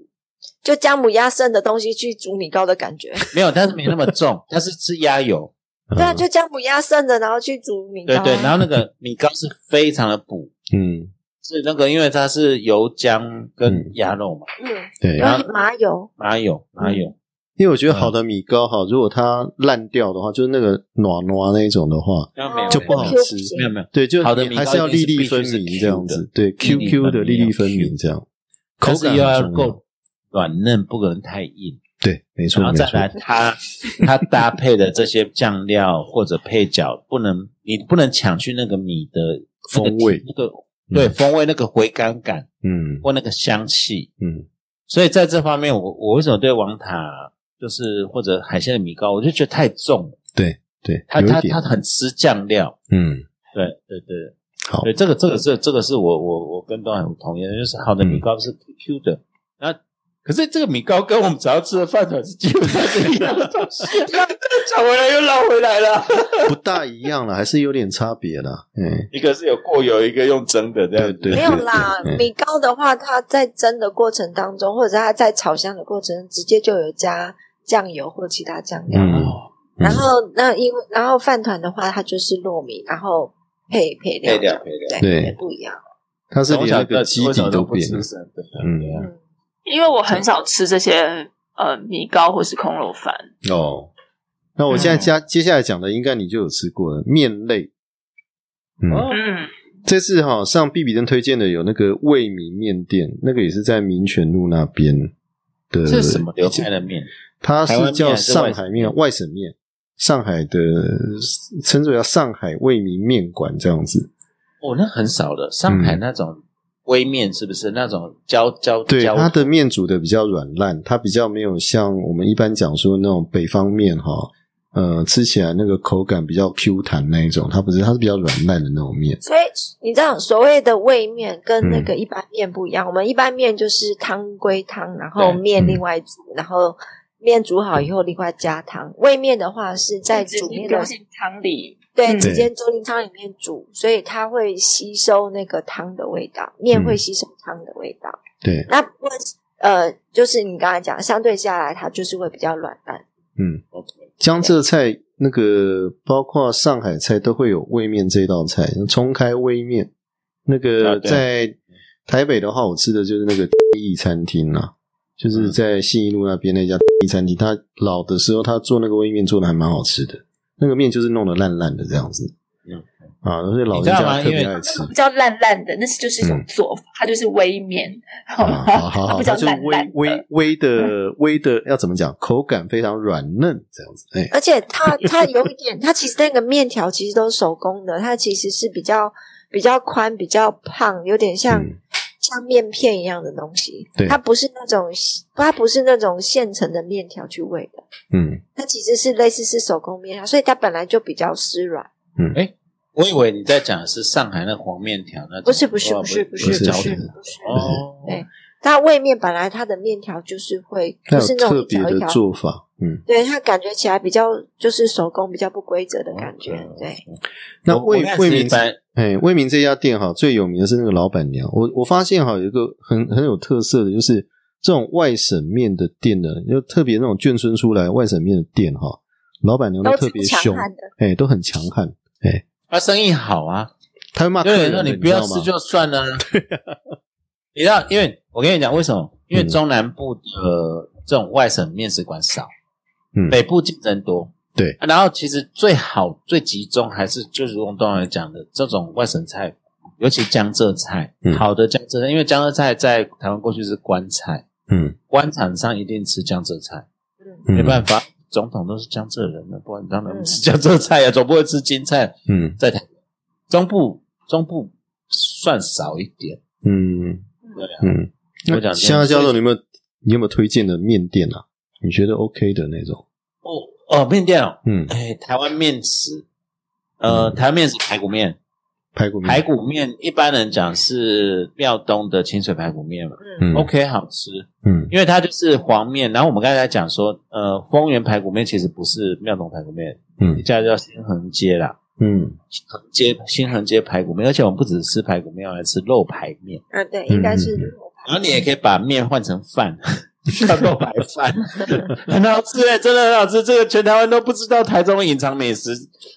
Speaker 4: 就姜母鸭剩的东西去煮米糕的感觉。
Speaker 3: 没有，但是没那么重， 它是吃鸭油，
Speaker 4: 对啊，
Speaker 1: 嗯
Speaker 4: 就姜母鸭剩的，然后去煮米糕
Speaker 3: 对
Speaker 4: 啊。
Speaker 3: 对，然后那个米糕是非常的补，
Speaker 1: 嗯，
Speaker 3: 是那个因为它是油姜跟鸭肉嘛，
Speaker 4: 嗯，
Speaker 1: 对，
Speaker 3: 啊然后嗯
Speaker 4: 然后麻油，
Speaker 3: 麻油麻油，
Speaker 1: 因为我觉得好的米糕哈，如果它烂掉的话，就是那个软软那一种的话，
Speaker 4: 嗯
Speaker 3: 那没有
Speaker 1: 就
Speaker 3: 没有
Speaker 1: 不好
Speaker 3: 没
Speaker 1: 吃
Speaker 3: 有没有没有，
Speaker 1: 对，就
Speaker 3: 好的
Speaker 1: 你
Speaker 3: 米糕
Speaker 1: 还是要
Speaker 3: 一定
Speaker 1: 粒
Speaker 3: 是
Speaker 1: 粒分
Speaker 3: 必须是 Q
Speaker 1: 明这样
Speaker 3: 的
Speaker 1: 子，对
Speaker 3: 粒
Speaker 1: ，Q
Speaker 3: 粒
Speaker 1: Q
Speaker 3: 分
Speaker 1: 的
Speaker 3: 明
Speaker 1: 粒粒分
Speaker 3: 要 Q
Speaker 1: 明这样，口感
Speaker 3: 但是又
Speaker 1: 很
Speaker 3: 要
Speaker 1: 重
Speaker 3: 够软嫩，不可能太硬。
Speaker 1: 对，没错
Speaker 3: 然后
Speaker 1: 没
Speaker 3: 再
Speaker 1: 错
Speaker 3: 来，它它搭配的这些酱料或者配角，不能你不能抢去那个米的那个
Speaker 1: 风味
Speaker 3: 那个对、
Speaker 1: 嗯
Speaker 3: 风味那个回甘感
Speaker 1: 嗯
Speaker 3: 或那个香气。
Speaker 1: 嗯
Speaker 3: 所以在这方面，我我为什么对王塔就是或者海鲜的米糕，我就觉得太重了，
Speaker 1: 对，
Speaker 3: 它
Speaker 1: 有一
Speaker 3: 它
Speaker 1: 点
Speaker 3: 它很吃酱料。
Speaker 1: 嗯
Speaker 3: 对对对，
Speaker 1: 好
Speaker 3: 对这个这个这这个是我我我跟东海很同意的，就是好的米
Speaker 1: 嗯
Speaker 3: 糕是 Q 的，那、可是这个米糕跟我们早上吃的饭团是基本上是一样的东 西，讲回来又绕回来了，
Speaker 1: 不大一样了，还是有点差别了，嗯
Speaker 3: 一个是有过油，一个用蒸的这样子
Speaker 1: 对
Speaker 4: 没有啦
Speaker 1: 对对。嗯哎
Speaker 4: 米糕的话，它在蒸的过程当中，或者是它在炒香的过程，直接就有加酱油或其他酱料。
Speaker 1: 嗯
Speaker 4: 然后那因为然后饭团的话，它就是糯米，然后配配料
Speaker 3: 配
Speaker 4: 这
Speaker 3: 料
Speaker 4: 样，
Speaker 3: 配料。
Speaker 1: 对
Speaker 4: 也不一样。
Speaker 1: 它是连
Speaker 3: 从小
Speaker 1: 那个基
Speaker 3: 为什
Speaker 1: 底
Speaker 3: 么
Speaker 1: 都
Speaker 3: 不
Speaker 1: 变了
Speaker 3: 吃。生的
Speaker 1: 嗯
Speaker 4: 嗯，
Speaker 2: 因为我很少吃这些呃米糕或是空肉饭。
Speaker 1: 哦，那我
Speaker 3: 嗯
Speaker 1: 现在加接下来讲的，应该你就有吃过了面类。嗯，
Speaker 3: 哦
Speaker 2: 嗯，
Speaker 1: 这次哈、上必比登推荐的有那个味米面店，那个也是在民权路那边的。
Speaker 3: 这是什么流派的面？
Speaker 1: 它
Speaker 3: 台
Speaker 1: 是
Speaker 3: 湾面
Speaker 1: 叫
Speaker 3: 还是
Speaker 1: 上
Speaker 3: 外
Speaker 1: 海
Speaker 3: 省
Speaker 1: 面
Speaker 3: 面
Speaker 1: 外省面，上海的称作叫上海味民面馆这样子。
Speaker 3: 哦，那很少的。
Speaker 1: 嗯
Speaker 3: 上海那种微面是不是那种焦焦
Speaker 1: 对，
Speaker 3: 焦
Speaker 1: 它的面煮的比较软烂，它比较没有像我们一般讲说那种北方面哈、呃，吃起来那个口感比较 Q 弹那一种，它不是，它是比较软烂的那种面。
Speaker 4: 所以你知道所谓的味面跟那个一般面不一样，我们一般面就是汤归汤，然后
Speaker 3: 对
Speaker 4: 面
Speaker 1: 嗯
Speaker 4: 另外煮，然后面煮好以后另外加汤。味面的话是在
Speaker 2: 直
Speaker 4: 煮
Speaker 2: 接
Speaker 4: 面
Speaker 2: 丢
Speaker 4: 的
Speaker 2: 进汤里，
Speaker 4: 对，
Speaker 2: 嗯
Speaker 4: 直接粥进汤里面煮，所以它会吸收那个汤的味道，面会吸收汤的味道。
Speaker 1: 对，
Speaker 4: 那不论是呃，就是你刚才讲，相对下来它就是会比较软烂。
Speaker 1: 嗯，
Speaker 3: ？OK，
Speaker 1: 江浙菜那个包括上海菜都会有味面这道菜，冲开微面。那
Speaker 3: 啊
Speaker 1: 个
Speaker 3: 对
Speaker 1: 在台北的话，我吃的就是那个意餐厅啦、
Speaker 3: 嗯
Speaker 1: 就是在信义路那边那家意餐厅。它老的时候，它做那个微面做的还蛮好吃的，那个面就是弄得烂烂的这样子。
Speaker 3: 嗯
Speaker 1: 啊，所以老人
Speaker 3: 你知道
Speaker 1: 家
Speaker 3: 吗
Speaker 1: 特别
Speaker 3: 因为
Speaker 1: 爱 吃。
Speaker 2: 比较烂烂的，那是就是一种做法，它就是微面，好
Speaker 1: 啊
Speaker 2: 吗？
Speaker 1: 好好好，
Speaker 2: 它比
Speaker 1: 它
Speaker 2: 较
Speaker 1: 就是
Speaker 2: 烂
Speaker 1: 微
Speaker 2: 烂
Speaker 1: 微
Speaker 2: 的。嗯
Speaker 1: 微的微的，要怎么讲？口感非常软嫩这样子。哎，
Speaker 4: 而且它 它有一点，它其实那个面条其实都是手工的，它其实是比较比较宽、比较胖，有点像、
Speaker 1: 嗯
Speaker 4: 像面片一样的东西。
Speaker 1: 对
Speaker 4: 它不是那种它不是那种现成的面条去喂的，
Speaker 1: 嗯，
Speaker 4: 它其实是类似是手工面条，所以它本来就比较湿软。
Speaker 3: 我以为你在讲的是上海那黄面条那种，
Speaker 4: 不是不是
Speaker 3: 哦
Speaker 4: 不是不
Speaker 1: 不
Speaker 4: 是
Speaker 1: 是
Speaker 4: 不
Speaker 3: 焦
Speaker 4: 是
Speaker 3: 点
Speaker 4: 不是，
Speaker 3: 哦，
Speaker 4: 对它味面本来它的面条就是会
Speaker 1: 它
Speaker 4: 不
Speaker 1: 有
Speaker 4: 是那种
Speaker 1: 特
Speaker 4: 一
Speaker 1: 别
Speaker 4: 条一
Speaker 1: 的
Speaker 4: 条，
Speaker 1: 做法。嗯，
Speaker 4: 对它感觉起来比较就是手工比较不规则的
Speaker 1: 哦
Speaker 4: 感觉，对。
Speaker 1: 那
Speaker 3: 我
Speaker 1: 味
Speaker 3: 我看
Speaker 1: 味
Speaker 3: 是
Speaker 1: 民
Speaker 3: 一般
Speaker 1: 哎，威明这家店哈，最有名的是那个老板娘。我我发现哈，有一个很很有特色的，就是这种外省面的店呢，就特别那种眷村出来外省面的店哈，老板娘都
Speaker 4: 都
Speaker 1: 特
Speaker 4: 超
Speaker 1: 别
Speaker 4: 强
Speaker 1: 凶，
Speaker 4: 悍的，
Speaker 1: 哎，都很强悍，
Speaker 3: 他生意好啊，
Speaker 1: 他会骂客
Speaker 3: 有
Speaker 1: 人
Speaker 3: 人
Speaker 1: 的，
Speaker 3: 说你
Speaker 1: 你
Speaker 3: 不
Speaker 1: 知
Speaker 3: 要
Speaker 1: 道
Speaker 3: 吃
Speaker 1: 吗
Speaker 3: 就算了、啊。 你知道，因为我跟你讲为什么？因为
Speaker 1: 嗯
Speaker 3: 中南部的这种外省面食馆少，
Speaker 1: 嗯
Speaker 3: 北部竞争多。
Speaker 1: 对
Speaker 3: 啊然后其实最好最集中还是就如同东来讲的这种外省菜，尤其江浙菜，
Speaker 1: 嗯
Speaker 3: 好的江浙菜，因为江浙菜在台湾过去是官菜，
Speaker 1: 嗯，
Speaker 3: 官场上一定吃江浙菜，
Speaker 4: 嗯，
Speaker 1: 嗯
Speaker 3: 没办法，总统都是江浙人了，不然当然
Speaker 4: 嗯
Speaker 3: 吃江浙菜呀、啊总不会吃京菜。
Speaker 1: 嗯
Speaker 3: 在台中部中部算少一点，
Speaker 1: 嗯
Speaker 3: 对啊。
Speaker 1: 嗯。
Speaker 3: 我讲
Speaker 1: 香蕉教授，你有没有你有没有推荐的面店啊？你觉得 OK 的那种？
Speaker 3: 哦哦，面店哦，
Speaker 1: 嗯，
Speaker 3: 哎，台湾面食，呃，
Speaker 1: 嗯
Speaker 3: 台湾面食排骨面，
Speaker 1: 排骨面
Speaker 3: 排骨面一般人讲是庙东的清水排骨面嘛
Speaker 1: 嗯
Speaker 3: ，OK，好吃，
Speaker 1: 嗯
Speaker 3: 因为它就是黄面。然后我们刚才讲说，呃，丰原排骨面其实不是庙东排骨面，
Speaker 1: 嗯
Speaker 3: 一家叫新恒街啦。
Speaker 1: 嗯
Speaker 3: 新恒街新恒街排骨面，而且我们不只是吃排骨面，我们还吃肉排面。
Speaker 4: 啊，对，应该是
Speaker 1: 嗯嗯
Speaker 4: 肉排
Speaker 3: 然后你也可以把面换成饭， 叫做白饭，很好吃哎、真的很好吃。这个全台湾都不知道台中的隐藏美食，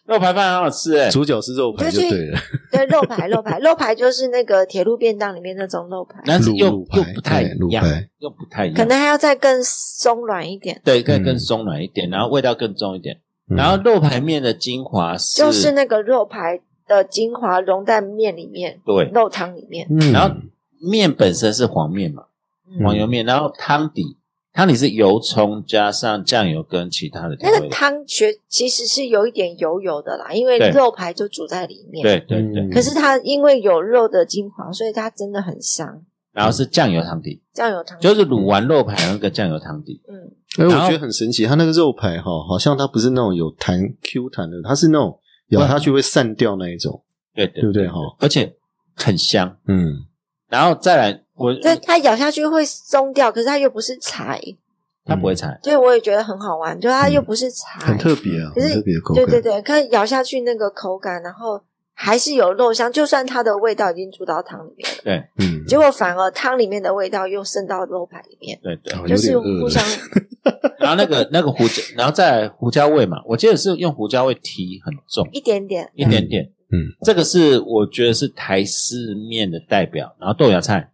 Speaker 3: 肉排饭很好吃哎、
Speaker 1: 主角是肉排就
Speaker 4: 就是
Speaker 1: 对了。
Speaker 4: 对，肉排，肉排，肉排就是那个铁路便当里面那种肉排，
Speaker 3: 但是又
Speaker 1: 鹿
Speaker 3: 又
Speaker 1: 排
Speaker 3: 不太
Speaker 1: 对
Speaker 3: 一
Speaker 1: 鹿
Speaker 3: 样
Speaker 1: 排，
Speaker 3: 又不太一
Speaker 4: 可
Speaker 3: 样，
Speaker 4: 能还要再更松软一点，
Speaker 3: 对，更
Speaker 1: 嗯
Speaker 3: 更松软一点，然后味道更重一点。
Speaker 1: 嗯
Speaker 3: 然后肉排面的精华是，
Speaker 4: 就是那个肉排的精华融在面里面，
Speaker 3: 对
Speaker 4: 肉汤里面，
Speaker 1: 嗯
Speaker 3: 然后面本身是黄面嘛，黄油面，然后汤底汤底是油葱加上酱油跟其他的调
Speaker 4: 那
Speaker 3: 味
Speaker 4: 个
Speaker 3: 料，
Speaker 4: 汤其其实是有一点油油的啦，因为
Speaker 3: 对
Speaker 4: 肉排就煮在里面。
Speaker 3: 对对对，
Speaker 1: 嗯
Speaker 4: 可是它因为有肉的精华，所以它真的很香。
Speaker 3: 然后是酱油汤底，
Speaker 4: 酱油汤
Speaker 3: 就是卤完肉排那个酱油汤底。
Speaker 4: 嗯，
Speaker 1: 哎，我
Speaker 3: 然后
Speaker 1: 觉得很神奇，它那个肉排哈，好像它不是那种有弹 Q 弹的，它是那种咬下去会散掉那一种，
Speaker 3: 对对
Speaker 1: 对不对哈？
Speaker 3: 而且很香。
Speaker 1: 嗯，
Speaker 3: 然后再来，我
Speaker 4: 但它咬下去会松掉，可是它又不是柴，
Speaker 3: 它不会柴，
Speaker 4: 所以我也觉得很好玩，就它又不是柴，
Speaker 1: 很特别啊，
Speaker 4: 哎可是
Speaker 1: 很特别的口
Speaker 4: 对
Speaker 1: 感。
Speaker 4: 对对，看咬下去那个口感，然后还是有肉香，就算它的味道已经煮到汤里面了，
Speaker 1: 嗯，
Speaker 3: 哦
Speaker 4: 结果反而汤里面的味道又渗到肉排里面，
Speaker 3: 对对。
Speaker 1: 哦
Speaker 4: 就
Speaker 1: 有
Speaker 4: 是
Speaker 1: 点饿
Speaker 4: 互相
Speaker 1: 了。
Speaker 3: 然后那 个那个胡椒，然后再来胡椒味嘛，我记得是用胡椒味提很重
Speaker 4: 一点点。
Speaker 3: 一点点。
Speaker 1: 嗯，
Speaker 3: 这个是我觉得是台式面的代表，然后豆芽菜，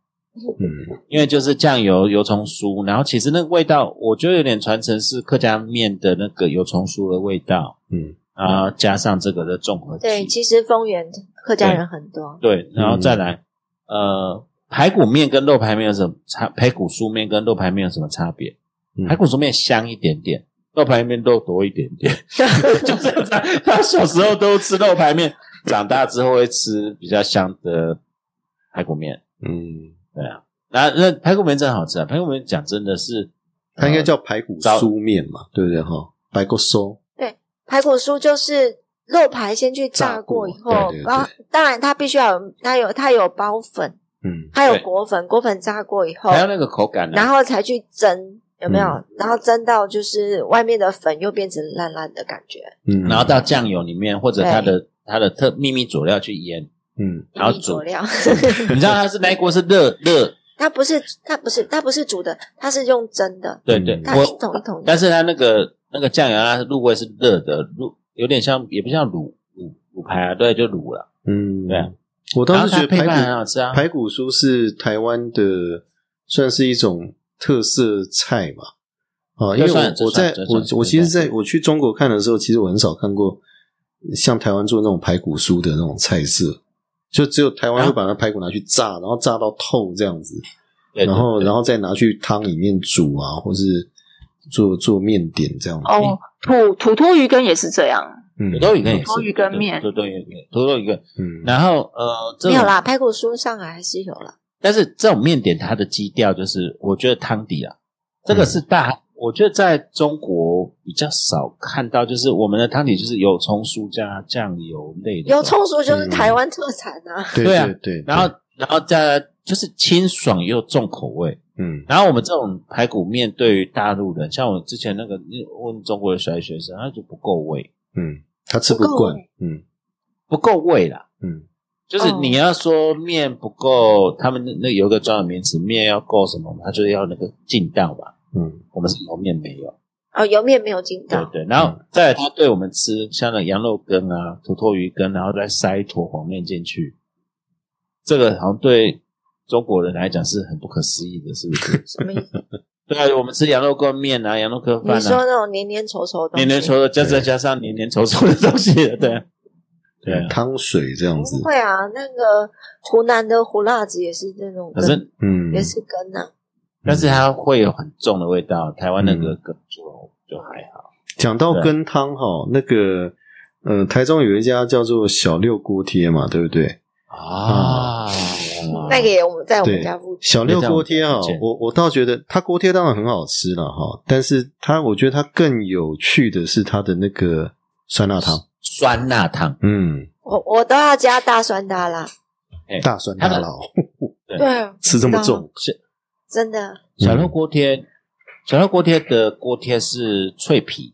Speaker 1: 嗯
Speaker 3: 因为就是酱油油葱酥，然后其实那个味道，我觉得有点传承是客家面的那个油葱酥的味道，
Speaker 1: 嗯，
Speaker 3: 然后加上这个的综合体，
Speaker 4: 对，其实丰原客家人很多，
Speaker 3: 对，然后再
Speaker 1: 嗯
Speaker 3: 来，呃，排骨面跟肉排面有什么差？排骨酥面跟肉排面有什么差别？
Speaker 1: 嗯
Speaker 3: 排骨酥面香一点点，肉排面肉多一点 点，就是他他小时候都吃肉排面，长大之后会吃比较香的排骨面。
Speaker 1: 嗯，
Speaker 3: 对啊，那那排骨面真的好吃啊！排骨面讲真的是，呃
Speaker 1: 它应该叫排骨酥面嘛，对不对哈？排骨酥，
Speaker 4: 排骨酥就是肉排先去炸
Speaker 1: 炸
Speaker 4: 过
Speaker 1: 过
Speaker 4: 以后
Speaker 1: 对对，对
Speaker 4: 然后当然它必须要有它有它有包粉，
Speaker 1: 嗯
Speaker 4: 它有
Speaker 3: 对
Speaker 4: 裹粉，裹粉炸过以后
Speaker 3: 还，有那个口感、啊，
Speaker 4: 然后才去蒸，有没有
Speaker 1: 嗯？
Speaker 4: 然后蒸到就是外面的粉又变成烂烂的感觉，
Speaker 1: 嗯，
Speaker 3: 然后到酱油里面或者它的它的特秘密佐料去腌，
Speaker 1: 嗯
Speaker 3: 然后
Speaker 4: 一粒
Speaker 3: 煮
Speaker 4: 佐。 料。
Speaker 3: 你知道它是那一锅是热热，
Speaker 4: 它不是它不是它不是煮的，它是用蒸的，
Speaker 3: 对对，
Speaker 1: 嗯
Speaker 4: 它
Speaker 3: 我
Speaker 4: 一桶一桶的。
Speaker 3: 但是它那个那个酱油，它入味是热的，入有点像，也不像卤卤卤排啊，对，就卤了。
Speaker 1: 嗯，
Speaker 3: 对啊。
Speaker 1: 我
Speaker 3: 然
Speaker 1: 当
Speaker 3: 后
Speaker 1: 时觉
Speaker 3: 它
Speaker 1: 得
Speaker 3: 配饭很
Speaker 1: 排
Speaker 3: 好吃啊
Speaker 1: 骨，排骨酥是台湾的，算是一种特色菜嘛。啊，因为
Speaker 3: 这算
Speaker 1: 我我
Speaker 3: 这算
Speaker 1: 在
Speaker 3: 这算
Speaker 1: 我我
Speaker 3: 这
Speaker 1: 其实
Speaker 3: 算
Speaker 1: 在我去中国看的时候，其实我很少看过像台湾做那种排骨酥的那种菜色，就只有台湾
Speaker 3: 啊
Speaker 1: 会把那排骨拿去炸，然后炸到透这样子。
Speaker 3: 对
Speaker 1: 然后然
Speaker 3: 后
Speaker 1: 后再拿去汤里面煮啊，或是做做面点这样。
Speaker 2: 哦，土土托鱼羹也是这样，
Speaker 1: 嗯，
Speaker 3: 土豆鱼羹也是
Speaker 2: 土豆鱼羹面
Speaker 3: 土豆鱼羹土豆鱼羹。
Speaker 1: 嗯，
Speaker 3: 然后呃，这
Speaker 4: 没有
Speaker 3: 种
Speaker 4: 啦，排骨酥上海还是有啦。
Speaker 3: 但是这种面点它的基调就是，我觉得汤底啊，这个
Speaker 1: 嗯
Speaker 3: 是大，我觉得在中国比较少看到，就是我们的汤底就是油葱酥加酱油类的，
Speaker 4: 油葱，酥就是
Speaker 1: 嗯
Speaker 4: 台湾特产啊，
Speaker 1: 对
Speaker 3: 对啊
Speaker 1: 对对，
Speaker 3: 然后然后再就是清爽又重口味。
Speaker 1: 嗯
Speaker 3: 然后我们这种排骨面对于大陆人，像我之前那个问中国的小学生，他就不够味，
Speaker 1: 嗯，他吃不
Speaker 4: 不够
Speaker 1: 惯
Speaker 4: 欸，
Speaker 1: 嗯
Speaker 3: 不够味啦。
Speaker 1: 嗯
Speaker 3: 就是
Speaker 2: 哦
Speaker 3: 你要说面不够，他们那那有一个专有名词，面要够什么，他就是要那个劲道嘛。
Speaker 1: 嗯
Speaker 3: 我们是油面没有，
Speaker 4: 哦，油面没有筋
Speaker 3: 对
Speaker 4: 道，？
Speaker 3: 对。然后再来，他对我们吃像那羊肉羹啊、土托鱼羹，然后再塞一坨黄面进去，这个好像对中国人来讲是很不可思议的，是不是
Speaker 4: 什么意 思？
Speaker 3: 对啊，我们吃羊肉羹面啊、羊肉羹饭啊，
Speaker 4: 你说那种黏黏稠稠的东西，
Speaker 3: 黏黏稠稠，加再加上黏黏稠稠的东西，对对啊。
Speaker 1: 汤水这样子
Speaker 4: 不，会啊，那个湖南的胡辣子也是这种
Speaker 3: 可
Speaker 4: 根，
Speaker 3: 是，
Speaker 1: 嗯，
Speaker 4: 也是根呐、啊。
Speaker 3: 但是它会有很重的味道。台湾那个梗就就还好，
Speaker 1: 讲到羹汤哈，那个呃，台中有一家叫做小六锅贴嘛，对不对？
Speaker 3: 啊，
Speaker 4: 那个也我们在我们
Speaker 1: 对
Speaker 4: 家附，近，
Speaker 1: 小六锅贴哈
Speaker 3: 没这样，
Speaker 1: 我我倒觉得它锅贴当然很好吃了哈，但是它我觉得它更有趣的是它的那个酸辣汤，
Speaker 3: 酸辣汤，
Speaker 1: 嗯，
Speaker 4: 我我都要加大酸大辣，
Speaker 1: 大酸
Speaker 3: 它
Speaker 1: 大
Speaker 3: 的
Speaker 1: 辣哦，
Speaker 3: 对
Speaker 4: 对，
Speaker 1: 吃这么
Speaker 4: 知道
Speaker 1: 重，
Speaker 4: 真的
Speaker 3: 小肉锅贴，小肉锅贴的锅贴是脆皮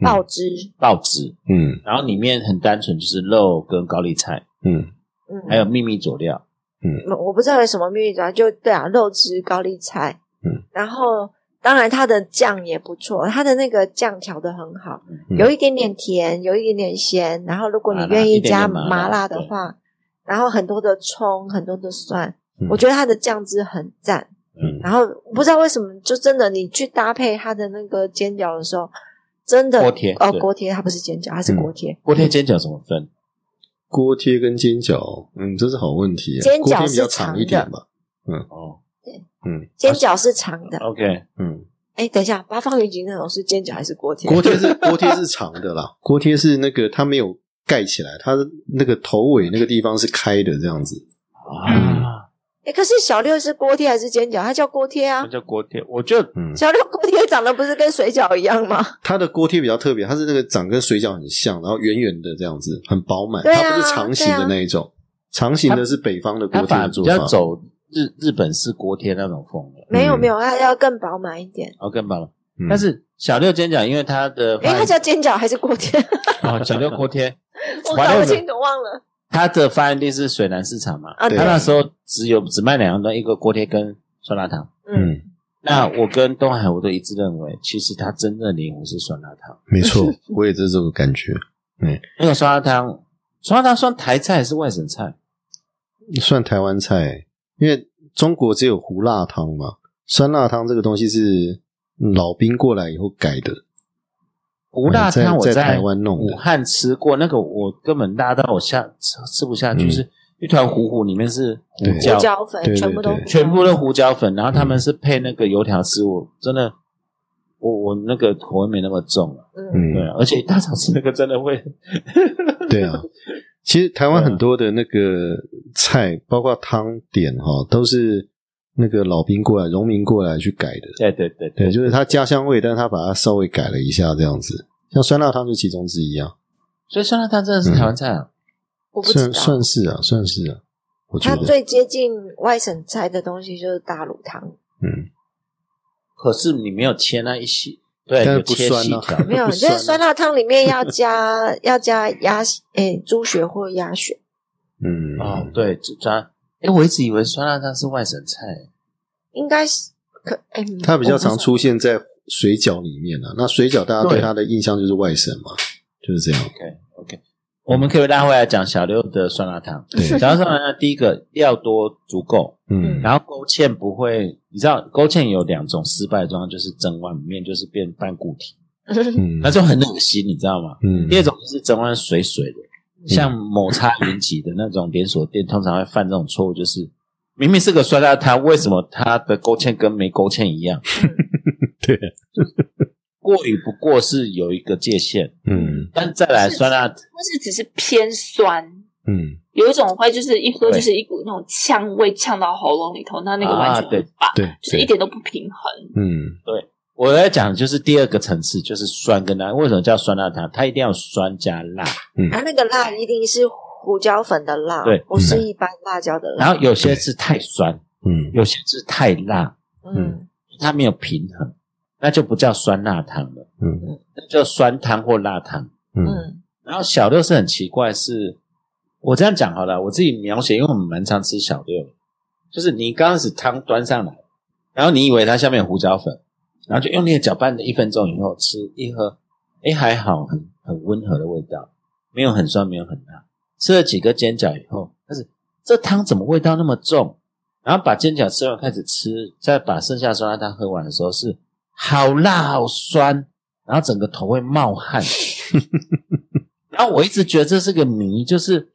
Speaker 1: 嗯
Speaker 4: 爆汁，
Speaker 3: 爆汁，
Speaker 1: 嗯
Speaker 3: 然后里面很单纯，就是肉跟高丽菜，
Speaker 1: 嗯。
Speaker 4: 嗯，
Speaker 3: 还有秘密佐料。
Speaker 4: 我不知道有什么秘密，主要就对啊，肉汁、高丽菜，
Speaker 1: 嗯，
Speaker 4: 然后当然它的酱也不错，它的那个酱调的很好，
Speaker 1: 嗯
Speaker 4: 有一点点甜，有一点点咸，然后如果你
Speaker 3: 麻辣
Speaker 4: 愿意
Speaker 3: 一点
Speaker 4: 加
Speaker 3: 点麻辣
Speaker 4: 麻辣的
Speaker 3: 对
Speaker 4: 话，然后很多的葱，很多的蒜，
Speaker 1: 嗯
Speaker 4: 我觉得它的酱汁很赞。
Speaker 1: 嗯
Speaker 4: 然后不知道为什么，就真的你去搭配它的那个煎饺的时候，真的
Speaker 3: 锅贴
Speaker 4: 哦，
Speaker 3: 对
Speaker 4: 锅贴它不是煎饺，它是
Speaker 1: 嗯
Speaker 4: 锅贴，
Speaker 3: 锅贴煎饺怎么分？
Speaker 1: 锅贴跟煎饺，嗯，这是好问题啊。
Speaker 4: 煎饺
Speaker 1: 锅贴比较
Speaker 4: 是长
Speaker 1: 长一点吧，
Speaker 3: 哦
Speaker 1: 嗯
Speaker 3: 啊
Speaker 4: 煎饺是长的。
Speaker 3: ，OK，
Speaker 1: 嗯，
Speaker 4: 哎，等一下，八方云集那种是煎饺还是锅贴？
Speaker 1: 锅贴是锅贴是长的啦，锅贴是那个它没有盖起来，它那个头尾那个地方是开的这样子。
Speaker 3: 啊，
Speaker 4: 哎、可是小六是锅贴还是煎饺？它叫锅贴啊
Speaker 3: 那。叫锅贴。我觉得
Speaker 1: 嗯，
Speaker 4: 小六锅贴长得不是跟水饺一样吗？
Speaker 1: 它的锅贴比较特别，它是那个长跟水饺很像，然后圆圆的这样子，很饱满，
Speaker 4: 对啊
Speaker 1: 它不是长形的那一种。长形的是北方的锅
Speaker 3: 啊它
Speaker 1: 贴
Speaker 3: 反
Speaker 1: 的
Speaker 3: 而
Speaker 1: 做
Speaker 3: 比
Speaker 1: 法
Speaker 3: 较，走日日本式锅贴那种风格，
Speaker 4: 没有
Speaker 1: 嗯
Speaker 4: 没有，它要更饱满一点。
Speaker 3: 哦，更棒了。
Speaker 1: 嗯
Speaker 3: 但是小六煎饺，因为它的
Speaker 4: 哎、
Speaker 3: 发
Speaker 4: 它
Speaker 3: 音
Speaker 4: 叫煎饺还是锅贴？，
Speaker 3: 哦，小六锅贴
Speaker 4: 我
Speaker 3: 完
Speaker 4: 搞
Speaker 3: 了
Speaker 4: 不清楚，忘了。
Speaker 3: 它的发源地是水南市场嘛，
Speaker 4: 啊
Speaker 1: 对
Speaker 3: 他那时候只有只卖两样东西，一个锅贴跟酸辣汤。
Speaker 4: 嗯，
Speaker 3: 那我跟东海，我都一致认为，其实它真正的灵魂是酸辣汤。
Speaker 1: 没错，我也是这种感觉。
Speaker 3: 那个酸辣汤，酸辣汤算台菜还是外省菜？
Speaker 1: 算台湾菜，因为中国只有胡辣汤嘛，酸辣汤这个东西是老兵过来以后改的。
Speaker 3: 胡辣汤我
Speaker 1: 在在台湾弄的
Speaker 3: 武汉吃过，那个我根本辣到我下吃吃不下去，
Speaker 1: 嗯
Speaker 3: 是一团糊糊，里面是胡
Speaker 1: 对
Speaker 3: 椒
Speaker 4: 胡，椒粉
Speaker 1: 对对
Speaker 4: 全部都
Speaker 1: 对
Speaker 3: 全部都胡椒粉，然后他
Speaker 1: 嗯
Speaker 3: 们是配那个油条吃，我真的，我我那个口味没那么重了，
Speaker 4: 嗯
Speaker 3: 对
Speaker 1: 嗯，
Speaker 3: 啊，而且大早吃那个真的会，
Speaker 1: 对啊。其实台湾很多的那个菜，包括汤点哈，都是那个老兵过来、农民过来去改的。
Speaker 3: 对对对
Speaker 1: 对，就是他家乡味，但是他把它稍微改了一下，这样子。像酸辣汤就其中之一啊，
Speaker 3: 所以酸辣汤真的
Speaker 1: 嗯
Speaker 3: 是台湾菜啊，
Speaker 4: 我不知
Speaker 1: 算
Speaker 4: 道。
Speaker 1: 算是啊，算是啊，我觉
Speaker 4: 它
Speaker 1: 得，
Speaker 4: 最接近外省菜的东西就是大 卤汤，
Speaker 1: 嗯，
Speaker 3: 可是你没有切那一细，对，
Speaker 1: 但
Speaker 3: 有
Speaker 1: 是不
Speaker 3: 切
Speaker 1: 酸
Speaker 3: 细
Speaker 1: 啊
Speaker 3: 条，
Speaker 4: 没有，
Speaker 1: 不
Speaker 4: 就
Speaker 1: 酸啊
Speaker 4: 是酸辣汤里面要加 要加鸭血，诶、猪血或鸭血，
Speaker 1: 嗯，
Speaker 3: 哦，对，就抓，哎，我一直以为酸辣汤是外省菜，
Speaker 4: 应该是可诶、嗯
Speaker 1: 它比较
Speaker 4: 我不知道
Speaker 1: 常出现在水饺里面啊。那水饺大家对
Speaker 3: 对
Speaker 1: 它的印象就是外省嘛，就是这样。
Speaker 3: OK OK，我们可以拉回来讲小六的酸辣汤。
Speaker 1: 对
Speaker 3: 小六酸辣汤第一个料多足够，
Speaker 1: 嗯，
Speaker 3: 然后勾芡不会，你知道勾芡有两种失败的状况，就是整碗面就是变半固体，
Speaker 1: 嗯
Speaker 3: 那就很恶心，你知道吗？
Speaker 1: 嗯
Speaker 3: 第二种就是整碗水水的，像某叉云集的那种连锁店，通常会犯这种错误，就是明明是个酸辣汤，为什么它的勾芡跟没勾芡一样？
Speaker 1: 对，
Speaker 3: 过与不过是有一个界限，
Speaker 1: 嗯
Speaker 3: 但再来酸辣
Speaker 2: 但是只是偏酸，
Speaker 1: 嗯，
Speaker 2: 有一种会就是一喝
Speaker 3: 对
Speaker 2: 就是一股那种呛味呛到喉咙里头，那那个完
Speaker 3: 啊
Speaker 2: 全
Speaker 3: 对
Speaker 2: 无法，
Speaker 1: 对，
Speaker 2: 就是一
Speaker 1: 对，
Speaker 2: 点都不平衡。
Speaker 1: 嗯
Speaker 3: 我要讲的就是第二个层次，就是酸跟辣。为什么叫酸辣汤？它一定要有酸加辣，
Speaker 4: 它啊那个辣一定是胡椒粉的辣，
Speaker 3: 对嗯
Speaker 4: 不是一般辣椒的
Speaker 3: 然
Speaker 4: 辣。
Speaker 3: 后有些是太酸，
Speaker 1: 嗯
Speaker 3: 有些是太辣，
Speaker 4: 嗯，
Speaker 3: 它没有平衡，那就不叫酸辣汤了，
Speaker 1: 嗯
Speaker 3: 那叫酸汤或辣汤。
Speaker 1: 嗯
Speaker 4: 嗯
Speaker 3: 然后小六是很奇怪，是我这样讲好了，我自己描写，因为我们蛮常吃小六，就是你刚开始汤端上来，然后你以为它下面有胡椒粉，然后就用力地搅拌了一分钟以后吃一喝，哎还好，很很温和的味道，没有很酸，没有很辣。吃了几个煎饺以后，但是这汤怎么味道那么重？然后把煎饺吃完开始吃，再把剩下的酸辣汤喝完的时候是好辣好酸，然后整个头会冒汗。然后我一直觉得这是个谜，就是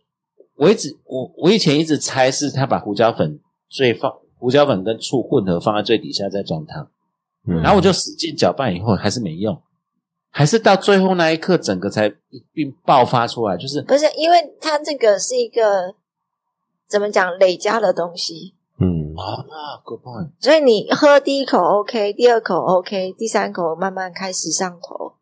Speaker 3: 我一直我我以前一直猜是他把胡椒粉最放胡椒粉跟醋混合放在最底下再装汤，
Speaker 1: 嗯，
Speaker 3: 然后我就使劲搅拌以后还是没用，还是到最后那一刻整个才一并爆发出来，就是
Speaker 4: 不是，因为它这个是一个怎么讲累加的东西，
Speaker 1: 嗯
Speaker 3: 啊，good point，
Speaker 4: 所以你喝第一口 OK，第二口 OK，第三口慢慢开始上头，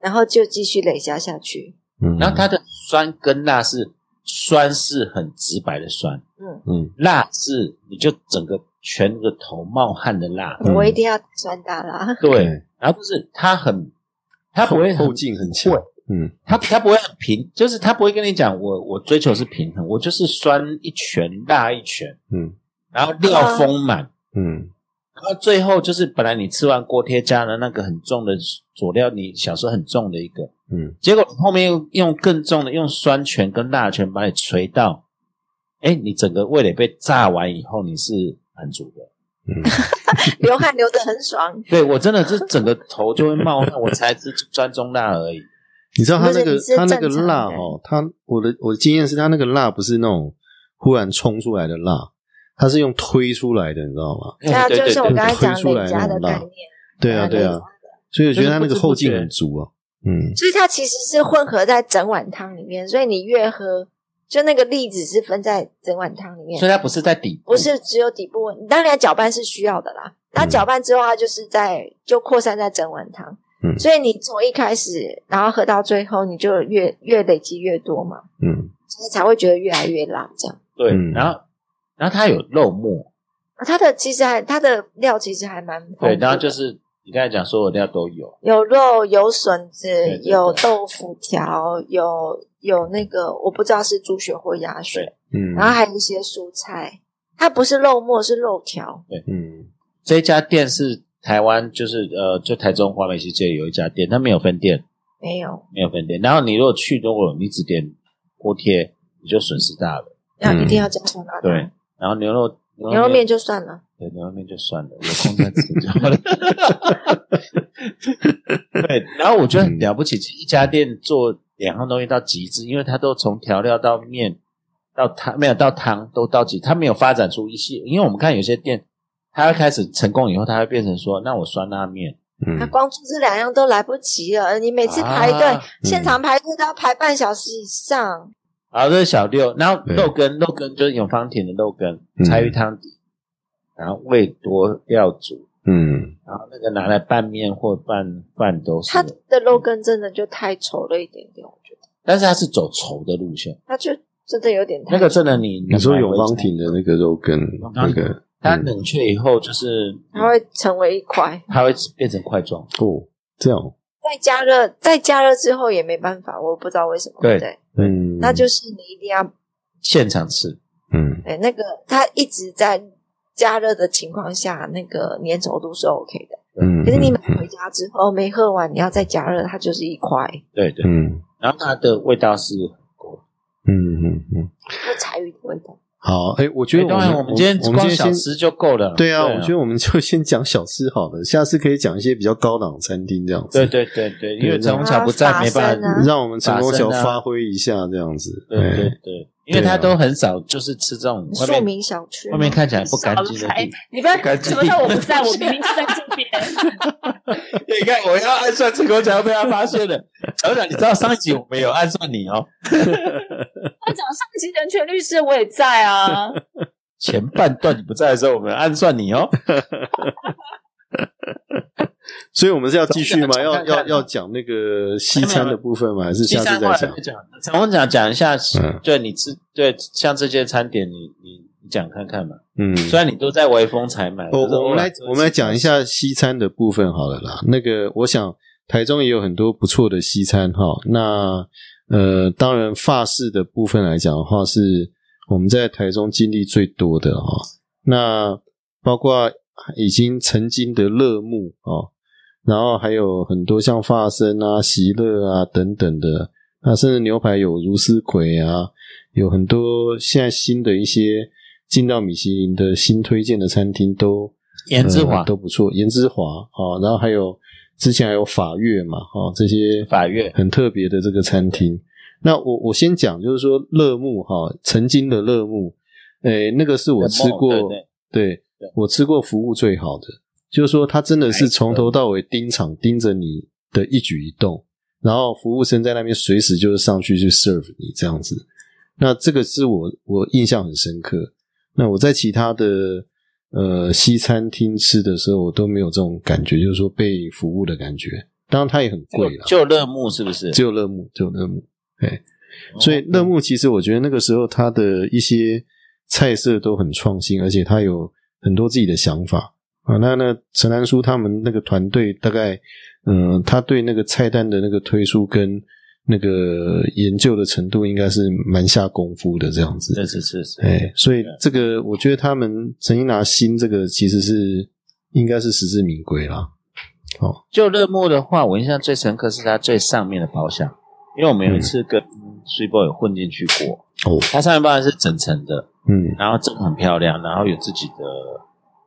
Speaker 4: 然后就继续累加下去。
Speaker 1: 嗯，
Speaker 3: 然后它的酸跟辣是酸是很直白的酸，
Speaker 4: 嗯，
Speaker 1: 嗯
Speaker 3: 辣是你就整个全个头冒汗的辣，
Speaker 1: 嗯
Speaker 4: 我一定要酸大 辣。
Speaker 3: 对
Speaker 1: 对，
Speaker 3: 然后就是它很它不会很
Speaker 1: 后劲很强
Speaker 3: 会，
Speaker 1: 嗯
Speaker 3: 他他不会很平，就是他不会跟你讲我我追求是平衡，我就是酸一拳辣一拳，
Speaker 1: 嗯
Speaker 3: 然后料丰满，
Speaker 1: 嗯
Speaker 3: 然后最后就是本来你吃完锅贴加了那个很重的佐料，你小时候很重的一个，
Speaker 1: 嗯
Speaker 3: 结果你后面又用更重的用酸拳跟辣拳把你捶到，哎，你整个味蕾被炸完以后你是满足的。
Speaker 1: 嗯，
Speaker 4: 流汗流得很爽，
Speaker 3: 对我真的是整个头就会冒汗，我才吃酸中辣而已。
Speaker 1: 你知道它那个
Speaker 4: 不是你是
Speaker 1: 它那个
Speaker 4: 正常
Speaker 1: 辣
Speaker 4: 人
Speaker 1: 哦，它我的我的经验是，它那个辣不是那种忽然冲出来的辣，它是用推出来的，你知道吗？
Speaker 4: 对啊，
Speaker 3: 嗯对
Speaker 4: 就
Speaker 3: 对
Speaker 4: 是我
Speaker 3: 对，
Speaker 4: 刚才讲
Speaker 1: 推出来
Speaker 4: 累加
Speaker 1: 那
Speaker 4: 的
Speaker 1: 种辣
Speaker 4: 概念，
Speaker 1: 对啊
Speaker 4: 啊
Speaker 1: 对
Speaker 4: 类
Speaker 1: 啊
Speaker 4: 似，
Speaker 1: 所以我觉得它那
Speaker 3: 就
Speaker 1: 个
Speaker 3: 是不知不
Speaker 1: 后劲
Speaker 3: 觉
Speaker 1: 很足啊，嗯
Speaker 4: 所以它其实是混合在整碗汤里面，所以你越喝，就那个粒子是分在整碗汤里面
Speaker 3: 所以，它不是在底部，
Speaker 4: 不是只有底部。你当然搅拌是需要的啦，那
Speaker 1: 嗯
Speaker 4: 搅拌之后，它就是在就扩散在整碗汤。
Speaker 1: 嗯
Speaker 4: 所以你从一开始，然后喝到最后，你就越越累积越多嘛，
Speaker 1: 嗯
Speaker 4: 所以才会觉得越来越辣这样。
Speaker 3: 对，
Speaker 1: 嗯
Speaker 3: 然后然后它有肉末，
Speaker 4: 它的其实还它的料其实还蛮丰富
Speaker 3: 对，
Speaker 4: 的
Speaker 3: 然后就是你刚才讲所有料都有，
Speaker 4: 有肉，有笋子，
Speaker 3: 对对
Speaker 4: 有
Speaker 3: 对
Speaker 4: 豆腐条，有有那个我不知道是猪血或鸭血，
Speaker 1: 嗯
Speaker 4: 然后还有一些蔬菜。它不是肉末，是肉条。
Speaker 1: 嗯
Speaker 3: 这家店是台湾，就是呃，就台中华美西街有一家店，它没有分店，
Speaker 4: 没有，
Speaker 3: 没有分店。然后你如果去，如果你只点锅贴，你就损失大了。
Speaker 4: 要
Speaker 1: 嗯
Speaker 4: 一定要加酸辣汤。
Speaker 3: 对，然后牛肉
Speaker 4: 牛肉面就算了。
Speaker 3: 对，牛肉面就算了，有空再吃就好了。对，然后我觉得
Speaker 1: 嗯
Speaker 3: 很了不起，一家店做两样东西到极致，因为它都从调料到面到汤，没有到汤都到极，它没有发展出一系。因为我们看有些店，它开始成功以后，它会变成说，那我酸辣面，
Speaker 4: 他
Speaker 1: 嗯，
Speaker 4: 光做这两样都来不及了，你每次排队、
Speaker 3: 啊
Speaker 4: 现场排队都要排半小时以上。
Speaker 3: 好，这是小六，然后
Speaker 1: 对
Speaker 3: 肉羹，肉羹就是永芳田的肉羹，
Speaker 1: 嗯
Speaker 3: 柴鱼汤底，然后味多料煮，
Speaker 1: 嗯，
Speaker 3: 然后那个拿来拌面或拌饭都是嗯
Speaker 4: 它，的肉羹真的就太稠了一点点，我觉得
Speaker 3: 但是它是走稠的路线。
Speaker 4: 它就真的有点太
Speaker 3: 那个真的你
Speaker 1: 你说永芳亭
Speaker 3: 挺，
Speaker 1: 的那个肉羹，那个
Speaker 3: 它
Speaker 1: 嗯
Speaker 3: 冷却以后就是
Speaker 4: 它会成为一块。
Speaker 3: 它会变成块状。
Speaker 1: 哦，这样，
Speaker 4: 再加热，再加热之后也没办法，我不知道为什么。
Speaker 3: 对
Speaker 1: 嗯，
Speaker 4: 那就是你一定要，
Speaker 3: 现场吃，
Speaker 1: 嗯
Speaker 4: 哎，那个它一直在加热的情况下，那个粘稠度是 OK 的。
Speaker 1: 嗯，
Speaker 4: 可是你买
Speaker 1: 嗯
Speaker 4: 回家之后没喝完，你要再加热，它就是一块。
Speaker 3: 对对。
Speaker 1: 嗯
Speaker 3: 然后它的味道是，
Speaker 1: 嗯嗯嗯，
Speaker 4: 那柴鱼的味道，
Speaker 1: 好，哎，我觉得
Speaker 3: 哎当然
Speaker 1: 我
Speaker 3: 我
Speaker 1: 们
Speaker 3: 们今天
Speaker 1: 我们
Speaker 3: 光
Speaker 1: 今
Speaker 3: 小
Speaker 1: 天先
Speaker 3: 吃就够了。
Speaker 1: 对啊，我觉得我们就先讲小吃好了，下次可以讲一些比较高档餐厅这样子。
Speaker 3: 对对对对，因为陈虹桥不
Speaker 4: 啊
Speaker 3: 在，没
Speaker 4: 法
Speaker 3: 办
Speaker 4: 式
Speaker 3: 法
Speaker 4: 呢。
Speaker 1: 让我们成功桥
Speaker 3: 法式啊
Speaker 1: 发挥一下这样子。
Speaker 3: 对对对，因为
Speaker 1: 对啊
Speaker 3: 他都很少就是吃这种外
Speaker 4: 庶
Speaker 3: 面
Speaker 4: 民小吃吗，
Speaker 3: 外面看起来哎不干净的地方。
Speaker 2: 你不要
Speaker 3: 不干净
Speaker 2: 什么叫我不在，我明明就在这边。
Speaker 3: 你看，我要暗算陈虹桥被他发现 了。船长，你知道上一集我们有暗算你哦，
Speaker 2: 他讲上级人权律师，我也在 啊。
Speaker 3: 前半段你不在的时候，我们暗算你哦。
Speaker 1: 所以我们是要继续吗？
Speaker 3: 重
Speaker 1: 要
Speaker 3: 看重
Speaker 1: 要
Speaker 3: 看
Speaker 1: 要讲那个西餐的部分吗？还是下次再讲？
Speaker 3: 讲。我想讲一下
Speaker 1: 嗯，
Speaker 3: 对你吃对像这些餐点，你你你讲看看嘛。
Speaker 1: 嗯，
Speaker 3: 虽然你都在微风才买，
Speaker 1: 我
Speaker 3: 可是
Speaker 1: 我
Speaker 3: 偶
Speaker 1: 们
Speaker 3: 尔
Speaker 1: 来我们来讲一。下西餐的部分好了啦。那个我想台中也有很多不错的西餐哈。那呃，当然法式的部分来讲的话，是我们在台中经历最多的哈。那包括已经曾经的乐木哦，然后还有很多像发生啊、席勒啊等等的，那甚至牛排有如斯葵啊，有很多现在新的一些进到米其林的新推荐的餐厅都
Speaker 3: 颜之华
Speaker 1: 呃都不错，颜之华哦，然后还有之前还有法悦嘛哦，这些
Speaker 3: 法悦
Speaker 1: 很特别的这个餐厅。那我我先讲，就是说乐木哈、曾经的乐木，诶，那个是我吃过，
Speaker 3: 对对
Speaker 1: 对
Speaker 3: 对
Speaker 1: 我吃过服务最好的，就是说他真的是从头到尾盯场盯着你的一举一动，然后服务生在那边随时就是上去去 serve 你这样子。那这个是我我印象很深刻。那我在其他的呃西餐厅吃的时候，我都没有这种感觉，就是说被服务的感觉。当然它也很贵了，
Speaker 3: 就乐木是不是？
Speaker 1: 只有乐木，只有乐木。所
Speaker 3: 哦
Speaker 1: 以乐木其实我觉得那个时候它的一些菜色都很创新，而且它有很多自己的想法啊。那那陈兰书他们那个团队大概，嗯、他对那个菜单的那个推出跟那个研究的程度，应该是蛮下功夫的这样子。
Speaker 3: 是是是是。
Speaker 1: 哎，所以这个我觉得他们曾经拿新这个其实是应该是实至名归啦。
Speaker 3: 就乐木的话，我印象最深刻是它最上面的包厢，因为我们有一次跟 s u p e 有混进去过，
Speaker 1: 哦，
Speaker 3: 它上面包厢是整层的，
Speaker 1: 嗯
Speaker 3: 然后这个很漂亮，然后有自己的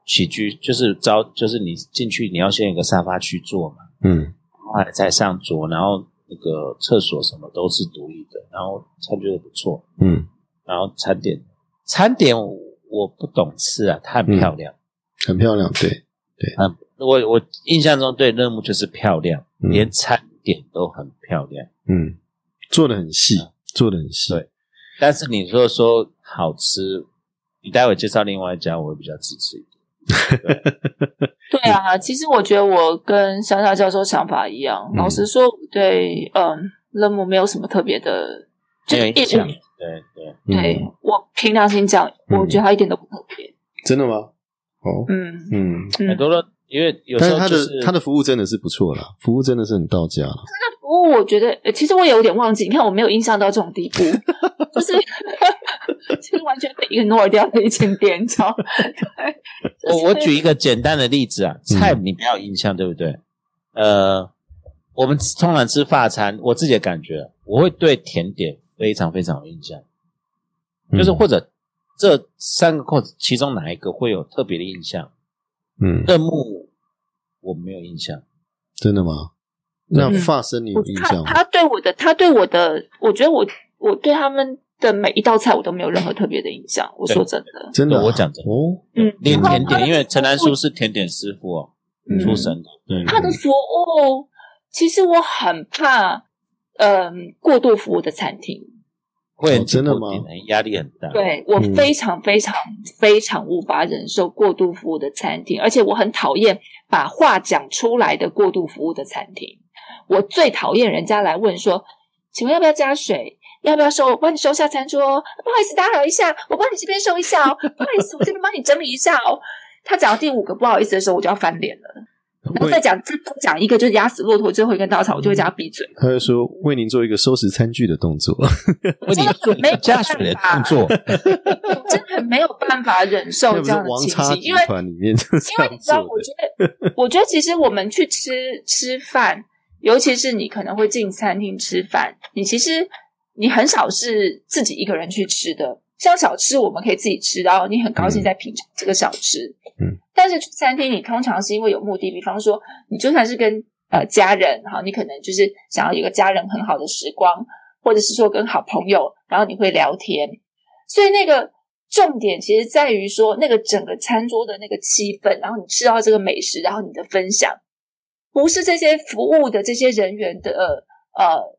Speaker 3: 起居，就是招，就是你进去你要先有个沙发去坐嘛。
Speaker 1: 嗯
Speaker 3: 后来再上桌，然后那个厕所什么都是独立的，然后餐觉得不错，
Speaker 1: 嗯，
Speaker 3: 然后餐点餐点我我不懂吃啊，它很漂亮，
Speaker 1: 很漂亮，对，
Speaker 3: 我我印象中对乐木就是漂亮，
Speaker 1: 嗯
Speaker 3: 连餐点都很漂亮，
Speaker 1: 嗯，做的很细，做的很细，
Speaker 3: 对但是你如果说好吃，你待会介绍另外一家，我会比较支持一点。
Speaker 2: 对啊，其实我觉得我跟小小教授想法一样。
Speaker 1: 嗯
Speaker 2: 老实说，我对嗯，乐姆没有什么特别的，就
Speaker 3: 没有
Speaker 2: 是
Speaker 3: 印象，
Speaker 2: 一
Speaker 3: 对对，
Speaker 2: 对
Speaker 1: 嗯，
Speaker 2: 我凭良心讲，
Speaker 1: 嗯
Speaker 2: 我觉得他一点都不特别。
Speaker 1: 真的吗？哦，
Speaker 2: 嗯，
Speaker 1: 嗯
Speaker 2: 嗯
Speaker 3: 很多都因为有
Speaker 1: 但
Speaker 3: 时
Speaker 1: 是
Speaker 3: 候
Speaker 1: 他
Speaker 3: 就
Speaker 1: 的
Speaker 3: 是
Speaker 1: 他的服务真的是不错啦，服务真的是很到家啦。
Speaker 2: 不过我觉得，呃其实我也有点忘记，你看我没有印象到这种地 步，就是 其实完全被 ignore 掉的一间店，你知道？ 对，就是
Speaker 3: 我我举一个简单的例子啊，菜
Speaker 1: 嗯
Speaker 3: 你不要印象，对不对？呃，我们通常吃法餐，我自己的感觉，我会对甜点非常非常有印象，
Speaker 1: 嗯
Speaker 3: 就是或者这三个扣子其中哪一个会有特别的印象？
Speaker 1: 嗯，嗯
Speaker 3: 任务我没有印象，
Speaker 1: 真的吗？那
Speaker 2: 嗯
Speaker 1: 发生你有
Speaker 2: 我
Speaker 1: 印
Speaker 2: 他
Speaker 1: 象吗？
Speaker 2: 他对我的，他对我的，我觉得我我对他们的每一道菜我都没有任何特别的印象。我说真的，
Speaker 1: 真的啊，
Speaker 3: 我讲真的
Speaker 1: 哦，
Speaker 2: 嗯，
Speaker 3: 连
Speaker 2: 然后
Speaker 3: 甜
Speaker 2: 他的
Speaker 3: 点，因为
Speaker 2: 服
Speaker 3: 陈南
Speaker 2: 务
Speaker 3: 叔是甜点师傅哦，
Speaker 2: 嗯
Speaker 3: 出身的，对，
Speaker 2: 他
Speaker 1: 嗯
Speaker 2: 的服务，其实我很怕，嗯，过度服务的餐厅，
Speaker 3: 会很
Speaker 1: 哦真的吗
Speaker 3: 紧迫很压力很大，，
Speaker 2: 对我
Speaker 1: 嗯
Speaker 2: 非常非常非常无法忍受过度服务的餐厅，而且我很讨厌把话讲出来的过度服务的餐厅。我最讨厌人家来问说：“请问要不要加水？要不要收？我帮你收下餐桌哦。不好意思，打扰一下，我帮你这边收一下哦。不好意思，我这边帮你整理一下哦。”他讲到第五个不好意思的时候，我就要翻脸了。然后
Speaker 1: 为
Speaker 2: 再讲，再多讲一个就是压死骆驼最后一根稻草，我
Speaker 1: 嗯
Speaker 2: 就会叫他闭嘴。
Speaker 1: 他就说为您做一个收拾餐具的动作，
Speaker 3: 为你做一
Speaker 2: 没
Speaker 3: 个
Speaker 2: 有
Speaker 3: 加水的动
Speaker 2: 办法
Speaker 3: 作，
Speaker 2: 真的很没有办法忍受
Speaker 1: 那不
Speaker 2: 这
Speaker 1: 是
Speaker 2: 样的
Speaker 1: 王
Speaker 2: 情
Speaker 1: 叉
Speaker 2: 形，
Speaker 1: 集
Speaker 2: 因为
Speaker 1: 团里面就
Speaker 2: 因
Speaker 1: 这
Speaker 2: 为
Speaker 1: 样
Speaker 2: 你知道，
Speaker 1: 做
Speaker 2: 我
Speaker 1: 的。
Speaker 2: 觉得，我觉得其实我们去吃吃饭，尤其是你可能会进餐厅吃饭，你其实你很少是自己一个人去吃的。像小吃，我们可以自己吃，然后你很高兴在品尝这个小吃。
Speaker 1: 嗯，
Speaker 2: 但是去餐厅你通常是因为有目的，比方说你就算是跟呃家人哈，你可能就是想要有一个家人很好的时光，或者是说跟好朋友，然后你会聊天，所以那个重点其实在于说，那个整个餐桌的那个气氛，然后你吃到这个美食，然后你的分享，不是这些服务的这些人员的呃呃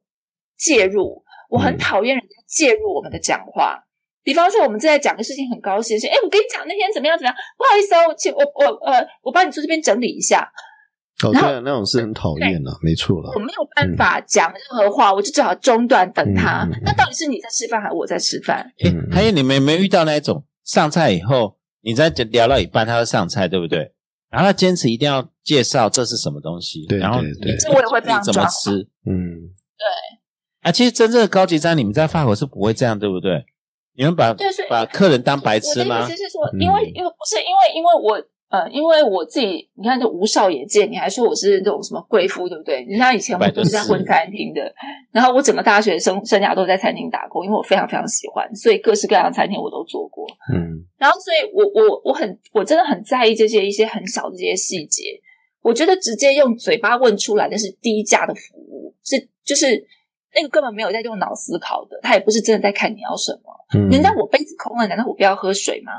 Speaker 2: 介入。我很
Speaker 1: 嗯
Speaker 2: 讨厌人家介入我们的讲话。比方说，我们正在讲个事情，很高兴的事情，哎，我跟你讲那天怎么样怎么样，不好意思哦，我请我我呃，我帮你做这边整理一下，
Speaker 1: 哦，对
Speaker 2: 然后
Speaker 1: 啊，那种是很讨厌的，没错啦
Speaker 2: 我。没有办法讲任何话，我就只好中断等他。
Speaker 1: 嗯嗯嗯嗯
Speaker 2: 那到底是你在吃饭还是我在吃饭？
Speaker 3: 诶
Speaker 1: 嗯
Speaker 3: 还有你们有没有遇到那一种上菜以后，你在聊到一半，他会上菜，对不对？然后他坚持一定要介绍这是什么东西，
Speaker 1: 对
Speaker 3: 然后
Speaker 1: 对
Speaker 3: 你
Speaker 1: 对
Speaker 2: 这我也会非常
Speaker 3: 怎
Speaker 2: 抓
Speaker 3: 么
Speaker 2: 狂
Speaker 3: 吃
Speaker 1: 嗯，
Speaker 3: 啊？其实真正的高级餐，你们在法国是不会这样，对不对？你们把
Speaker 2: 对所以
Speaker 3: 把客人当白痴
Speaker 2: 我的
Speaker 3: 吗
Speaker 2: 意？思是说，
Speaker 1: 嗯
Speaker 2: 因为因为不是因为因为我呃，因为我自己，你看这吴少爷界，你还说我是这种什么贵妇，对不对？人家以前我都是在混餐厅的，然后我整个大学生生涯都在餐厅打工，因为我非常非常喜欢，所以各式各样的餐厅我都做过。
Speaker 1: 嗯，
Speaker 2: 然后，所以我我我很我真的很在意这些一些很小的这些细节。我觉得直接用嘴巴问出来的是低价的服务，是就是那个根本没有在用脑思考的，他也不是真的在看你要什么。
Speaker 1: 嗯
Speaker 2: 难道我杯子空了，难道我不要喝水吗？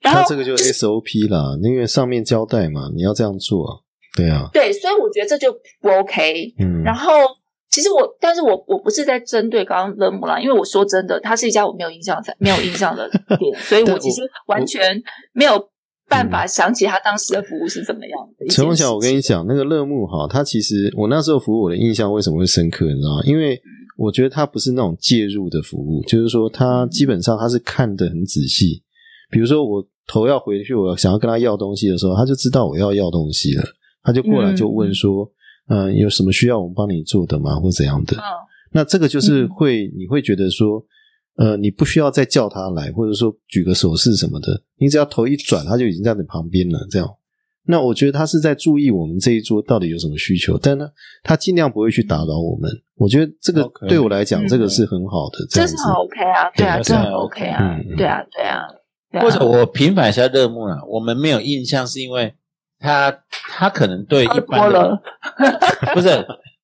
Speaker 2: 然
Speaker 1: 他
Speaker 2: 后
Speaker 1: 这个就 SOP 啦，因为上面交代嘛，你要这样做啊。对啊，
Speaker 2: 对，所以我觉得这就不 OK。
Speaker 1: 嗯，
Speaker 2: 然后其实我，但是我我不是在针对刚刚勒姆兰，因为我说真的，它是一家我没有印象的、没有印象的店，所 以
Speaker 1: 但我
Speaker 2: 我
Speaker 1: 嗯
Speaker 2: 其实完全没有办法想起他当时的服务是怎么样的一件事情。
Speaker 1: 陈凤霞，我跟你讲，那个乐木哈，他其实我那时候服务我的印象为什么会深刻，你知道吗？因为我觉得他不是那种介入的服务，就是说
Speaker 2: 嗯
Speaker 1: 他基本上他是看得很仔细。比如说我头要回去，我想要跟他要东西的时候，他就知道我要要东西了，他就过来就问说，嗯、有什么需要我们帮你做的吗，或怎样的？
Speaker 2: 嗯，
Speaker 1: 那这个就是
Speaker 2: 嗯
Speaker 1: 会，你会觉得说，呃，你不需要再叫他来，或者说举个手势什么的，你只要头一转，他就已经在你旁边了。这样，那我觉得他是在注意我们这一桌到底有什么需求，但呢，他尽量不会去打扰我们。我觉得这个
Speaker 3: OK
Speaker 1: 对我来讲，
Speaker 2: 嗯
Speaker 1: 这个是很好的，这
Speaker 2: 这
Speaker 1: 样子嗯
Speaker 2: 是。很 OK 啊，对啊，
Speaker 3: 对
Speaker 2: 这
Speaker 3: 这
Speaker 2: 很
Speaker 3: 很
Speaker 2: OK 啊
Speaker 1: 嗯嗯，
Speaker 2: 对啊，对啊，对啊
Speaker 3: 或者我平反一下乐木啊，我们没有印象是因为他他可能对
Speaker 2: 喝
Speaker 3: 一
Speaker 2: 多
Speaker 3: 般的
Speaker 1: 嗯
Speaker 2: 了，
Speaker 3: 不是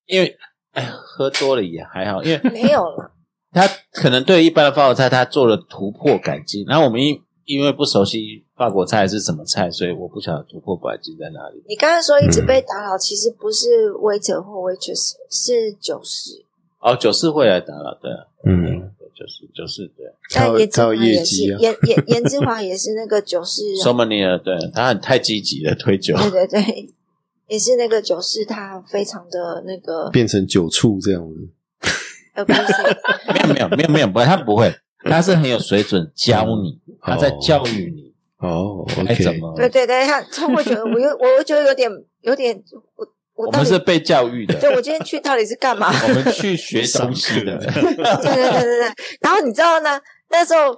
Speaker 3: 因为哎喝多了也还好，因为
Speaker 4: 没有了，
Speaker 3: 他可能对一般的法国菜，他做了突破改进。然后我们因因为不熟悉法国菜是什么菜，所以我不晓得突破改进在哪里。
Speaker 4: 你刚刚说一
Speaker 1: 嗯
Speaker 4: 直被打扰，其实不是 waiter 或 waitress，是酒师，
Speaker 3: 哦，九四会来打扰，对啊，
Speaker 1: 嗯，
Speaker 3: 对九四九四对，
Speaker 1: 他
Speaker 4: 但
Speaker 1: 有
Speaker 4: 颜志
Speaker 1: 他有
Speaker 4: 华
Speaker 1: 业
Speaker 4: 也是，
Speaker 1: 绩啊，
Speaker 4: 颜颜颜志华也是那啊个酒师，
Speaker 3: 索门尼尔对啊他很太积极了，推酒。
Speaker 4: 对对对，也是那个酒师，他非常的那个
Speaker 1: 变成酒醋这样子。
Speaker 4: 呃 不是
Speaker 3: 没有没有没有没有，不会，他不会，他是很有水准教你，他在教育你。
Speaker 1: 哦
Speaker 3: 哎，怎
Speaker 1: ，OK，
Speaker 3: 么？
Speaker 4: 对对对，他他会觉得我又我又觉得有点有点我我
Speaker 3: 我
Speaker 4: 到
Speaker 3: 们是
Speaker 4: 底
Speaker 3: 被教育的，
Speaker 4: 对我今天去到底是干嘛？
Speaker 3: 我们去学东西的。
Speaker 4: 对对对对对。然后你知道呢？那时候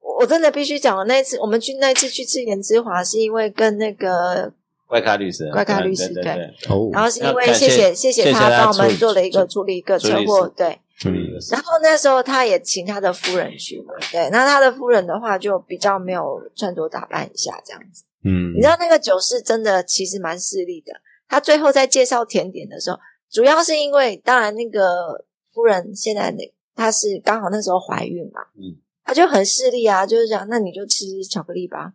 Speaker 4: 我我真的必须讲，我那一次我们去那一次去吃盐之华，是因为跟那个，
Speaker 3: 怪咖律师，啊
Speaker 4: 怪咖律师
Speaker 3: 对对，
Speaker 4: 然
Speaker 1: 哦，
Speaker 4: 后是因为
Speaker 3: 那感谢
Speaker 4: 谢谢谢
Speaker 3: 谢谢
Speaker 4: 他
Speaker 3: 他
Speaker 4: 帮我
Speaker 3: 处理
Speaker 4: 们做了一个处理一个
Speaker 3: 处理
Speaker 4: 车祸，
Speaker 3: 事
Speaker 4: 对。
Speaker 1: 嗯，
Speaker 4: 然后那时候他也请他的夫人去嘛，对，那他的夫人的话就比较没有穿着打扮一下这样子。
Speaker 1: 嗯
Speaker 4: 你知，道那个酒是真的其实蛮势利的，他最后在介绍甜点的时候，主要是因为当然那个夫人现在那她是刚好那时候怀孕嘛，
Speaker 3: 嗯，
Speaker 4: 她就很势利啊，就是讲那你就吃巧克力吧。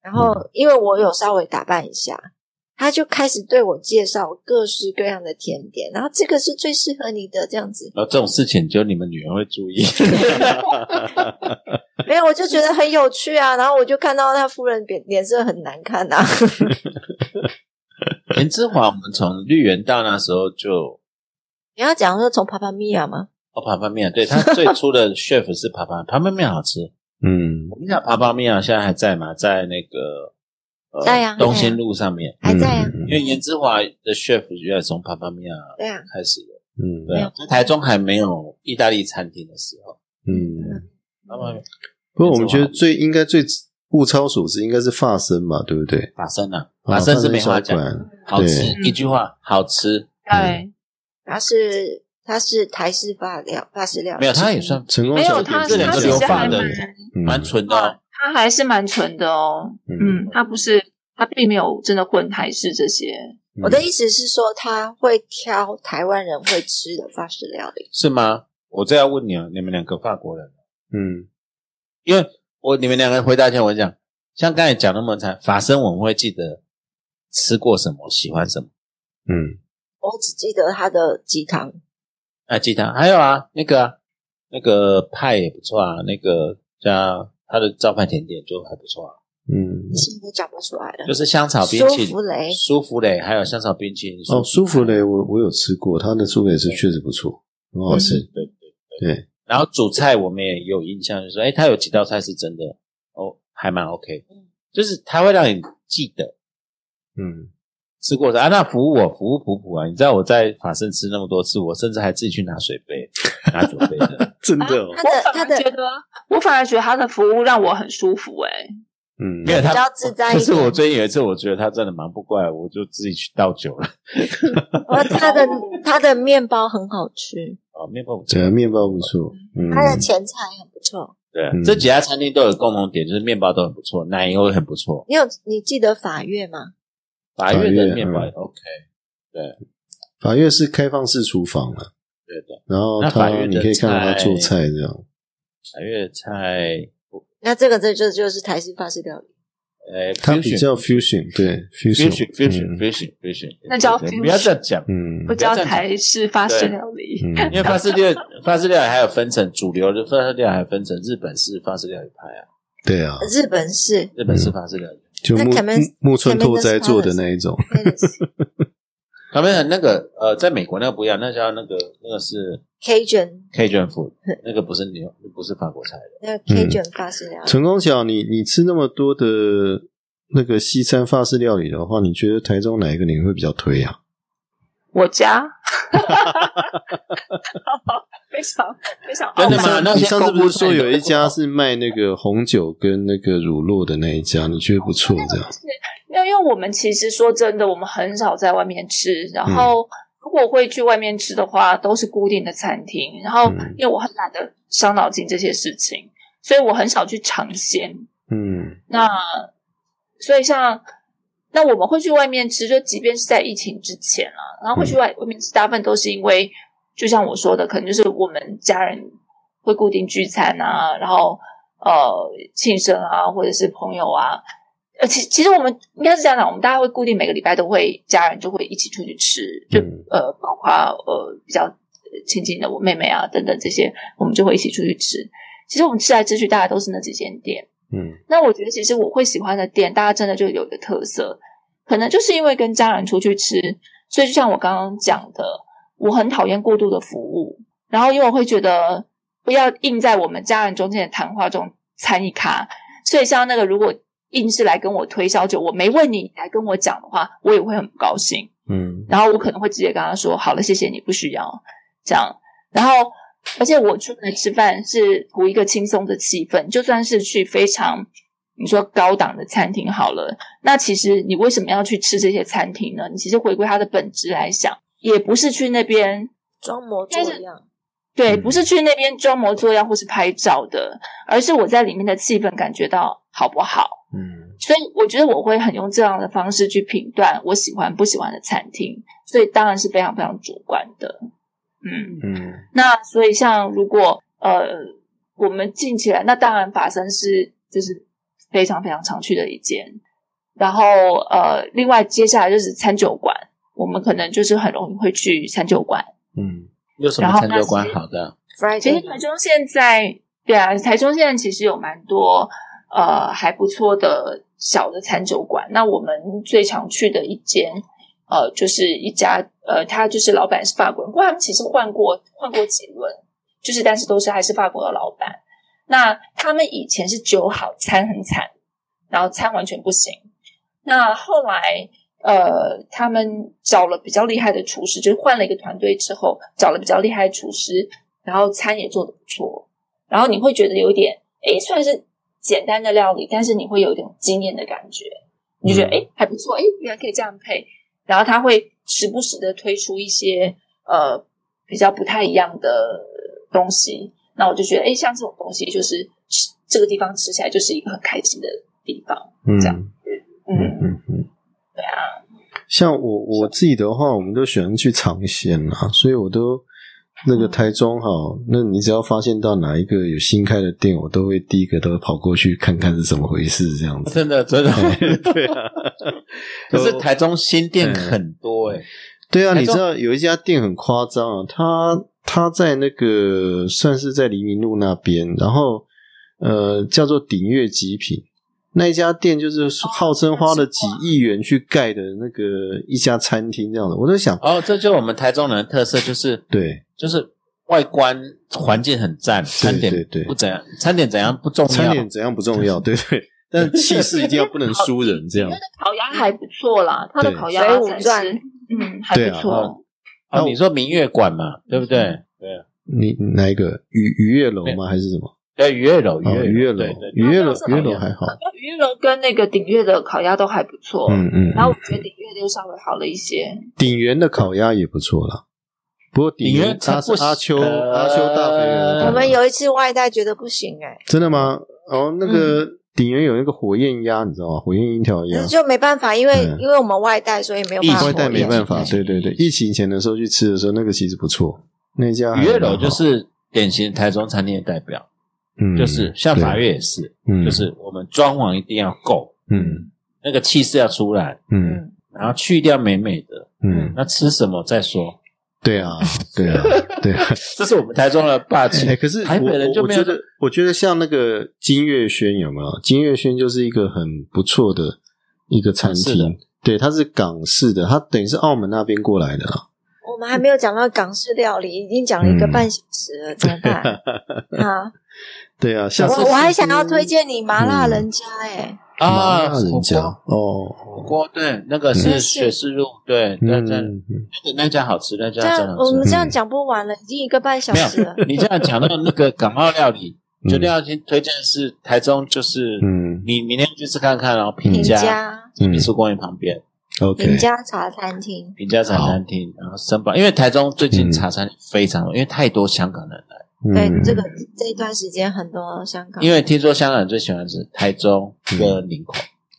Speaker 4: 然后因为我有稍微打扮一下，他就开始对我介绍各式各样的甜点，然后这个是最适合你的这样子。
Speaker 3: 然后这种事情只有你们女人会注意，
Speaker 4: 没有，我就觉得很有趣啊。然后我就看到他夫人脸脸色很难看啊。
Speaker 3: 颜之华，我们从绿园到那时候就
Speaker 4: 你要讲说从帕帕米亚吗？
Speaker 3: 哦，爬爬面，对他最初 的 chef 是爬爬爬爬面好吃。
Speaker 1: 嗯，
Speaker 3: 我们讲爬爬面啊现在还在吗？在那个呃
Speaker 4: 在啊
Speaker 3: 东兴路上面，
Speaker 4: 还在啊？
Speaker 1: 嗯
Speaker 3: 因为颜之华的 chef 原来从爬爬面
Speaker 4: 对啊，
Speaker 3: 开始的，
Speaker 1: 嗯
Speaker 3: 对
Speaker 4: 没
Speaker 3: 啊
Speaker 4: 有，
Speaker 3: 在台中还没有意大利餐厅的时候，
Speaker 1: 嗯，
Speaker 3: 那么
Speaker 1: 不过我们觉得最应该最物超所值应该是发生嘛，对不对？
Speaker 3: 法生啊，
Speaker 1: 啊
Speaker 3: 法生是没话讲
Speaker 1: 法生小，馆
Speaker 3: 好吃
Speaker 1: 对
Speaker 3: 一句话，好吃，
Speaker 2: 对，
Speaker 4: 他是他是台式法料法式料理，
Speaker 3: 没有，他也算
Speaker 1: 成功
Speaker 2: 没
Speaker 1: 小
Speaker 2: 有
Speaker 1: 姐
Speaker 2: 他，
Speaker 1: 这两
Speaker 2: 他
Speaker 1: 个
Speaker 2: 其
Speaker 1: 流
Speaker 2: 实
Speaker 1: 法
Speaker 2: 还
Speaker 1: 的
Speaker 2: 蛮，
Speaker 1: 嗯
Speaker 3: 蛮纯的哦，
Speaker 2: 他还是蛮纯的哦。
Speaker 1: 嗯
Speaker 2: 嗯，他不是，他并没有真的混台式这些。
Speaker 1: 嗯
Speaker 4: 我的意思是说他会挑台湾人会吃的法式料理。
Speaker 3: 是吗？我这要问你啊，你们两个法国人，
Speaker 1: 嗯
Speaker 3: 因为我你们两个回答前，我讲，像刚才讲那么长，法生我们会记得吃过什么，喜欢什么。
Speaker 1: 嗯
Speaker 4: 我只记得他的鸡汤，
Speaker 3: 啊，鸡汤还有啊，那个、啊、那个派也不错啊，那个加它的招牌甜点就还不错啊，
Speaker 1: 嗯，
Speaker 4: 现在讲不出来了
Speaker 3: 就。是香草冰淇淋、
Speaker 4: 舒芙蕾
Speaker 3: 舒芙蕾，还有香草冰淇淋。
Speaker 1: 哦，舒芙蕾我我有吃过，它的苏芙蕾是确实不错，很好吃，
Speaker 3: 对对。
Speaker 1: 对，
Speaker 3: 然后主菜我们也有印象，就是说，哎，它有几道菜是真的哦，还蛮 OK，
Speaker 4: 嗯
Speaker 3: 就是它会让你记得
Speaker 1: 嗯
Speaker 3: 吃过的啊。那服务我服务普普啊，你知道我在法式吃那么多次，我甚至还自己去拿水杯、 拿酒杯 的。
Speaker 1: 真的哦，
Speaker 4: 他的
Speaker 2: 啊我反
Speaker 4: 他
Speaker 2: 而觉
Speaker 4: 的
Speaker 2: 得，我反而觉得他的服务让我很舒服哎、
Speaker 1: 嗯，
Speaker 3: 没有
Speaker 4: 比
Speaker 3: 他
Speaker 4: 较自在一
Speaker 3: 就
Speaker 4: 点
Speaker 3: 是我最近有一次，我觉得他真的忙不过来，我就自己去倒酒了。
Speaker 4: 呃他的他的面包很好吃，
Speaker 3: 哦，面包不错
Speaker 1: 整个啊面包不错，嗯，
Speaker 4: 他的前菜很不错。
Speaker 3: 对啊
Speaker 1: 嗯，
Speaker 3: 这几家餐厅都有共同点，就是面包都很不错，奶油也很不错，
Speaker 4: 你有你记得法月吗？
Speaker 3: 法
Speaker 1: 法
Speaker 3: 院
Speaker 1: 院
Speaker 3: 的面包也
Speaker 1: 嗯
Speaker 3: OK。
Speaker 1: 法院是开放式厨房了，
Speaker 3: 对的，
Speaker 1: 然后
Speaker 3: 那
Speaker 1: 它
Speaker 3: 法院
Speaker 1: 你
Speaker 3: 的
Speaker 1: 可以看到它
Speaker 3: 菜
Speaker 1: 做菜这样，
Speaker 3: 法院的菜，
Speaker 4: 那这个这就就是台式法式料理。
Speaker 3: 呃，
Speaker 1: 它比较 fusion，对 fusion
Speaker 3: fusion
Speaker 1: 嗯
Speaker 3: fusion fusion，
Speaker 2: 那叫
Speaker 3: 不要这样讲。
Speaker 1: 嗯
Speaker 2: 不叫台式法式料理。
Speaker 1: 嗯
Speaker 3: 因为法式料法式料理还有分成主流的法式料理，还有分成日本式法式料理派啊，
Speaker 1: 对啊，
Speaker 4: 日本式
Speaker 3: 日本式
Speaker 1: 嗯
Speaker 3: 法式料理。
Speaker 1: 就
Speaker 4: 那
Speaker 1: 木
Speaker 4: Clemens-
Speaker 1: 木木村拓哉做的那一种，
Speaker 3: 他们很那个呃，在美国那个不一样，那叫那个那个是
Speaker 4: Cajun
Speaker 3: Cajun food，那个不是牛，不是法国菜的。
Speaker 4: 那 Cajun 法式料理，
Speaker 1: 陈功桥，你你吃那么多的那个西餐法式料理的话，你觉得台中哪一个你会比较推啊？
Speaker 2: 我家， 非常非常傲
Speaker 3: 真的
Speaker 2: 慢。
Speaker 3: 吗那
Speaker 1: 你
Speaker 3: 些
Speaker 1: 上次不是说
Speaker 3: 公布菜
Speaker 1: 有一
Speaker 3: 都
Speaker 1: 家
Speaker 3: 不好
Speaker 1: 是卖那个红酒跟那个乳酪的那一家，你觉得不错这样？
Speaker 2: 因为因为我们其实说真的，我们很少在外面吃，然
Speaker 3: 嗯
Speaker 2: 后。如果会去外面吃的话，都是固定的餐厅。然后
Speaker 1: 嗯，
Speaker 2: 因为我很懒得伤脑筋这些事情，所以我很少去尝鲜。
Speaker 1: 嗯
Speaker 2: 那所以像那我们会去外面吃，就即便是在疫情之前啊，然后会去外外面吃，大部分都是因为就像我说的，可能就是我们家人会固定聚餐啊，然后呃庆生啊，或者是朋友啊。呃，其其实我们应该是这样讲，我们大家会固定每个礼拜都会家人就会一起出去吃，就
Speaker 1: 嗯
Speaker 2: 呃包括呃比较亲近的我妹妹啊等等这些，我们就会一起出去吃。其实我们吃来吃去，大家都是那几间店。
Speaker 1: 嗯
Speaker 2: 那我觉得其实我会喜欢的店，大家真的就有一个特色，可能就是因为跟家人出去吃，所以就像我刚刚讲的，我很讨厌过度的服务，然后因为我会觉得不要硬在我们家人中间的谈话中参一咖，所以像那个如果硬是来跟我推销酒，我没问你，你来跟我讲的话，我也会很不高兴。
Speaker 1: 嗯
Speaker 2: 然后我可能会直接跟他说：“好了，谢谢你，不需要。”这样，然后而且我出门吃饭是图一个轻松的气氛，就算是去非常你说高档的餐厅好了，那其实你为什么要去吃这些餐厅呢？你其实回归它的本质来想，也不是去那边
Speaker 4: 装模作
Speaker 2: 但是
Speaker 4: 样。
Speaker 2: 对，
Speaker 1: 嗯
Speaker 2: 不是去那边装模作样或是拍照的，而是我在里面的气氛感觉到好不好。
Speaker 1: 嗯
Speaker 2: 所以我觉得我会很用这样的方式去评断我喜欢不喜欢的餐厅，所以当然是非常非常主观的。嗯，
Speaker 1: 嗯
Speaker 2: 那所以像如果呃我们近起来，那当然法生是就是非常非常常去的一间，然后呃另外接下来就是餐酒馆，我们可能就是很容易会去餐酒馆。
Speaker 1: 嗯
Speaker 3: 有什么
Speaker 2: 然后
Speaker 3: 餐
Speaker 2: 那
Speaker 3: 酒馆
Speaker 2: 是
Speaker 3: 好的？
Speaker 2: 其实
Speaker 4: Friday
Speaker 2: 台中现在，对啊，台中现在其实有蛮多呃还不错的小的餐酒馆。那我们最常去的一间，呃，就是一家呃，他就是老板是法国人，不过他们其实换过换过几轮，就是但是都是还是法国的老板。那他们以前是酒好餐很惨，然后餐完全不行。那后来呃，他们找了比较厉害的厨师，就是换了一个团队之后，找了比较厉害的厨师，然后餐也做的不错，然后你会觉得有一点，诶，虽然是简单的料理，但是你会有一种惊艳的感觉，你就觉得
Speaker 1: 嗯
Speaker 2: 诶还不错，诶，原来可以这样配，然后他会时不时的推出一些呃比较不太一样的东西，那我就觉得诶，像这种东西就是吃这个地方吃起来就是一个很开心的地方，
Speaker 1: 嗯
Speaker 2: 这样
Speaker 1: 嗯
Speaker 2: 嗯，
Speaker 1: 嗯嗯，像我我自己的话，我们都喜欢去尝鲜啦，所以我都那个台中哈，那你只要发现到哪一个有新开的店，我都会第一个都会跑过去看看是怎么回事，这样子。
Speaker 3: 真的 真的，
Speaker 1: 对啊，
Speaker 3: 可是台中新店
Speaker 1: 嗯
Speaker 3: 很多哎，
Speaker 1: 对啊，
Speaker 3: 台
Speaker 1: 你知
Speaker 3: 中
Speaker 1: 道有一家店很夸张啊，它它在那个算是在黎明路那边，然后呃叫做鼎悦极品那一家店，就是号称花了几亿元去盖的那个一家餐厅这样的，我在想，
Speaker 3: 哦，这就是我们台中人的特色，就是
Speaker 1: 对，
Speaker 3: 就是外观环境很赞，餐点
Speaker 1: 对对
Speaker 3: 不怎样，餐点怎样不重
Speaker 1: 餐
Speaker 3: 要，
Speaker 1: 点怎样不重 要，对对，但气势一定要不能输人这样
Speaker 2: 因为。那烤鸭还不错啦，它的
Speaker 1: 对
Speaker 2: 烤鸭
Speaker 4: 水浒
Speaker 2: 才
Speaker 4: 传
Speaker 2: 是嗯还
Speaker 1: 对
Speaker 2: 不
Speaker 1: 啊
Speaker 2: 错。
Speaker 3: 哦哦，你说明月馆嘛，对不对？
Speaker 1: 嗯
Speaker 3: 对啊，
Speaker 1: 你你哪一个愉愉悦楼吗？还是什么？
Speaker 3: 对，愉悦楼，
Speaker 1: 哦，愉
Speaker 3: 悦
Speaker 1: 悦楼
Speaker 3: 楼对对，
Speaker 1: 愉悦楼
Speaker 2: 那是，
Speaker 1: 愉
Speaker 2: 好
Speaker 1: 悦
Speaker 2: 像
Speaker 1: 楼还好。
Speaker 2: 鱼肉跟那个鼎悦的烤鸭都还不错，
Speaker 1: 嗯嗯，
Speaker 2: 然后我觉得鼎悦就稍微好了一些。
Speaker 1: 鼎元的烤鸭也不错啦。不过鼎
Speaker 3: 鼎
Speaker 1: 元
Speaker 3: 元
Speaker 1: 它是
Speaker 3: 它不
Speaker 1: 阿秋
Speaker 3: 呃
Speaker 1: 阿秋大肥人的烤鸭，
Speaker 4: 我们有一次外带觉得不行哎、
Speaker 1: 真的吗？哦，那个鼎元有那个火焰鸭，你知道吗？火焰樱条鸭
Speaker 4: 可是，就没办法，因为、
Speaker 1: 嗯
Speaker 4: 因为我们外带，所以没有办法。
Speaker 1: 外带没办法。
Speaker 3: 火焰
Speaker 1: 对对对，疫情前的时候去吃的时候，那个其实不错，那家还
Speaker 3: 愉悦
Speaker 1: 蛮
Speaker 3: 楼
Speaker 1: 好
Speaker 3: 就是典型台中餐厅的代表，
Speaker 1: 嗯，
Speaker 3: 就是像
Speaker 1: 对
Speaker 3: 法院也是，
Speaker 1: 嗯
Speaker 3: 就是我们装潢一定要够，
Speaker 1: 嗯
Speaker 3: 那个气势要出来，
Speaker 1: 嗯
Speaker 4: 嗯，
Speaker 3: 然后去掉美美的，
Speaker 1: 嗯，
Speaker 3: 那吃什么再说，
Speaker 1: 对 啊对啊对啊。
Speaker 3: 这是我们台中的霸气
Speaker 1: 哎，。可是
Speaker 3: 台北
Speaker 1: 我
Speaker 3: 人
Speaker 1: 我
Speaker 3: 就
Speaker 1: 我
Speaker 3: 没有
Speaker 1: 觉得，我觉得像那个金月轩有没有？金月轩就是一个很不错的一个餐
Speaker 3: 是的
Speaker 1: 厅，对，它是港式的，它等于是澳门那边过来的啊。
Speaker 4: 我们还没有讲到港式料理，已经讲了一个半小时了，怎么 办？啊，
Speaker 1: 对啊，下
Speaker 3: 可
Speaker 1: 次
Speaker 3: 是
Speaker 4: 我我还想要推荐你麻辣人家哎、
Speaker 1: 麻
Speaker 3: 啊，
Speaker 1: 辣人家
Speaker 3: 火锅
Speaker 1: 哦，
Speaker 3: 火锅对，那个是
Speaker 4: 嗯
Speaker 3: 雪士路，对，那那那
Speaker 1: 嗯，
Speaker 3: 个那家好吃，那
Speaker 4: 这
Speaker 3: 家真
Speaker 4: 样
Speaker 3: 的
Speaker 4: 我
Speaker 3: 好
Speaker 4: 们
Speaker 3: 吃。
Speaker 4: 这样讲不完了，已经一个半小
Speaker 3: 没
Speaker 4: 时了。
Speaker 3: 有，你这样讲到那个港澳料理，
Speaker 1: 嗯
Speaker 3: 绝对要先推荐的是台中，就是
Speaker 1: 嗯
Speaker 3: 你明天去吃看看哦，平
Speaker 4: 尹
Speaker 3: 家
Speaker 4: 家
Speaker 1: 嗯
Speaker 3: 民宿公园旁边
Speaker 1: ，OK，
Speaker 4: 尹家茶餐厅，
Speaker 3: 平家茶餐厅，
Speaker 1: 嗯
Speaker 3: 然后森宝，因为台中最近茶餐厅非常多，因为太多香港人来，
Speaker 4: 对
Speaker 1: 嗯
Speaker 4: 哎这个这一段时间很多香港
Speaker 3: 因为听说香港人最喜欢吃台中跟林口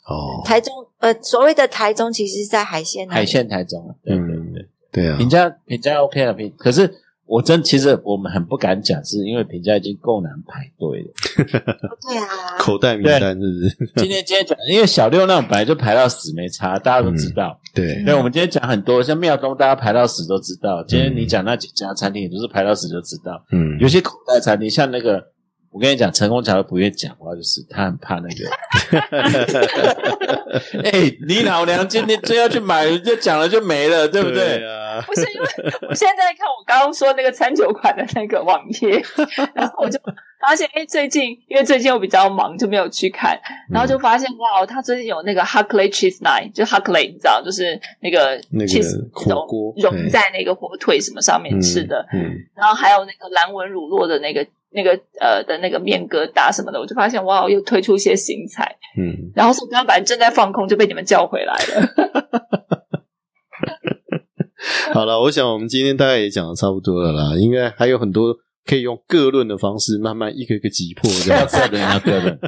Speaker 1: 哦，
Speaker 4: 台中呃所谓的台中，其实是在海鲜那里
Speaker 3: 海鲜台中，啊对对
Speaker 1: 嗯
Speaker 3: 对。
Speaker 1: 对啊，
Speaker 3: 评价评价 OK 了，评可是我真其实我们很不敢讲，是因为评价已经够难排队了。
Speaker 4: 对啊，
Speaker 1: 口袋名单是不是？
Speaker 3: 今天今天讲，因为小六那种本来就排到死没差，大家都知道。
Speaker 1: 对，
Speaker 3: 对，我们今天讲很多，像庙东大家排到死都知道。今天你讲那几家餐厅也都是排到死就知道，
Speaker 1: 嗯
Speaker 3: 有些口袋餐厅像那个。我跟你讲，成功桥不愿讲话，就是他很怕那 个。哎、你老娘今天就要去买，就讲了就没了，对不对？
Speaker 1: 啊，
Speaker 2: 不是因为我现在在看我刚刚说那个餐酒馆的那个网页，然后我就发现，哎，最近因为最近我比较忙，就没有去看，
Speaker 1: 嗯
Speaker 2: 然后就发现哇，他最近有那个 Huckley Cheese Night，就 Huckley 你知道，就是那个
Speaker 1: 那个
Speaker 2: cheese
Speaker 1: 火锅
Speaker 2: 融
Speaker 1: 嗯
Speaker 2: 融在那个火腿什么上
Speaker 4: 哎
Speaker 2: 面吃的，
Speaker 1: 嗯，
Speaker 2: 然后还有那个蓝纹乳酪的那个那个呃的那个面疙瘩什么的，我就发现哇，又推出一些新菜，
Speaker 1: 嗯嗯，
Speaker 2: 然后所以我刚刚本来正在放空，就被你们叫回来
Speaker 3: 嗯
Speaker 2: 了。
Speaker 1: 好了，我想我们今天大概也讲的差不多了啦，应该还有很多可以用各论的方式慢慢一个一个击破
Speaker 4: 啊
Speaker 1: 这
Speaker 3: 要
Speaker 1: 样。
Speaker 3: 各论要各 论。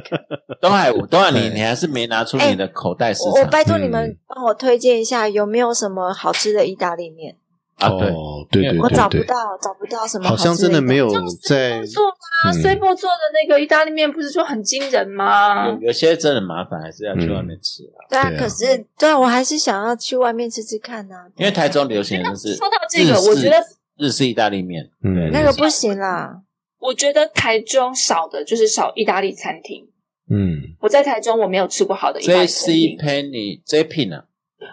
Speaker 3: 东海，我东海你
Speaker 1: 对
Speaker 3: 你还是没拿出你的口袋市
Speaker 4: 我我
Speaker 3: 场、
Speaker 4: 拜托
Speaker 1: 嗯
Speaker 4: 你们帮我推荐一下，有没有什么好吃的意大利面？
Speaker 3: 啊？对，
Speaker 1: 哦，对对
Speaker 3: 因为
Speaker 4: 哎我找
Speaker 1: 对
Speaker 4: 不
Speaker 1: 对，
Speaker 4: 到，找不到什么
Speaker 1: 好
Speaker 4: 好吃
Speaker 1: 像真的没有在
Speaker 2: 做啊，
Speaker 1: 嗯
Speaker 2: 碎波做的那个意大利面不是就很惊人吗
Speaker 3: 有？有些真的麻烦，还是要去外面吃啊。
Speaker 4: 意大
Speaker 1: 对
Speaker 4: 利
Speaker 1: 啊
Speaker 4: 面。对啊，可是对啊，我还是想要去外面吃吃看啊呢。
Speaker 3: 因为台中流行的是
Speaker 2: 哎说到这个
Speaker 3: 日式
Speaker 2: 我觉得
Speaker 3: 日式意大利面，
Speaker 1: 嗯
Speaker 4: 那个不行啦，
Speaker 2: 我觉得台中少的就是少意大利餐厅。
Speaker 1: 嗯，
Speaker 2: 我在台中我没有吃过好的意大利餐
Speaker 3: JC
Speaker 2: 厅。
Speaker 3: Penny JP 呢？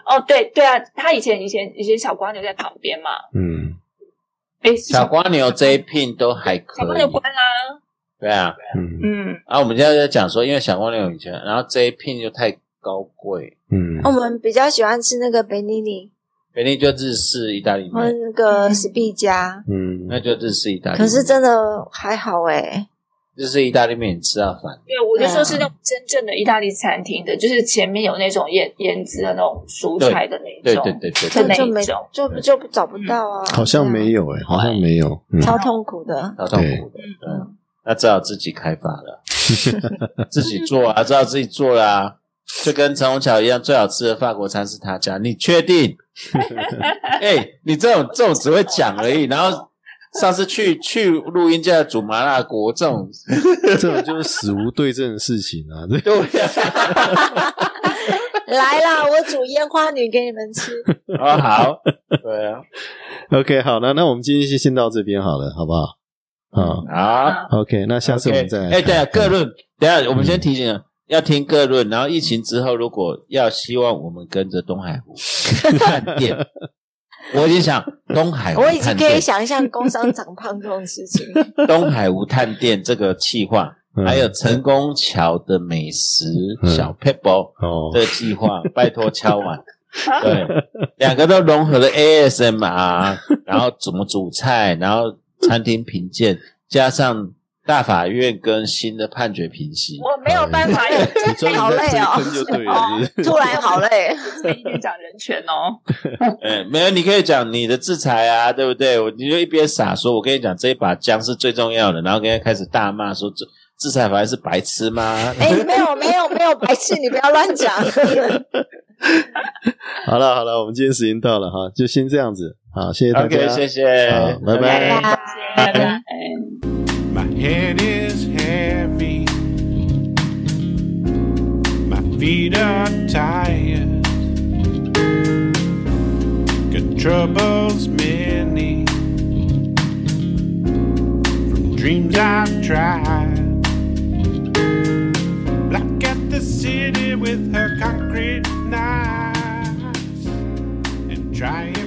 Speaker 2: 哦，对对啊，他以前以前以前小瓜牛在旁边嘛，
Speaker 1: 嗯
Speaker 2: 诶，是
Speaker 3: 小瓜牛 JP 都还可
Speaker 2: 小瓜
Speaker 3: 以
Speaker 2: 牛，关啦、
Speaker 3: 对啊。
Speaker 1: 嗯
Speaker 2: 嗯，
Speaker 3: 然后我们现在在讲说，因为小瓜牛以前，然后 JP 又太高贵，
Speaker 1: 嗯
Speaker 4: 我们比较喜欢吃那个贝尼尼
Speaker 3: 肯定就日式意大利
Speaker 4: 和
Speaker 3: 面，
Speaker 4: 那个史必加，
Speaker 1: 嗯
Speaker 3: 那就日式意大利面。
Speaker 4: 哦可是真的还好哎。
Speaker 3: 日式意大利面，你吃到烦。
Speaker 2: 对，我就说是
Speaker 4: 对
Speaker 2: 那
Speaker 4: 啊
Speaker 2: 种真正的意大利餐厅的，就是前面有那种腌腌制的那种蔬菜的那
Speaker 3: 对
Speaker 2: 种，
Speaker 3: 对对对
Speaker 4: 就
Speaker 2: 真
Speaker 3: 对
Speaker 2: 的，
Speaker 4: 就没
Speaker 2: 哪一种
Speaker 4: 就就找不到啊，
Speaker 1: 好像没有哎、好像没有，嗯
Speaker 4: 对啊，超痛苦的。
Speaker 3: 好痛苦的。
Speaker 4: 嗯
Speaker 3: 对，那只好自己开发 了，自己做啊，只好自己做啦、就跟陈虹桥一样，最好吃的法国餐是他家，你确 定？哎、你这种这种只会讲而已，然后。上次去去录音就要煮麻辣锅，这种
Speaker 1: 这种就是死无对证的事情啊，这
Speaker 3: 对呀、
Speaker 4: 来啦，我煮烟花女给你 们吃。
Speaker 3: 啊，好，对啊，
Speaker 1: OK，好，那那我们今天就先到这边好了，好不好？
Speaker 4: 嗯
Speaker 1: 啊、
Speaker 2: 嗯
Speaker 3: 好，
Speaker 1: o k 那下次我们再来嗯
Speaker 3: OK 哎，对啊，
Speaker 1: 谈
Speaker 3: 各论，等一下我们先提醒了，要听各论，然后疫情之后，如果要希望我们跟着东海 湖探店，我已经想东海湖
Speaker 4: 我已经
Speaker 3: 探
Speaker 4: 可以
Speaker 3: 店，
Speaker 4: 想象工商长胖这种事情。
Speaker 3: 东海湖探店这个计划，
Speaker 1: 嗯
Speaker 3: 还有成功桥的美食
Speaker 1: 嗯
Speaker 3: 小 people
Speaker 1: 哦
Speaker 3: 这，个计划，拜托敲碗。对，两个都融合了 ASMR，然后怎么煮菜，然后餐厅评鉴，加上大法院跟新的判决评析，
Speaker 2: 我没有 办法，因哦为
Speaker 1: 你专门在
Speaker 4: 哦
Speaker 1: 这一坑就对了，是不是
Speaker 4: 突然好累，
Speaker 2: 这一边讲人权 哦。
Speaker 3: 哎，没有，你可以讲你的制裁啊，对不对？我你就一边傻说，我跟你讲，这一把姜是最重要的，然后跟他开始大骂说，制制裁法院是白痴吗？
Speaker 4: 哎、没有没有没有，白痴，你不要乱讲。
Speaker 1: 好了好了，我们今天时间到了哈，就先这样子，好，谢谢大家
Speaker 3: OK，谢谢
Speaker 1: 啊好，拜拜
Speaker 3: 哎
Speaker 2: 拜拜拜拜。
Speaker 5: My head is heavy. My feet are tired. Got troubles many. From dreams I've tried. Black at the city with her concrete knives. And trying